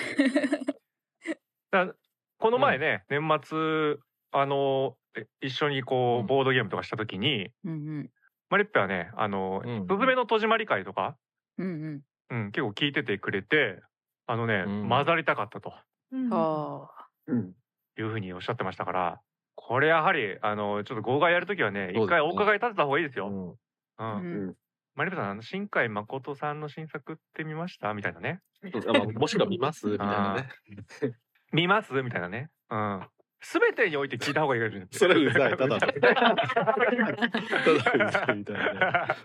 A: だこの前ね、年末あのえ一緒にこ
B: うん
A: うボードゲームとかした時に、
F: うん
A: マリッペはねあの「
B: うん
A: すずめの戸締まり会」とか、
F: うんうん
A: うん、結構聞いててくれてあのね、
B: うん
A: 混ざりたかったと
F: うんはあ
D: うん。
A: いうふうにおっしゃってましたからこれやはりあのちょっと号外やる時はね
B: そうですね
A: 一回お伺い立てた方がいいです
B: う
A: よ。
B: ん
A: う
F: うんん
A: マリッペさんあの新海誠さんの新作って見ましたみたいなね
B: そうまあもしくは見ますみたいなね。
A: 見ますみたいなね。うん。すべてにおいて聞いた方がいいかもしれな
B: [laughs]
A: い。
B: それうざいただの
A: ただ
B: うざいみたいな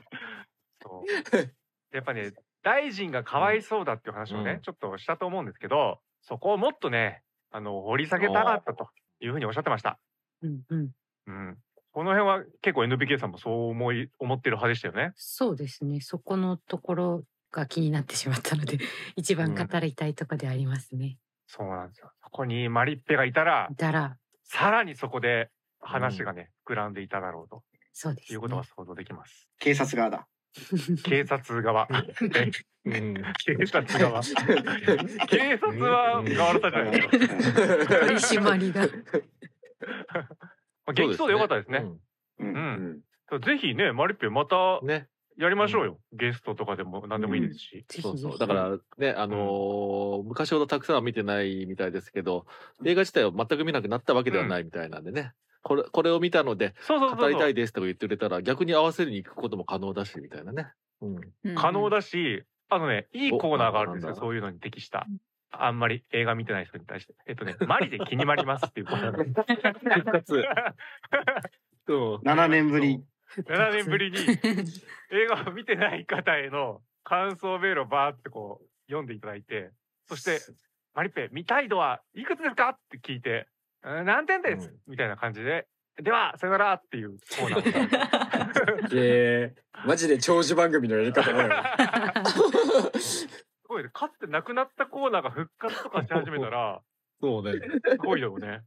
A: そう。やっぱね、大臣がかわいそうだっていう話をね、
B: うん
A: ちょっとしたと思うんですけど、そこをもっとね、あの、掘り下げたかったというふうにおっしゃってました。
E: うんうん、
A: うん。この辺は結構 NPK さんもそう思い、思ってる派でしたよね。
E: そうですねそこのところが気になってしまったので一番語りたいとこでありますね。
A: そうなんですよ。そこにマリッペがいたら、
E: だら
A: さらにそこで話がね、膨らんでいただろうと
E: そうです、ね。
A: いうことが想像できます。
G: [laughs] 警察側だ。
A: 警察側。え
B: うん
A: 警察側。警察は側だったじゃないですか。 [laughs]
E: 取り締まりが。
A: 元気そうでよかったですね。。
G: う。
A: うんん。
D: ん。
A: ぜひね、マリッペまた
B: うんね。
A: やりましょうよ。ゲストとかでも何でもいいですし。
E: ぜひ
B: そう
E: ぜ
B: そう。
E: ひ
B: だからね、あのー昔ほどたくさんは見てないみたいですけど、映画自体を全く見なくなったわけではないみたいなんでね。これ、これを見たので、
A: そうそうそう
B: 語
A: そう。
B: りたいですとか言ってくれたら、逆に合わせに行くことも可能だし、みたいなね。うん。
F: うん
A: 可能だし、あのね、いいコーナーがあるんで
B: お
A: すよ。
B: なんだ
A: そういうのに適した。あんまり映画見てない人に対して。え
B: [laughs]
A: っとね、マリで気にまりますっていうコーナーなんです。
B: 復
A: [laughs]
B: 活そう。
G: 7年ぶり。
A: 7年ぶりに映画を見てない方への感想メールをバーってこう読んでいただいて、そして、マリッペ、見たい度はいくつですかって聞いて、うん何点です、
B: うん
A: みたいな感じで、では、さよならっていうコーナーを。
D: へえ。
A: [laughs]
D: マジで長寿番組のやり方だよ。
A: すごいね。かつてなくなったコーナーが復活とかし始めた [laughs] ら、
B: そうね。
A: すごいよね。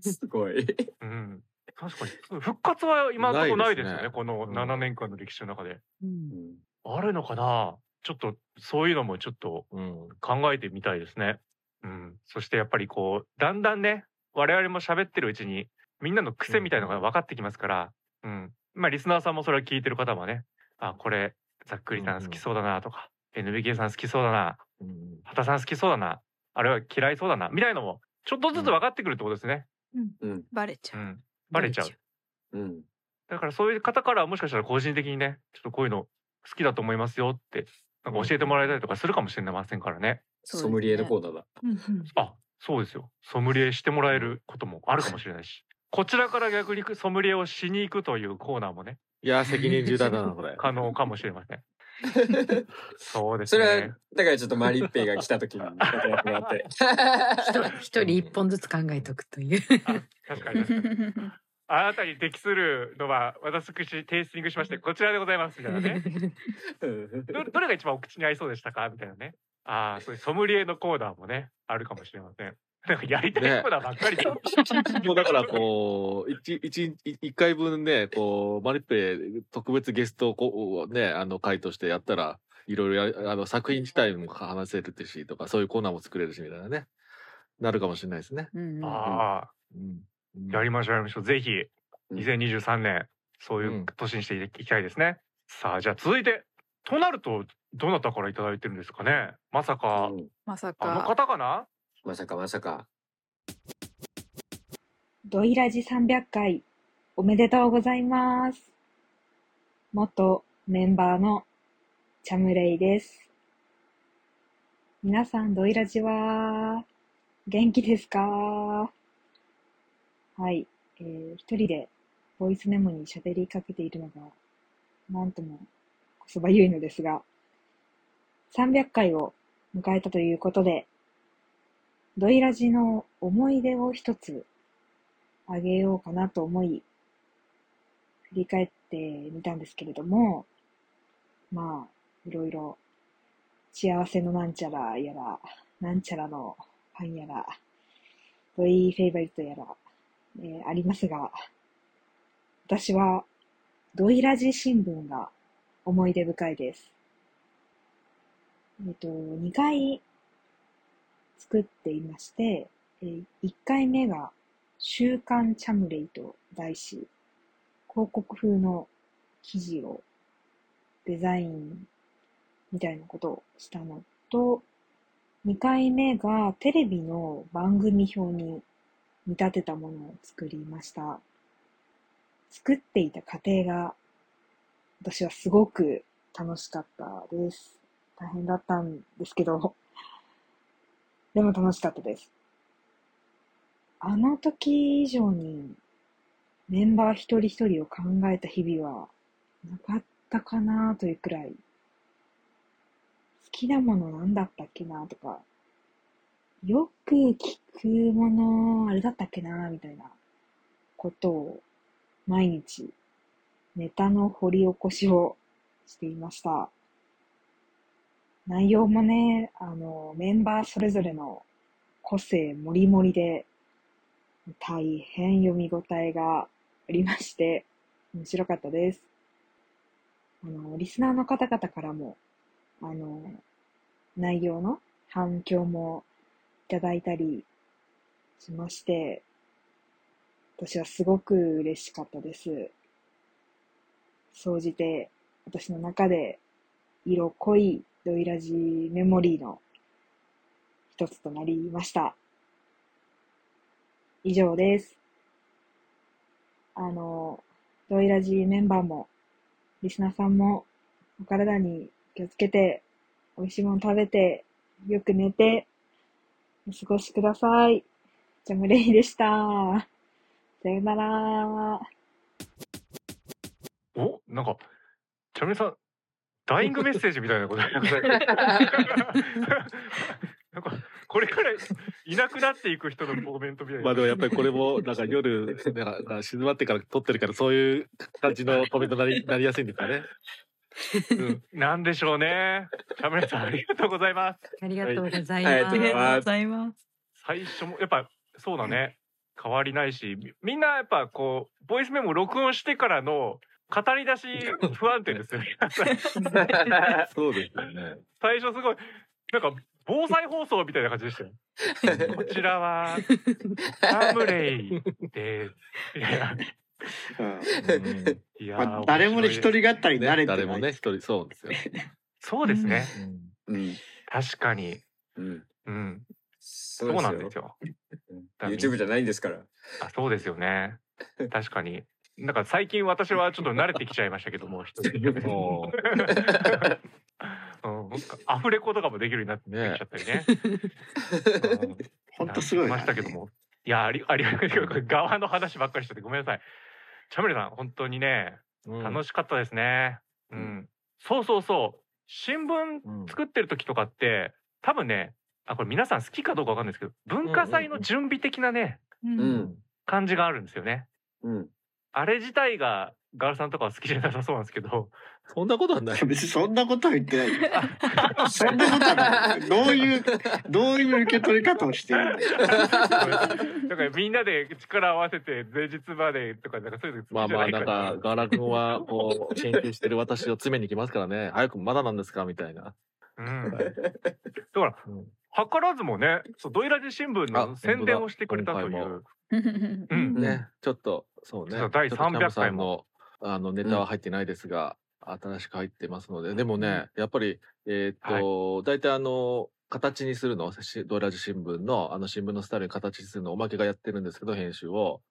D: すごい。
A: うん。確かに。復活は今のところないですよ
B: ないです
A: ね。
B: ね
A: この7年間の歴史の中で。
E: うん
A: あるのかなちょっと、そういうのもちょっと
B: うん。
A: 考えてみたいですね。うん。そしてやっぱりこう、だんだんね、我々も喋ってるうちに、みんなの癖みたいのが分かってきますから、うん。まあ、リスナーさんもそれを聞いてる方もね、あ、これ、ざっくりさん好きそうだなとか、NBK さん好きそうだな、
B: うん
A: 畑さん好きそうだな、あれは嫌いそうだな、みたいのも、ちょっとずつ分かってくるってことですね。
D: うん。
F: バレち
A: う。
F: ゃうん
A: バレちゃう。
D: うん。
A: だからそういう方からはもしかしたら個人的にね、ちょっとこういうの好きだと思いますよって、なんか教えてもらえたりとかするかもしれませんからね。
F: そうですね
D: ソムリエのコーナーだ。
A: あ、そうですよ。ソムリエしてもらえることもあるかもしれないし。 [laughs] こちらから逆にソムリエをしに行くというコーナーもね、
B: いや、責任重大だな、これ。
A: 可能かもしれませ
B: [laughs]
A: ん。そうです
D: それは
A: ね。、
D: だからちょっとマリッペイが来た
A: [laughs]
D: 時にまたやってもらって。
E: [laughs] 一人一本ずつ考えとくという。
A: 確かに確かに。あなたに適するのは私テイスティングしましてこちらでございますみたいなね。どどれが一番お口に合いそうでしたかみたいなね。ああ、そういうソムリエのコーナーもね、あるかもしれません。なんかやりたい
B: ね
A: コーナーばっかりだ。
B: [laughs] もうだからこう、一、一、一回分ね、こう、マリッペ特別ゲストをこう、ね、あの、回としてやったら、いろいろや、あの、作品自体も話せるし、とか、そういうコーナーも作れるし、みたいなね。なるかもしれないですね。
F: うんうん
A: ああ、
B: うん。
A: やりましょうやりましょう。ぜひ、
D: うん
A: 2023年、そういう年にしていきたいですね。さあ、じゃあ続いて、となると、どなたからいただいてるんですかねまさか、
D: うん
F: まさ
A: あの
F: か
A: 方かな
D: まさかまさか。
I: ドイラジ300回、おめでとうございます。元メンバーのチャムレイです。皆さん、ドイラジは、元気ですかはい、えー一人でボイスメモに喋りかけているのが、なんとも、こそばゆいのですが、300回を迎えたということで、ドイラジの思い出を一つあげようかなと思い、振り返ってみたんですけれども、まあ、いろいろ、幸せのなんちゃらやら、なんちゃらのパンやら、土井フェイバリットやら、えーありますが、私は、土井ラジ新聞が思い出深いです。えっ、と、2回作っていまして、え1回目が、週刊チャムレイと題し、広告風の記事をデザインみたいなことをしたのと、2回目がテレビの番組表に見立てたものを作りました。作っていた過程が私はすごく楽しかったです。大変だったんですけど、でも楽しかったです。あの時以上にメンバー一人一人を考えた日々はなかったかなというくらい、好きなものなんだったっけなとか、よく聞くものあれだったっけなみたいなことを毎日ネタの掘り起こしをしていました。内容もね、あの、メンバーそれぞれの個性もりもりで、大変読み応えがありまして、面白かったです。あの、リスナーの方々からも、あの、内容の反響もいただいたりしまして、私はすごく嬉しかったです。総じて、私の中で色濃いドイラジメモリーの一つとなりました。以上です。あの、ドイラジメンバーも、リスナーさんも、お体に気をつけて、美味しいもの食べて、よく寝て、お過ごしください。ジャムレイでした。さよなら。
A: おなんかちなみにさんダイイングメッセージみたいなことや
D: [laughs]
A: なんかこれからいなくなっていく人のコメントみたいな
B: まあでもやっぱりこれもなんか
A: [laughs]
B: 夜なんか静まってから撮ってるからそういう感じのコメントになりなりやすいんですかね。うん、
A: なんでしょうねチャムレさんありがとうございます
E: ありがとうござい
D: はい
E: ま
D: あ
E: す。
D: りがとうございます
C: ございます。
A: 最初もやっぱそうだね変わりないしみみんなやっぱこうボイスメモ録音してからの語り出し不安定ですよね
B: そうですよね。
A: 最初すごいなんか防災放送みたいな感じでしたよこちらはタムレイですいや
G: うん
B: うん
A: いや
G: まあ、誰もね
A: 面
G: 一
A: 白いで
G: 人語り慣れてない、
B: 誰もね一人そうですよ。
A: すそうですね
B: うん
D: うん
A: 確かに
D: うん
A: うん
D: そ
A: そうなんですよ
D: うん YouTube じゃないんですから
A: あそうですよ
D: [laughs]
A: ね確かになんか最近私はちょっと慣れてきちゃいましたけ
D: [laughs]
A: どもう一人
B: も
A: うん、僕アフレコとかもできるようになってきちゃったりね。うん
G: 本当すごい
A: なりましたけども。いや、あり、あ [laughs] り、側の話ばっかりしてて、ごめんなさい。チャムレさん、本当にね、
B: う、うん
A: 楽しかったですね。うん。そうそうそう。新聞
B: うん
A: 作ってる時とかって、多分ね、あ、これ皆さん好きかどうかわかんないですけど、文化祭の準備的なね、
C: う
D: うんん
A: 感じがあるんですよね。
D: うん
A: あれ自体が、ガールさんとかは好きじゃなさそうなんですけど、
B: そんなことはない。
G: 別にそんなことは言って
B: [laughs]
G: ないよ。そんなことはない。どういう、どういう受け取り方をしてるんだよ。
A: だからみんなで力を合わせて前日までとかなんかそういうの
B: ま
A: 好
B: あ
A: きじゃ
B: ま
A: な
B: あな
A: いか
B: ん
A: ら
B: かガラ君はこう [laughs] 研究してる私を詰めに来ますからね。早くまだなんですかみたいな。
A: うん、だから
B: うん
A: 図らずもねそうドイラジ新聞の
B: あ
A: 宣伝をしてくれたと
B: 本
A: い
B: 当だ
A: う、
F: うん
A: うん
B: ね、ちょっとそう
A: そう
B: ね。
A: 第
B: ちょっとキャムさ
A: 300回
B: ん
A: も
B: のあのネタは入ってないですが、新しく入ってますので、でもね、やっぱりえーっと、大体あの形にするの、しドイラジ新聞のあの新聞のスタイルに形にするのおまけがやってるんですけど編集を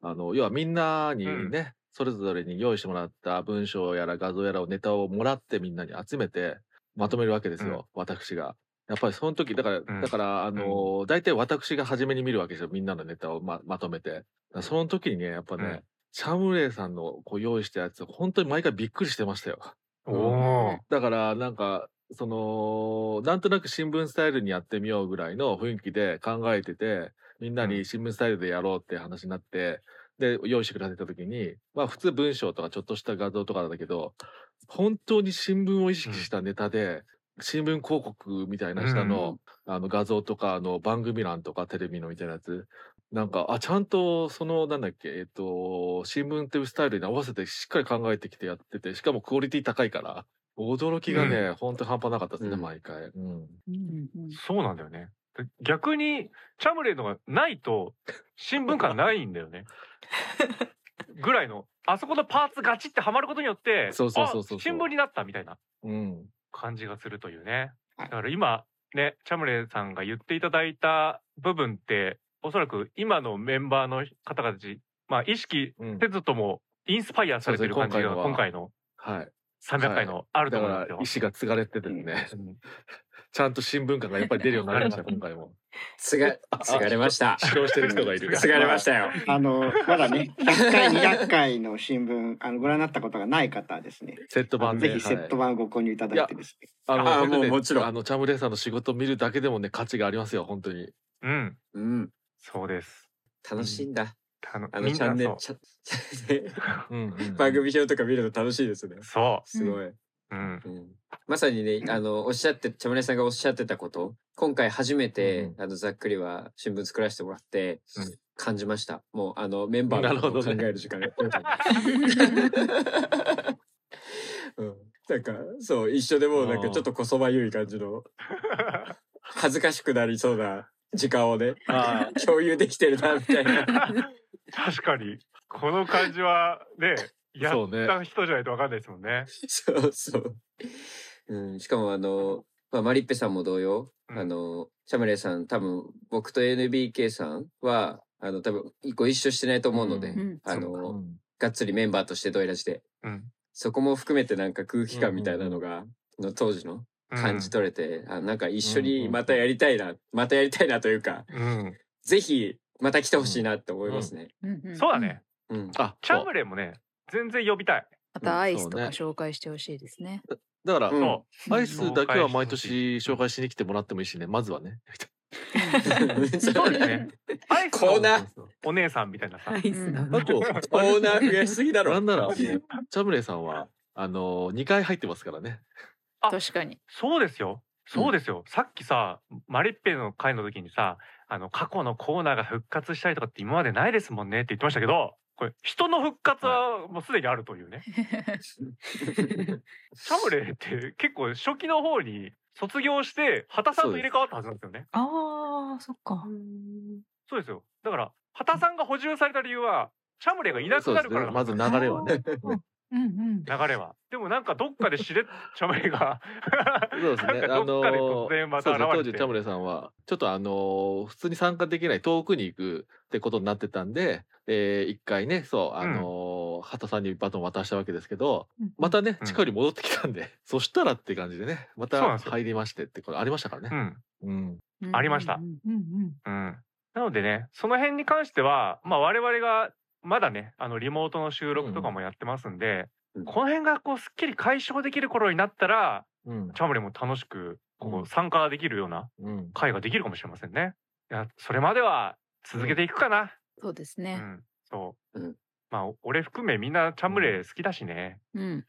B: あの要はみんなにね。
A: うん
B: それぞれに用意してもらった文章やら画像やらをネタをもらってみんなに集めてまとめるわけですよ、私が。やっぱりその時だから、
A: ん
B: だからあのー大体私が初めに見るわけですよみんなのネタをままとめて。だからその時にねやっぱね、
A: うん
B: チャムレイさんのこう用意したやつ本当に毎回びっくりしてましたよ。
A: おー
B: だからなんかそのなんとなく新聞スタイルにやってみようぐらいの雰囲気で考えててみんな
A: うん
B: に新聞スタイルでやろうって話になって、で用意してくれてた時にまあ普通文章とかちょっとした画像とかだけど本当に新聞を意識したネタで、新聞広告みたいな下の,、あの画像とかあの番組欄とかテレビのみたいなやつなんかあちゃんとそのなんだっけえっと新聞っていうスタイルに合わせてしっかり考えてきてやっててしかもクオリティ高いから驚きがね、ほんと半端なかったですね、
D: うん
B: 毎回、うん、
E: うんうん
A: そうなんだよね。で逆にチャムレーのがないと新聞感ないんだよね。ぐらいのあそこのパーツガチってはまることによって
B: そうそうそうそう
A: あ新聞になったみたいな
B: うん、
A: 感じがするというね。
G: は
A: だ
G: い
A: から今ねチャムレーさんが言っていただいた部分っておそらく今のメンバーの方たちまあ意識
B: うん
A: せずともインスパイアされてる感じが
B: そうですね
A: 今回の
B: はい
A: 300回のあると
B: だ
A: 思
B: か
A: うんで
B: ら
A: す
B: 意。
A: よ
B: 思が継がれてですね、
A: うん
B: [laughs] ちゃんと新聞感がやっぱり出るようになりました今回も
D: すが、すがれま
B: [laughs]
D: した。
B: 主張してる人がいる
D: すがれましたよ。
G: あのまだ
D: [laughs]
G: ね100回200回の新聞あのご覧になったことがない方はですね
B: セット版で
G: ぜひセット版をご購入いただいてですね、
B: あの
D: あー
B: 本当にね
D: もうもちろん
B: あのチャムレーさんの仕事を見るだけでもね価値がありますよ本当に
A: うん、
D: うん。
A: そうです。
D: 楽しいんだ。
A: あの
D: あ
A: み
D: の
A: ん
D: チャ
A: な
D: ンネ
A: そ
D: ル
A: う、
D: チャチャンネ
B: うんうんうん
D: ル番組表とか見るの楽しいですね。
A: そ
D: すごい。
A: う、うん、
D: うんまさにね、あの、おっしゃって、茶村さんがおっしゃってたこと、今回初めて
B: う、ん
D: あの、ざっくりは新聞作らせてもらって
A: うん、
D: 感じました。もう、あの、メンバー
B: な
D: の
B: る
D: こ
B: ほ
D: とを
B: ど
D: 考え
B: ね
D: る時間が。うんなんか、そう、一緒でもう、なんかちょっとこそばゆい感じの、恥ずかしくなりそうな時間をね、
B: あ
D: 共有できてるな、みたい
B: [laughs]
D: な。
A: 確かにこの感じはねや
B: そう
A: っ
B: ね
A: た人じゃないとわかんないですもんね。
D: [laughs] そうそう。うん、しかもあの、まあ、マリッペさんも同様、
A: うん
D: あの、シャムレイさん、多分、僕と NBK さんは、あの、多分、ご一緒してないと思うので、
B: うん
E: うん
D: あ
B: ーう
D: の、
B: ん
D: がっつりメンバーとしてドイラジで、
A: うん
D: そこも含めてなんか空気感みたいなのが、の当時の
A: うん
D: 感じ取れて、あなんか一緒
B: うん
D: に
B: うん
D: またやりたいな、またやりたいなというか、
A: うん、
D: ぜひ、また来てほしいなって思いますね。
A: そうだね。
D: うん。
B: あ
A: チャ
B: そ
A: ム
B: う
A: レーもね全然呼びたい。
F: またアイス
B: そう
F: と
B: ね
F: か紹介してほしいですね。
B: だから、
D: うん
A: そ
B: アイスだけは毎年紹介しに来てもらってもいいしねまずはね
A: そうで
D: [laughs]
A: すね。うアイス
D: コーナ
A: の
D: ー
A: お姉さんみたいなさ
E: ア。イスの
B: あ
D: コ
B: と
D: ーナー増やしすぎだろ。
B: なんなら、チャムレイさんは、あの、2回入ってますからね。
A: あ
F: 確かに。
A: そうですよ。そうですよ。さっきさマリッペの会の時にさあの過去のコーナーが復活したりとかって今までないですもんねって言ってましたけど。これ人の復活はもうすでにあるという [laughs] ね、チャムレーって結構初期の方に卒業して畑さんと入れ替わったはずなんですよね
C: ああ、そっか。
A: そうですよ。だから、畑さんが補充された理由は、チャムレがいなく
B: そう
A: な
B: です
A: るから
B: ね。
A: だ
B: まず流れはね。
C: うんう
A: 流
C: ん。
A: れは。でもなんかどっか
B: [laughs]
A: でしれっ、チャムレが。
B: そうですね。
A: な
B: あ
A: んかどっかで突
B: の
A: 然ま
B: そ
A: た
B: うですね当
A: 現れ
B: 時
A: て。
B: チャムレイさんは、ちょっとあの、普通に参加できない遠くに行くってことになってたんで、えー一回ね、そう、あの、畑さんにバトン渡したわけですけど、またね
A: う、ん
B: 地下に戻ってきたんで、そしたらって感じでね、ま
A: そうなん
B: た
A: ですよ
B: 入りましてって、これありましたから
A: う
B: ね。
A: ん、
B: うん。
A: ありました。
C: うんうん。
A: うん。なのでね、その辺に関しては、まあ我々が、まだね、あの、リモートの収録とかもやってますんで、
D: うん
A: この辺がこう、すっきり解消できる頃になったら、
B: うん
A: チ。ャムレも楽しく、こ
B: う
A: こ
B: ん
A: 参加できるような
B: うん。
A: 会ができるかもしれませんね。いや、それまでは続けていくかな。
F: そうです
A: う
F: ね。
A: ん、そう。
D: うん
A: まあ、お俺含めみんなチャムレ好きだしね。
F: うん。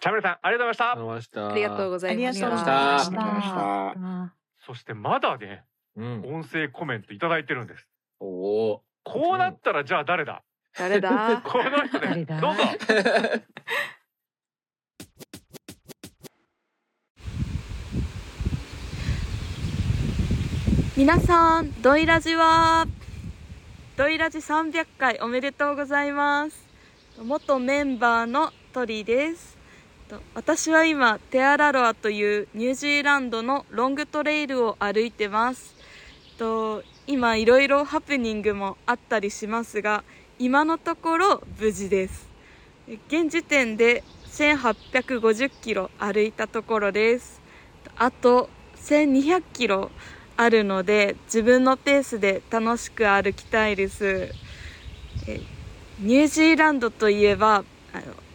A: チャムレさん、ありがとうござい
B: あ
A: ま
B: り
A: した。
B: ました。
F: ありがとうございました。
D: ありがとうございま
F: あ
D: し
G: ありがとうございました
A: そしてまだね、
B: うん。
A: 音声コメントいただいてるんです。
D: おお
A: こうなったら、じゃあ誰だ [laughs]
F: 誰だ
A: この人で
E: 誰
A: す。
E: だ
A: どうぞ。
D: ー。
J: 皆さんドイラジはドイラジ300回おめでとうございます元メンバーのトリですと私は今テアラロアというニュージーランドのロングトレイルを歩いてますと今いろいろハプニングもあったりしますが今のところ無事です現時点で1850キロ歩いたところですあと1200キロあるので自分のペースで楽しく歩きたいですえニュージーランドといえばあの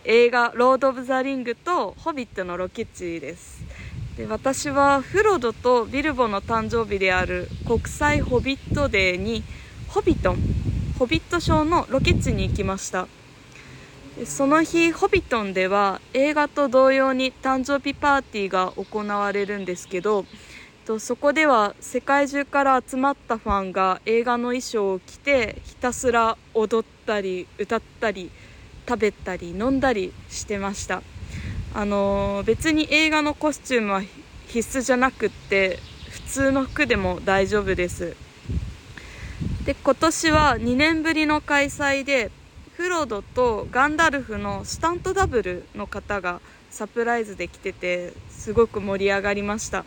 J: 映画「ロード・オブ・ザ・リング」と「ホビット」のロケ地ですで私はフロドとビルボの誕生日である国際ホビットデーにホビトンホビット賞のロケ地に行きましたその日「ホビトン」では映画と同様に誕生日パーティーが行われるんですけどとそこでは世界中から集まったファンが映画の衣装を着てひたすら踊ったり歌ったり食べたり飲んだりしてましたあのー別に映画のコスチュームは必須じゃなくって普通の服でも大丈夫ですで今年は2年ぶりの開催でフロドとガンダルフのスタントダブルの方がサプライズで来ててすごく盛り上がりました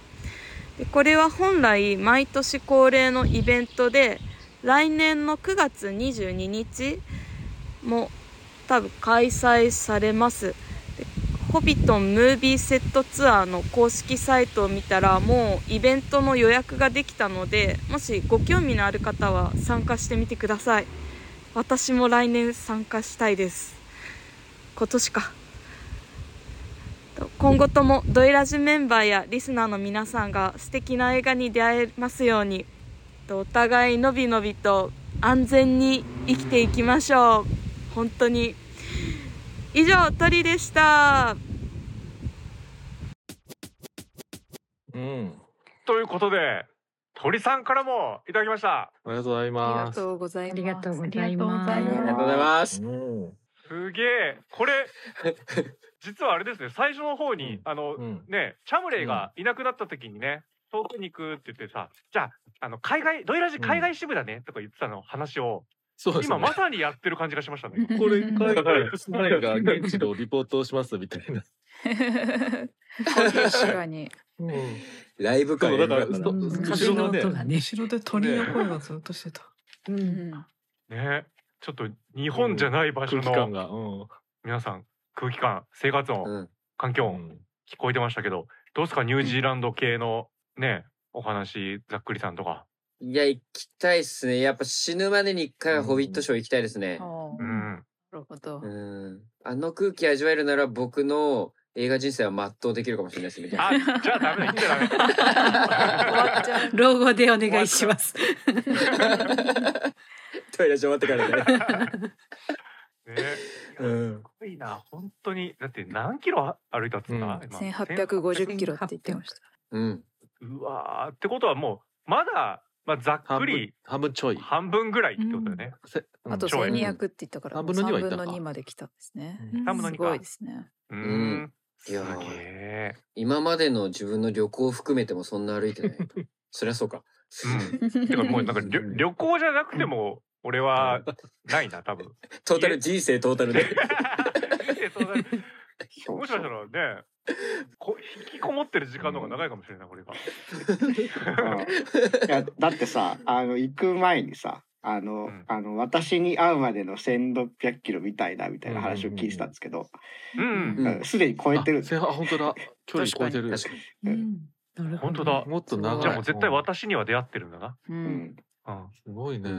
J: でこれは本来毎年恒例のイベントで来年の9月22日も多分開催されますでホビトンムービーセットツアーの公式サイトを見たらもうイベントの予約ができたのでもしご興味のある方は参加してみてください私も来年参加したいです今年かと今後ともドイラジメンバーやリスナーの皆さんが素敵な映画に出会えますようにとお互いのびのびと安全に生きていきましょう本当に以上鳥でした
B: うん。
A: ということで鳥さんからもいただきました
B: ありがとうござい
F: ありが
B: ます。
F: とうござい
E: あ
F: ます。
E: りがとうございます
F: あ
D: あり
F: りがとうござい
D: が
F: ま
D: とうございます。
B: うん。
A: すげえこ
B: [laughs]
A: れ実はあれですね最初の方に、
B: うん
A: あの、
B: うん。
A: ねチャムレイがいなくなった時にね、遠くに行くって言ってさじゃああの海外ドイラジ海外支部だねとか言ってたの話を、
B: そうですね。
A: 今まさにやってる感じがしましたね
B: これ海外スナイが現 [laughs] 地のリポートをしますみたいな。
F: す。 [laughs] 確かに。
B: うん。
D: ライブ
B: で
D: 感
B: もだから
D: 演
B: そ
D: 歌
E: うん
B: 後ろがね
E: 風の音がね。
C: 後ろで鳥の声がずっとしてた。
E: う。
F: うんん
A: ねちょっと日本じゃない場所
B: 空気感
A: の
B: が。うん。
A: 皆さん空気感生活音、
D: うん。
A: 環境音、聞こえてましたけどどうですかニュージーランド系のねお話ざっくりさんとか
D: いや、行きたいっすね。やっぱ死ぬまでに一回はホビットショー行きたいですね。
F: あ
A: う
F: あなんるほど
D: う。ん。あの空気味わえるなら僕の映画人生は全うできるかもしれないですね。
A: あじゃあダメだ言っちゃダメ
F: 終わっちゃう。
E: 老後でお願いします。
A: [laughs]
D: [laughs] トイレ終わってからね。
A: ね
D: うん
A: す。ごいな本当にだって何キロ歩いたっつった、
B: うん
A: 今
F: 千八百五十キロって言ってました。
D: うん。
A: うわーってことはもうまだ、まあ、ざっ
B: 半
A: く
B: 分
A: り
B: 半分ちょい。
A: 半分ぐらいってことだよね、
B: せうん
F: あと
A: ちょい
F: 千二百って言ったから、
B: 3
F: もう
B: 分の2は行っ
F: 三分
B: たか
F: の二まで来たんですね。
B: うん
A: 三分の
F: す
A: 二
F: ご
A: か
F: いですね。
A: うーん
D: うん
A: すげえ
D: 今までの自分の旅行を含めてもそんな歩い
A: [laughs]
D: てない。そりゃそうか。
A: うんてかもうなんか旅旅行じゃなくても俺はない
D: [laughs]
A: な多分
D: トータル人生トータル
A: [laughs]
D: で。
A: えそうだね
G: そう
A: もしかしたらねこ引きこもってる時間の方が長いかもしれないこれが
D: [laughs]
G: うんいやだってさあの行く前にさあの,、
A: うん
G: あの私に会うまでの1,600キロみたいだみたいな話を聞いてたんですけど
A: う
D: うん
A: ん
D: うんうん
G: うんすで、に超えてるん
B: あ
G: です
B: せあ本
G: [laughs]
B: 当だ。距離超えてる。
D: 確かに。
E: うんなるほ
A: 本
E: ど
A: 当だ
B: もっと長い。
A: じゃあもう絶対
B: ん
A: 私には出会ってるんだな、
F: う。
G: うんん、
A: うん、
B: すごいね。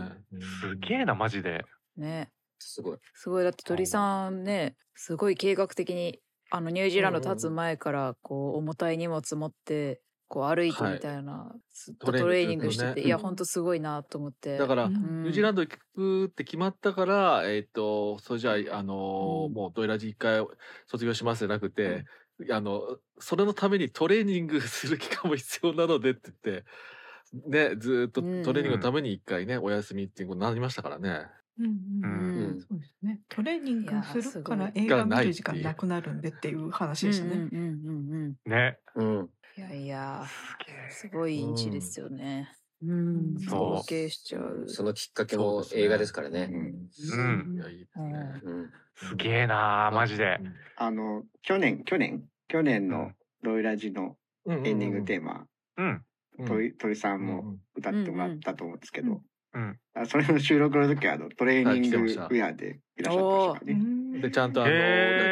A: すげえなマジで
F: ね。
D: すごい。
F: すごいだって鳥さんねすごい計画的にあのニュージーランド立つ前からこう重たい荷物持ってこう歩いてみたいな、ずっとト
B: トレ
F: レー
B: ーニ
F: ニ
B: ン
F: ン
B: グ
F: グ
B: ずっ
F: し
B: とね
F: てて、いや
B: うん
F: ほんとすごいなと思って
B: だから
E: う
B: ニ
E: ん
B: ュージーランド行くって決まったから、えっ、と、それじゃあ、あのー
F: うん
B: もうドイラジ一回卒業しますじゃなくて、あの、それのためにトレーニングする期間も必要なのでって言って、ね、ずーっと
F: うん
B: トレーニングのために一回ね、お休みっていうことになりましたからね。
C: うん
A: う
C: うん。
A: ん
D: うん
C: そうですね。トレーニングするから
F: い
C: 映
B: やすごい
C: 画見る時間なくなるんでっていう話でしたね。
F: うんうんうんうん
A: ね
D: うん。
F: いやいや
A: すげえ
F: すごいインチですよね、
E: うん
A: んそう
F: 尊敬しちゃう
D: そのきっかけも映画ですからね。
A: う
B: うんんいや、いいですね。
D: うん。
A: すげえなマジで
G: あの去年去年去年
A: う
G: の
A: ん
G: ロイラジの
B: うん。うん
G: エンディングテ
B: ー
G: ーマ、
A: うん
G: 鳥鳥さんも
B: も。
G: 歌ってもらったと思うんですけど、
A: うん
G: あそれの収録の時はあのトレーニングウェアでいらっしゃってましたから
C: う
G: ね。
C: ん
B: で、ちゃんとあの、
A: へ
B: だっ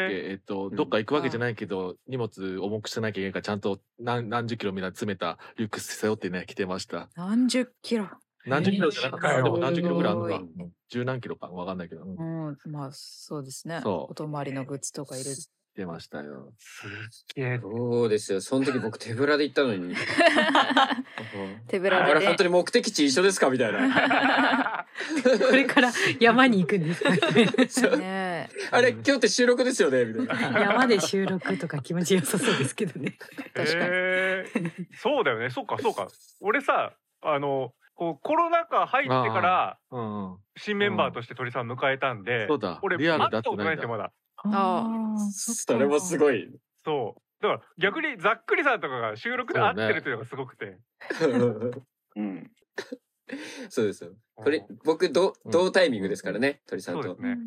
B: け、
A: ー
B: えっと、
D: ん
B: どっか行くわけじゃないけど、荷物重くしてなきゃいけないから、ちゃんと何何十キロみんな詰めたリュックス背負ってね、来てました。
F: 何十キロ
B: 何十キロじゃなかった。
A: えー
B: でも何十キロぐらいあるの
F: す
B: か
F: ごい。
B: 十何キロかわかんないけど。うん
F: うんまあそうですね
B: そう
F: お泊まりのグッズとかいる
B: 出ましたよ。
A: すっげえ。
D: そうですよ。その時僕手ぶらで行ったの
A: [laughs]
D: に。
F: 手ぶ
D: あ
F: ら
D: れ
F: で
D: 本当に目的地一緒ですかみたい
A: [laughs]
D: な。
E: これから山に行くんですか
D: そう
F: ね
D: あれ今日って収録ですよねみたいな。
E: 山で収録とか気持ちよさそうですけどね。
F: 確かに
A: えーそうだよね。そうかそうか。俺さあのこうコロナ禍入ってから
B: うんうん。
A: 新メンバーとして鳥さん迎えたんで、
B: そうだ。
A: 俺
B: リアル
A: 会
B: だっ
A: っ
B: たて
A: こ
B: な
A: とない
B: ん
A: いん
B: だ
A: だよ。まだ。
F: あ
D: それもすごい。
A: そう。だから逆にざっくりさんとかが収録で会ってるというのがすごくて。
G: うん。
D: そうですよ。鳥僕同同タイミングですからね。鳥さ
A: そ
D: ん
A: うで
D: と
A: す。ね。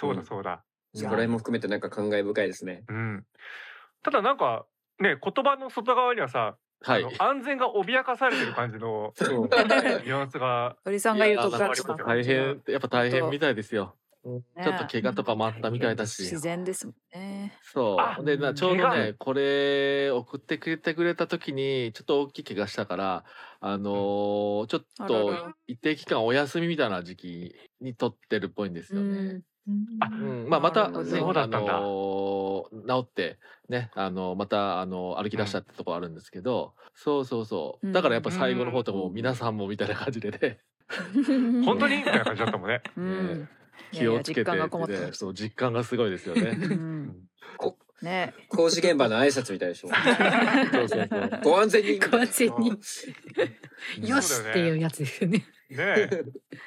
A: そうだそうだ。
D: そこら辺も含めてなんか感慨深いですね。
A: うん。ただなんかね言葉の外側にはさ、
B: は
A: あの
B: い。
A: 安全が脅かされてる感じの
D: そう
A: ニュアンスが。
F: 鳥さんが言うと
B: あなん
F: ガ
B: か
F: チ
A: ちょっと
B: 大変、やっぱ大変みたいですよ。
F: ね
B: ちょっと怪我とかもあったみたいだし
F: 自。然ですもんね
B: そう。で、なちょうど
A: 怪
B: ね、これ送ってくれてくれた時に、ちょっと大きい怪我したから、あのーちょっ
F: あら
B: と
F: ら
B: 一定期間お休みみたいな時期に撮ってるっぽいんですよね。
A: あ
B: うん、まあまた、ね、
A: そうだったんだ
B: あのー治ってねあのまたあの歩き出したってとこあるんですけど、そうそうそうだからやっぱ最後の方とかも皆さんもみたいな感じでね、
F: [laughs]
A: 本当にみたいな感じだったもんね。
F: うん
B: 気をつけて
F: いやいや実感がこもってまし
B: そう実感がすごいですよね
F: うん
D: こ
F: ね
D: 工事現場の挨拶みたいでしょ。
B: そうそうそう
D: ご安全に。
E: ご安全に。よし
A: そうだ
E: っ
A: ね
E: ていうやつですよね。
B: [laughs]
A: ねえ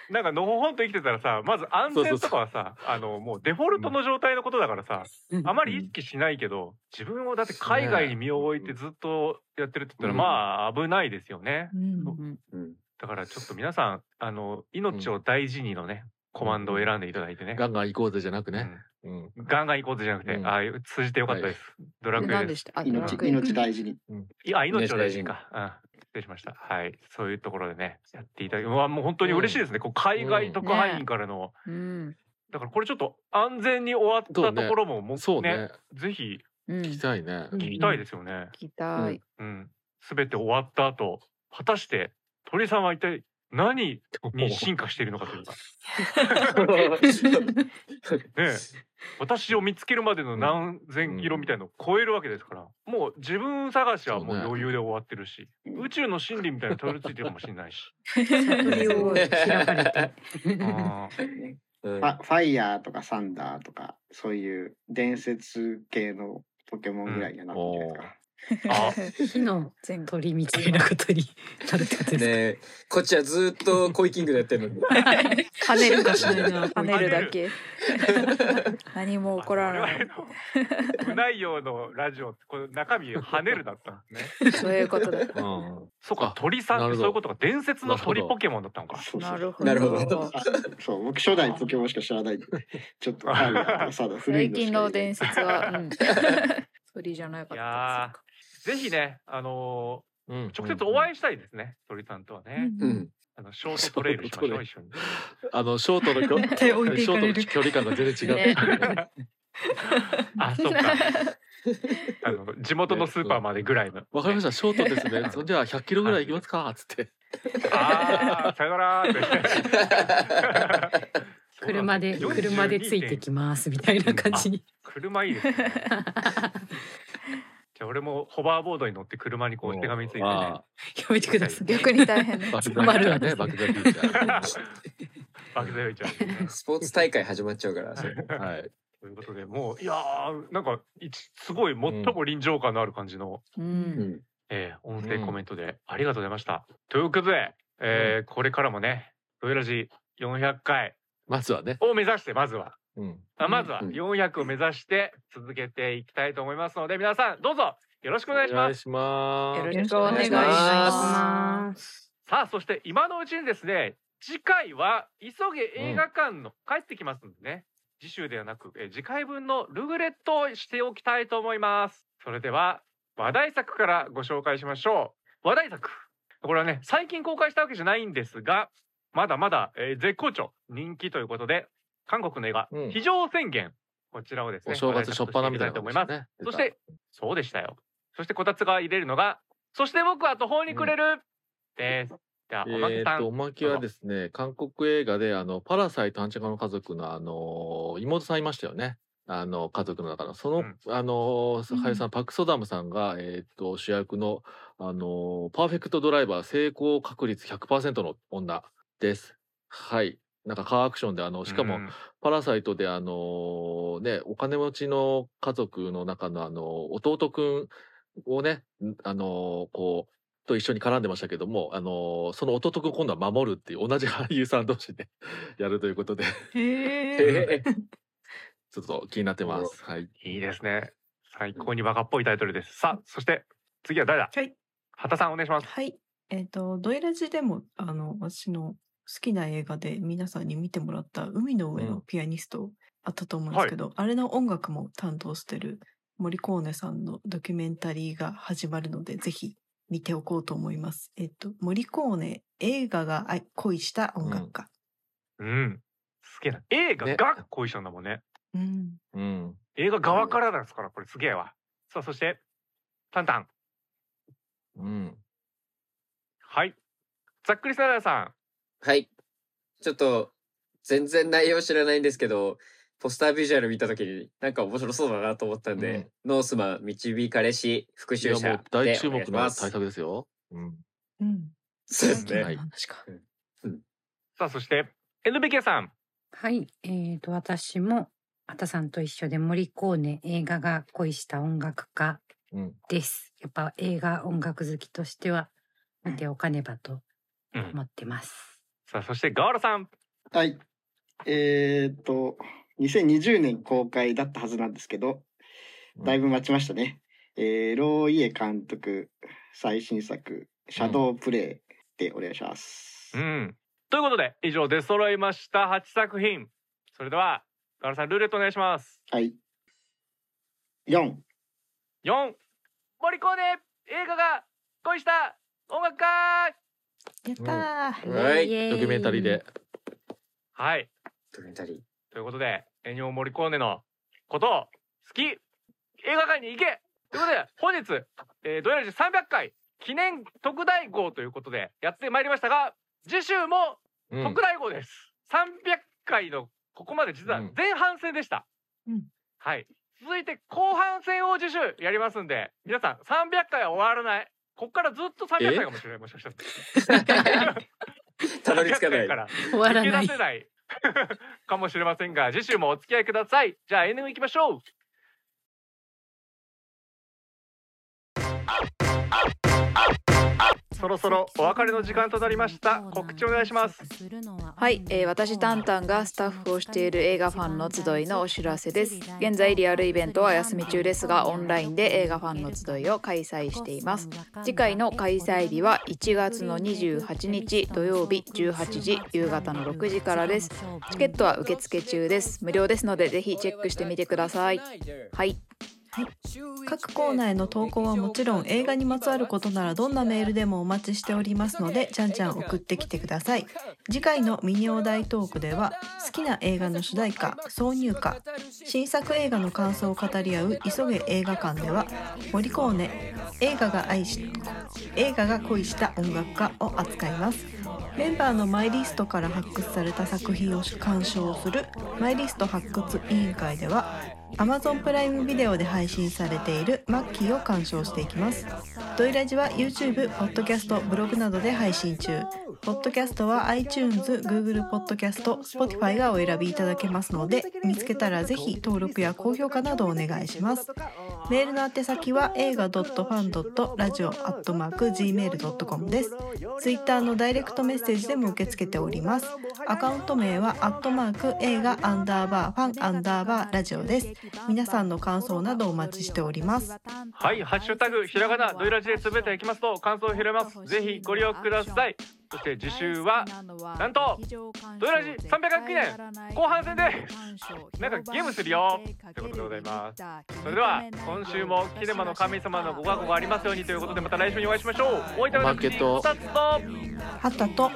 A: なんかのほほんと生きてたらさまず安全とかはさあのもうデフォルトの状態のことだからさ、
E: うん
A: あまり意識しないけど自分をだって海外に身を置いてずっとやってるって言ったら、まあ危ないですよね
F: うん
D: うん
A: だからちょっと皆さんあの命を大事にのね、コマンドを選んでいただいてね、
B: ガンガン行こうぜじゃなく
A: う
B: ね、
A: ん
B: うん
A: ガンガン行こうぜじゃなくて、
B: うん
A: ああいう通じてよかったです、ドラ
F: で
A: クエ
F: 何
A: で
F: ですしたあ
G: 命、
F: 楽園
G: 命大事に。
A: いや命を大事にか、うん、失礼しましたはいそういうところでねやっていただきうわもう本当に嬉しいですね、こう海外特派員からの、
F: うん
A: だからこれちょっと安全に終わったところもも
B: そうね
A: ぜひ
F: うん
B: 聞
F: 聞
B: きたいね、
A: 聞きたいですよね。
F: きたい
A: うん。すべて終わった後、果たして鳥さんは一体何に進化しているのか
B: [laughs]
A: というか、ねえ、私を見つけるまでの何千キロみたいのを超えるわけですから、もう自分探しはもう余裕で終わってるし、宇宙の真理みたいなのたどり着いてるかもしれな
B: [laughs]
A: いし。
E: を開かれて。
A: うん
D: うん
G: [laughs] ファファイヤーとかサンダーとか、そういう伝説系のポケモンぐらいにはなってるんじゃないですか。
A: あ、
E: 火の
F: 全部
E: 鳥みたいなことになるってことですか。
D: ねこっちはずっとコイキングでやって
A: [laughs]
D: るのに。
F: 跳ねるだけ
E: しないな
F: 跳ねるだけ何も起こらない
A: 我々の不内容のラジオってこの中身跳ねるだったんですね。
F: そういうことだ
B: うん、
A: そうか
B: あ
A: 鳥さんっ
B: な
A: て
B: るほど
A: そういうことか伝説の鳥ポケモンだったのか。
G: そう
F: な
G: そうそ
F: る
G: う。
F: ほど
D: なるほど
G: あそう、僕初代ポケモンしか知らないんで。ちょっとファイヤーとかサンダー古い
F: 最
G: のしか
F: 近の伝説は、 [laughs] うん、鳥じゃない
A: い
F: か
A: や
F: っ
A: ーぜひねあの
B: うん
A: ー直接お会いしたいですね鳥さんとはね。
D: うん。
A: あのショートトレイルしましょう一緒に。
B: あのショートの距離シ
E: [laughs] 手置いてい
B: ョ
E: かれる
B: ートの距離感が全然違う、
F: ね
B: [laughs]
A: あ [laughs] そうか。あの [laughs] 地元のスーパーまでぐらいの。
B: わかりましたショートですねそんじゃあ100キロぐらい行きますかつって
A: ああさよならーって。
E: 車で車でついてきますみたいな感じに。
A: 車いいですね。じゃあ俺もホバーボードに乗って
B: [laughs]
A: 車にこう手紙ついてね。
B: あ
E: やめてください。
F: た逆に大変ね
B: ーバクザビーチャーねバクザビーチャ
A: バクザよいちゃんですね。
D: スポーツ大会始まっちゃうから。そう
B: ーはい
A: [laughs] ということでもういやーなんかいちすごい最も臨場感のある感じの、
F: う
D: うんん。
A: えー音声コメントでありがとうございました。ということで、えーこれからもね「ロイラジ400回
B: [laughs] まずはね」
A: を目指してまずは。
B: うん
A: あまずは
D: うん
A: 400を目指して続けていきたいと思いますので皆さんどうぞよろしくお願いします。
B: しま
F: よ
B: す
F: ろしくお願いし
D: お願いし
F: ま
E: ま
A: さあそして今のうちにですね次回は急げ映画館の、帰ってきますんでね次週ではなくえー次回分のルグレットをしておきたいと思いますそれでは話題作からご紹介しましょう話題作これはね最近公開したわけじゃないんですがまだまだ、えー絶好調人気ということで韓国の映画「
B: うん
A: 非常宣言」こちらをです
B: お
A: ね
B: 正月初っ端みたいな
A: 話題作と
B: 感じ
A: してきと思いま
B: ですね
A: すそして、そうでしたよ。そしてこたつが入れるのが、そして僕は途方に暮れる、です。じゃあ、おま
B: え
A: け
B: ー
A: さ
B: っ
A: ん。
B: と、おまけはですね、韓国映画で、あの、パラサイト半地下の家族の、あのー妹さんいましたよね。あの家族の中のその、
A: うん
B: あの俳優さん、パク・ソダムさんが、えーっと主役のあのパーフェクトドライバー成功確率100%の女です。はいなんかカーアクションであのしかも、
A: うん
B: パラサイトであのね、お金持ちの家族の中のあの、弟くんをね、んあのこう、と一緒に絡んでましたけども、あのその弟くんを今度は守るっていう同じ [laughs] 俳優さん同士でやるということで、
C: へえ。
D: えー
B: [laughs] ちょっと気になってます。はい。
A: いいですね最高にバカっぽいタイトルですさあそして次は誰だ
C: はい。
A: 畑さんお願いします
C: はい。えっ、と、ドイラジでも、あの、私の好きな映画で皆さんに見てもらった海の上のピアニストあったと思うんですけど、あれの音楽も担当してる森コーネさんのドキュメンタリーが始まるので、ぜひ見ておこうと思います。えっ、と、森コーネ映画が愛恋した音楽家。
A: うんすげえな映画
B: ね
A: が恋したんだもんね
C: うん。
B: うん。
A: 映画側からなんですからこれすげえわさあそしてタンタン
B: うん。
A: はいざっくりサラダさん
D: はい。ちょっと、全然内容知らないんですけど、ポスタービジュアル見たときに、なんか面白そうだなと思ったんで、ノースマン導かれし、復
B: いや
D: 讐
B: も
D: 者
B: う
D: で
B: 大注
D: お願
B: 目
D: いし
B: の
D: ま
B: 対
D: す。
B: 策ですよ。うん。
C: うん。
D: そうです
B: ね
C: 最近の話か。
A: さあそして NBK さん
E: はい、えー、と私もあたさんと一緒で森コーネ映画が恋した音楽家
B: うん。
E: です。やっぱ映画音楽好きとしては見ておかねばと思ってます。
A: さあそしてガワラさん
G: はい。えーっと、2020年公開だったはずなんですけど、だいぶ待ちましたね。えー、ローイエ監督最新作、シャドープレイでお願いします。
A: うんということで以上出揃いました8作品それではガワラさんルーレットお願いします
G: はい。4、
A: 4森コーネ映画が恋した音楽家
C: やったー。
D: はい
E: イエーイ
B: ドキュメンタリーで。。
A: はい
D: ドキュメンタリー
A: ということでエニオ森コーネのことを好き映画館に行けということで本日、えー、ドヤラジ300回記念特大号ということでやってまいりましたが次週も
B: うん
A: 特大号です、300回のここまで実は
B: うん
A: 前半戦でした、
C: うん
A: はい続いて後半戦を次週やりますんで皆さん300回は終わらないここからずっと300回かもしれないもしかしたら。
D: [laughs] たどり着かな
A: 300回
D: い
A: か。ら
E: 終わら
A: 抜け
E: ない
A: 出せ。ない [laughs] かもしれませんが次週もお付き合いくださいじゃあ NM 行きましょうそろそろお別れの時間となりました告知お願いします
F: はい、えー私タンタンがスタッフをしている映画ファンの集いのお知らせです現在リアルイベントはお休み中ですがオンラインで映画ファンの集いを開催しています次回の開催日は1月の28日土曜日18時夕方の6時からですチケットは受付中です無料ですのでぜひチェックしてみてくださいはい
C: 各コーナーへの投稿はもちろん映画にまつわることならどんなメールでもお待ちしておりますのでじゃんじゃん送ってきてください次回のミニお題トークでは好きな映画の主題歌挿入歌新作映画の感想を語り合う「急げ映画館」では森コーネ映画が愛し映画が恋した音楽家を扱いますメンバーのマイリストから発掘された作品を鑑賞するマイリスト発掘委員会では Amazon プライムビデオで配信されているマッキーを鑑賞していきますドイラジは YouTube、Podcast、ブログなどで配信中ポッドキャストは iTunes、Google ポッドキャスト、Spotify がお選びいただけますので見つけたらぜひ登録や高評価などお願いしますメールの宛先は映画 .fan.radio.gmail.com ですツイッターのダイレクトメッセージでも受け付けておりますアカウント名はアットマーク映画アンダーバーファンアンダーバーラジオです皆さんの感想などお待ちしております
A: はいハッシュタグひらがなドイラジでつぶやいていきますと感想を拾えますぜひご利用くださいそして次週はなんとドイラジ300回記念後半戦ですなんかゲームするよということでございますそれでは今週もキネマの神様のご加護がありますようにということでまた来週にお会いしましょうお相手は
B: おまけ
A: 私
B: と
A: こたつと
C: ハタと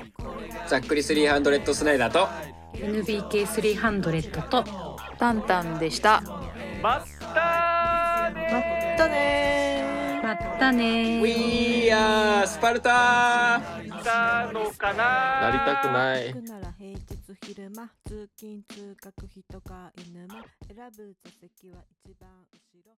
D: ざっくり300スナイダーと、
E: NBK300 と
F: タンタンでした
A: またね
C: またねー
E: またねー。
D: We are スパルタ
A: ー来たのか
B: な
A: な
B: りたくない。
J: なら平日
C: 昼間通勤通学人か犬間選ぶ座席は一番後ろ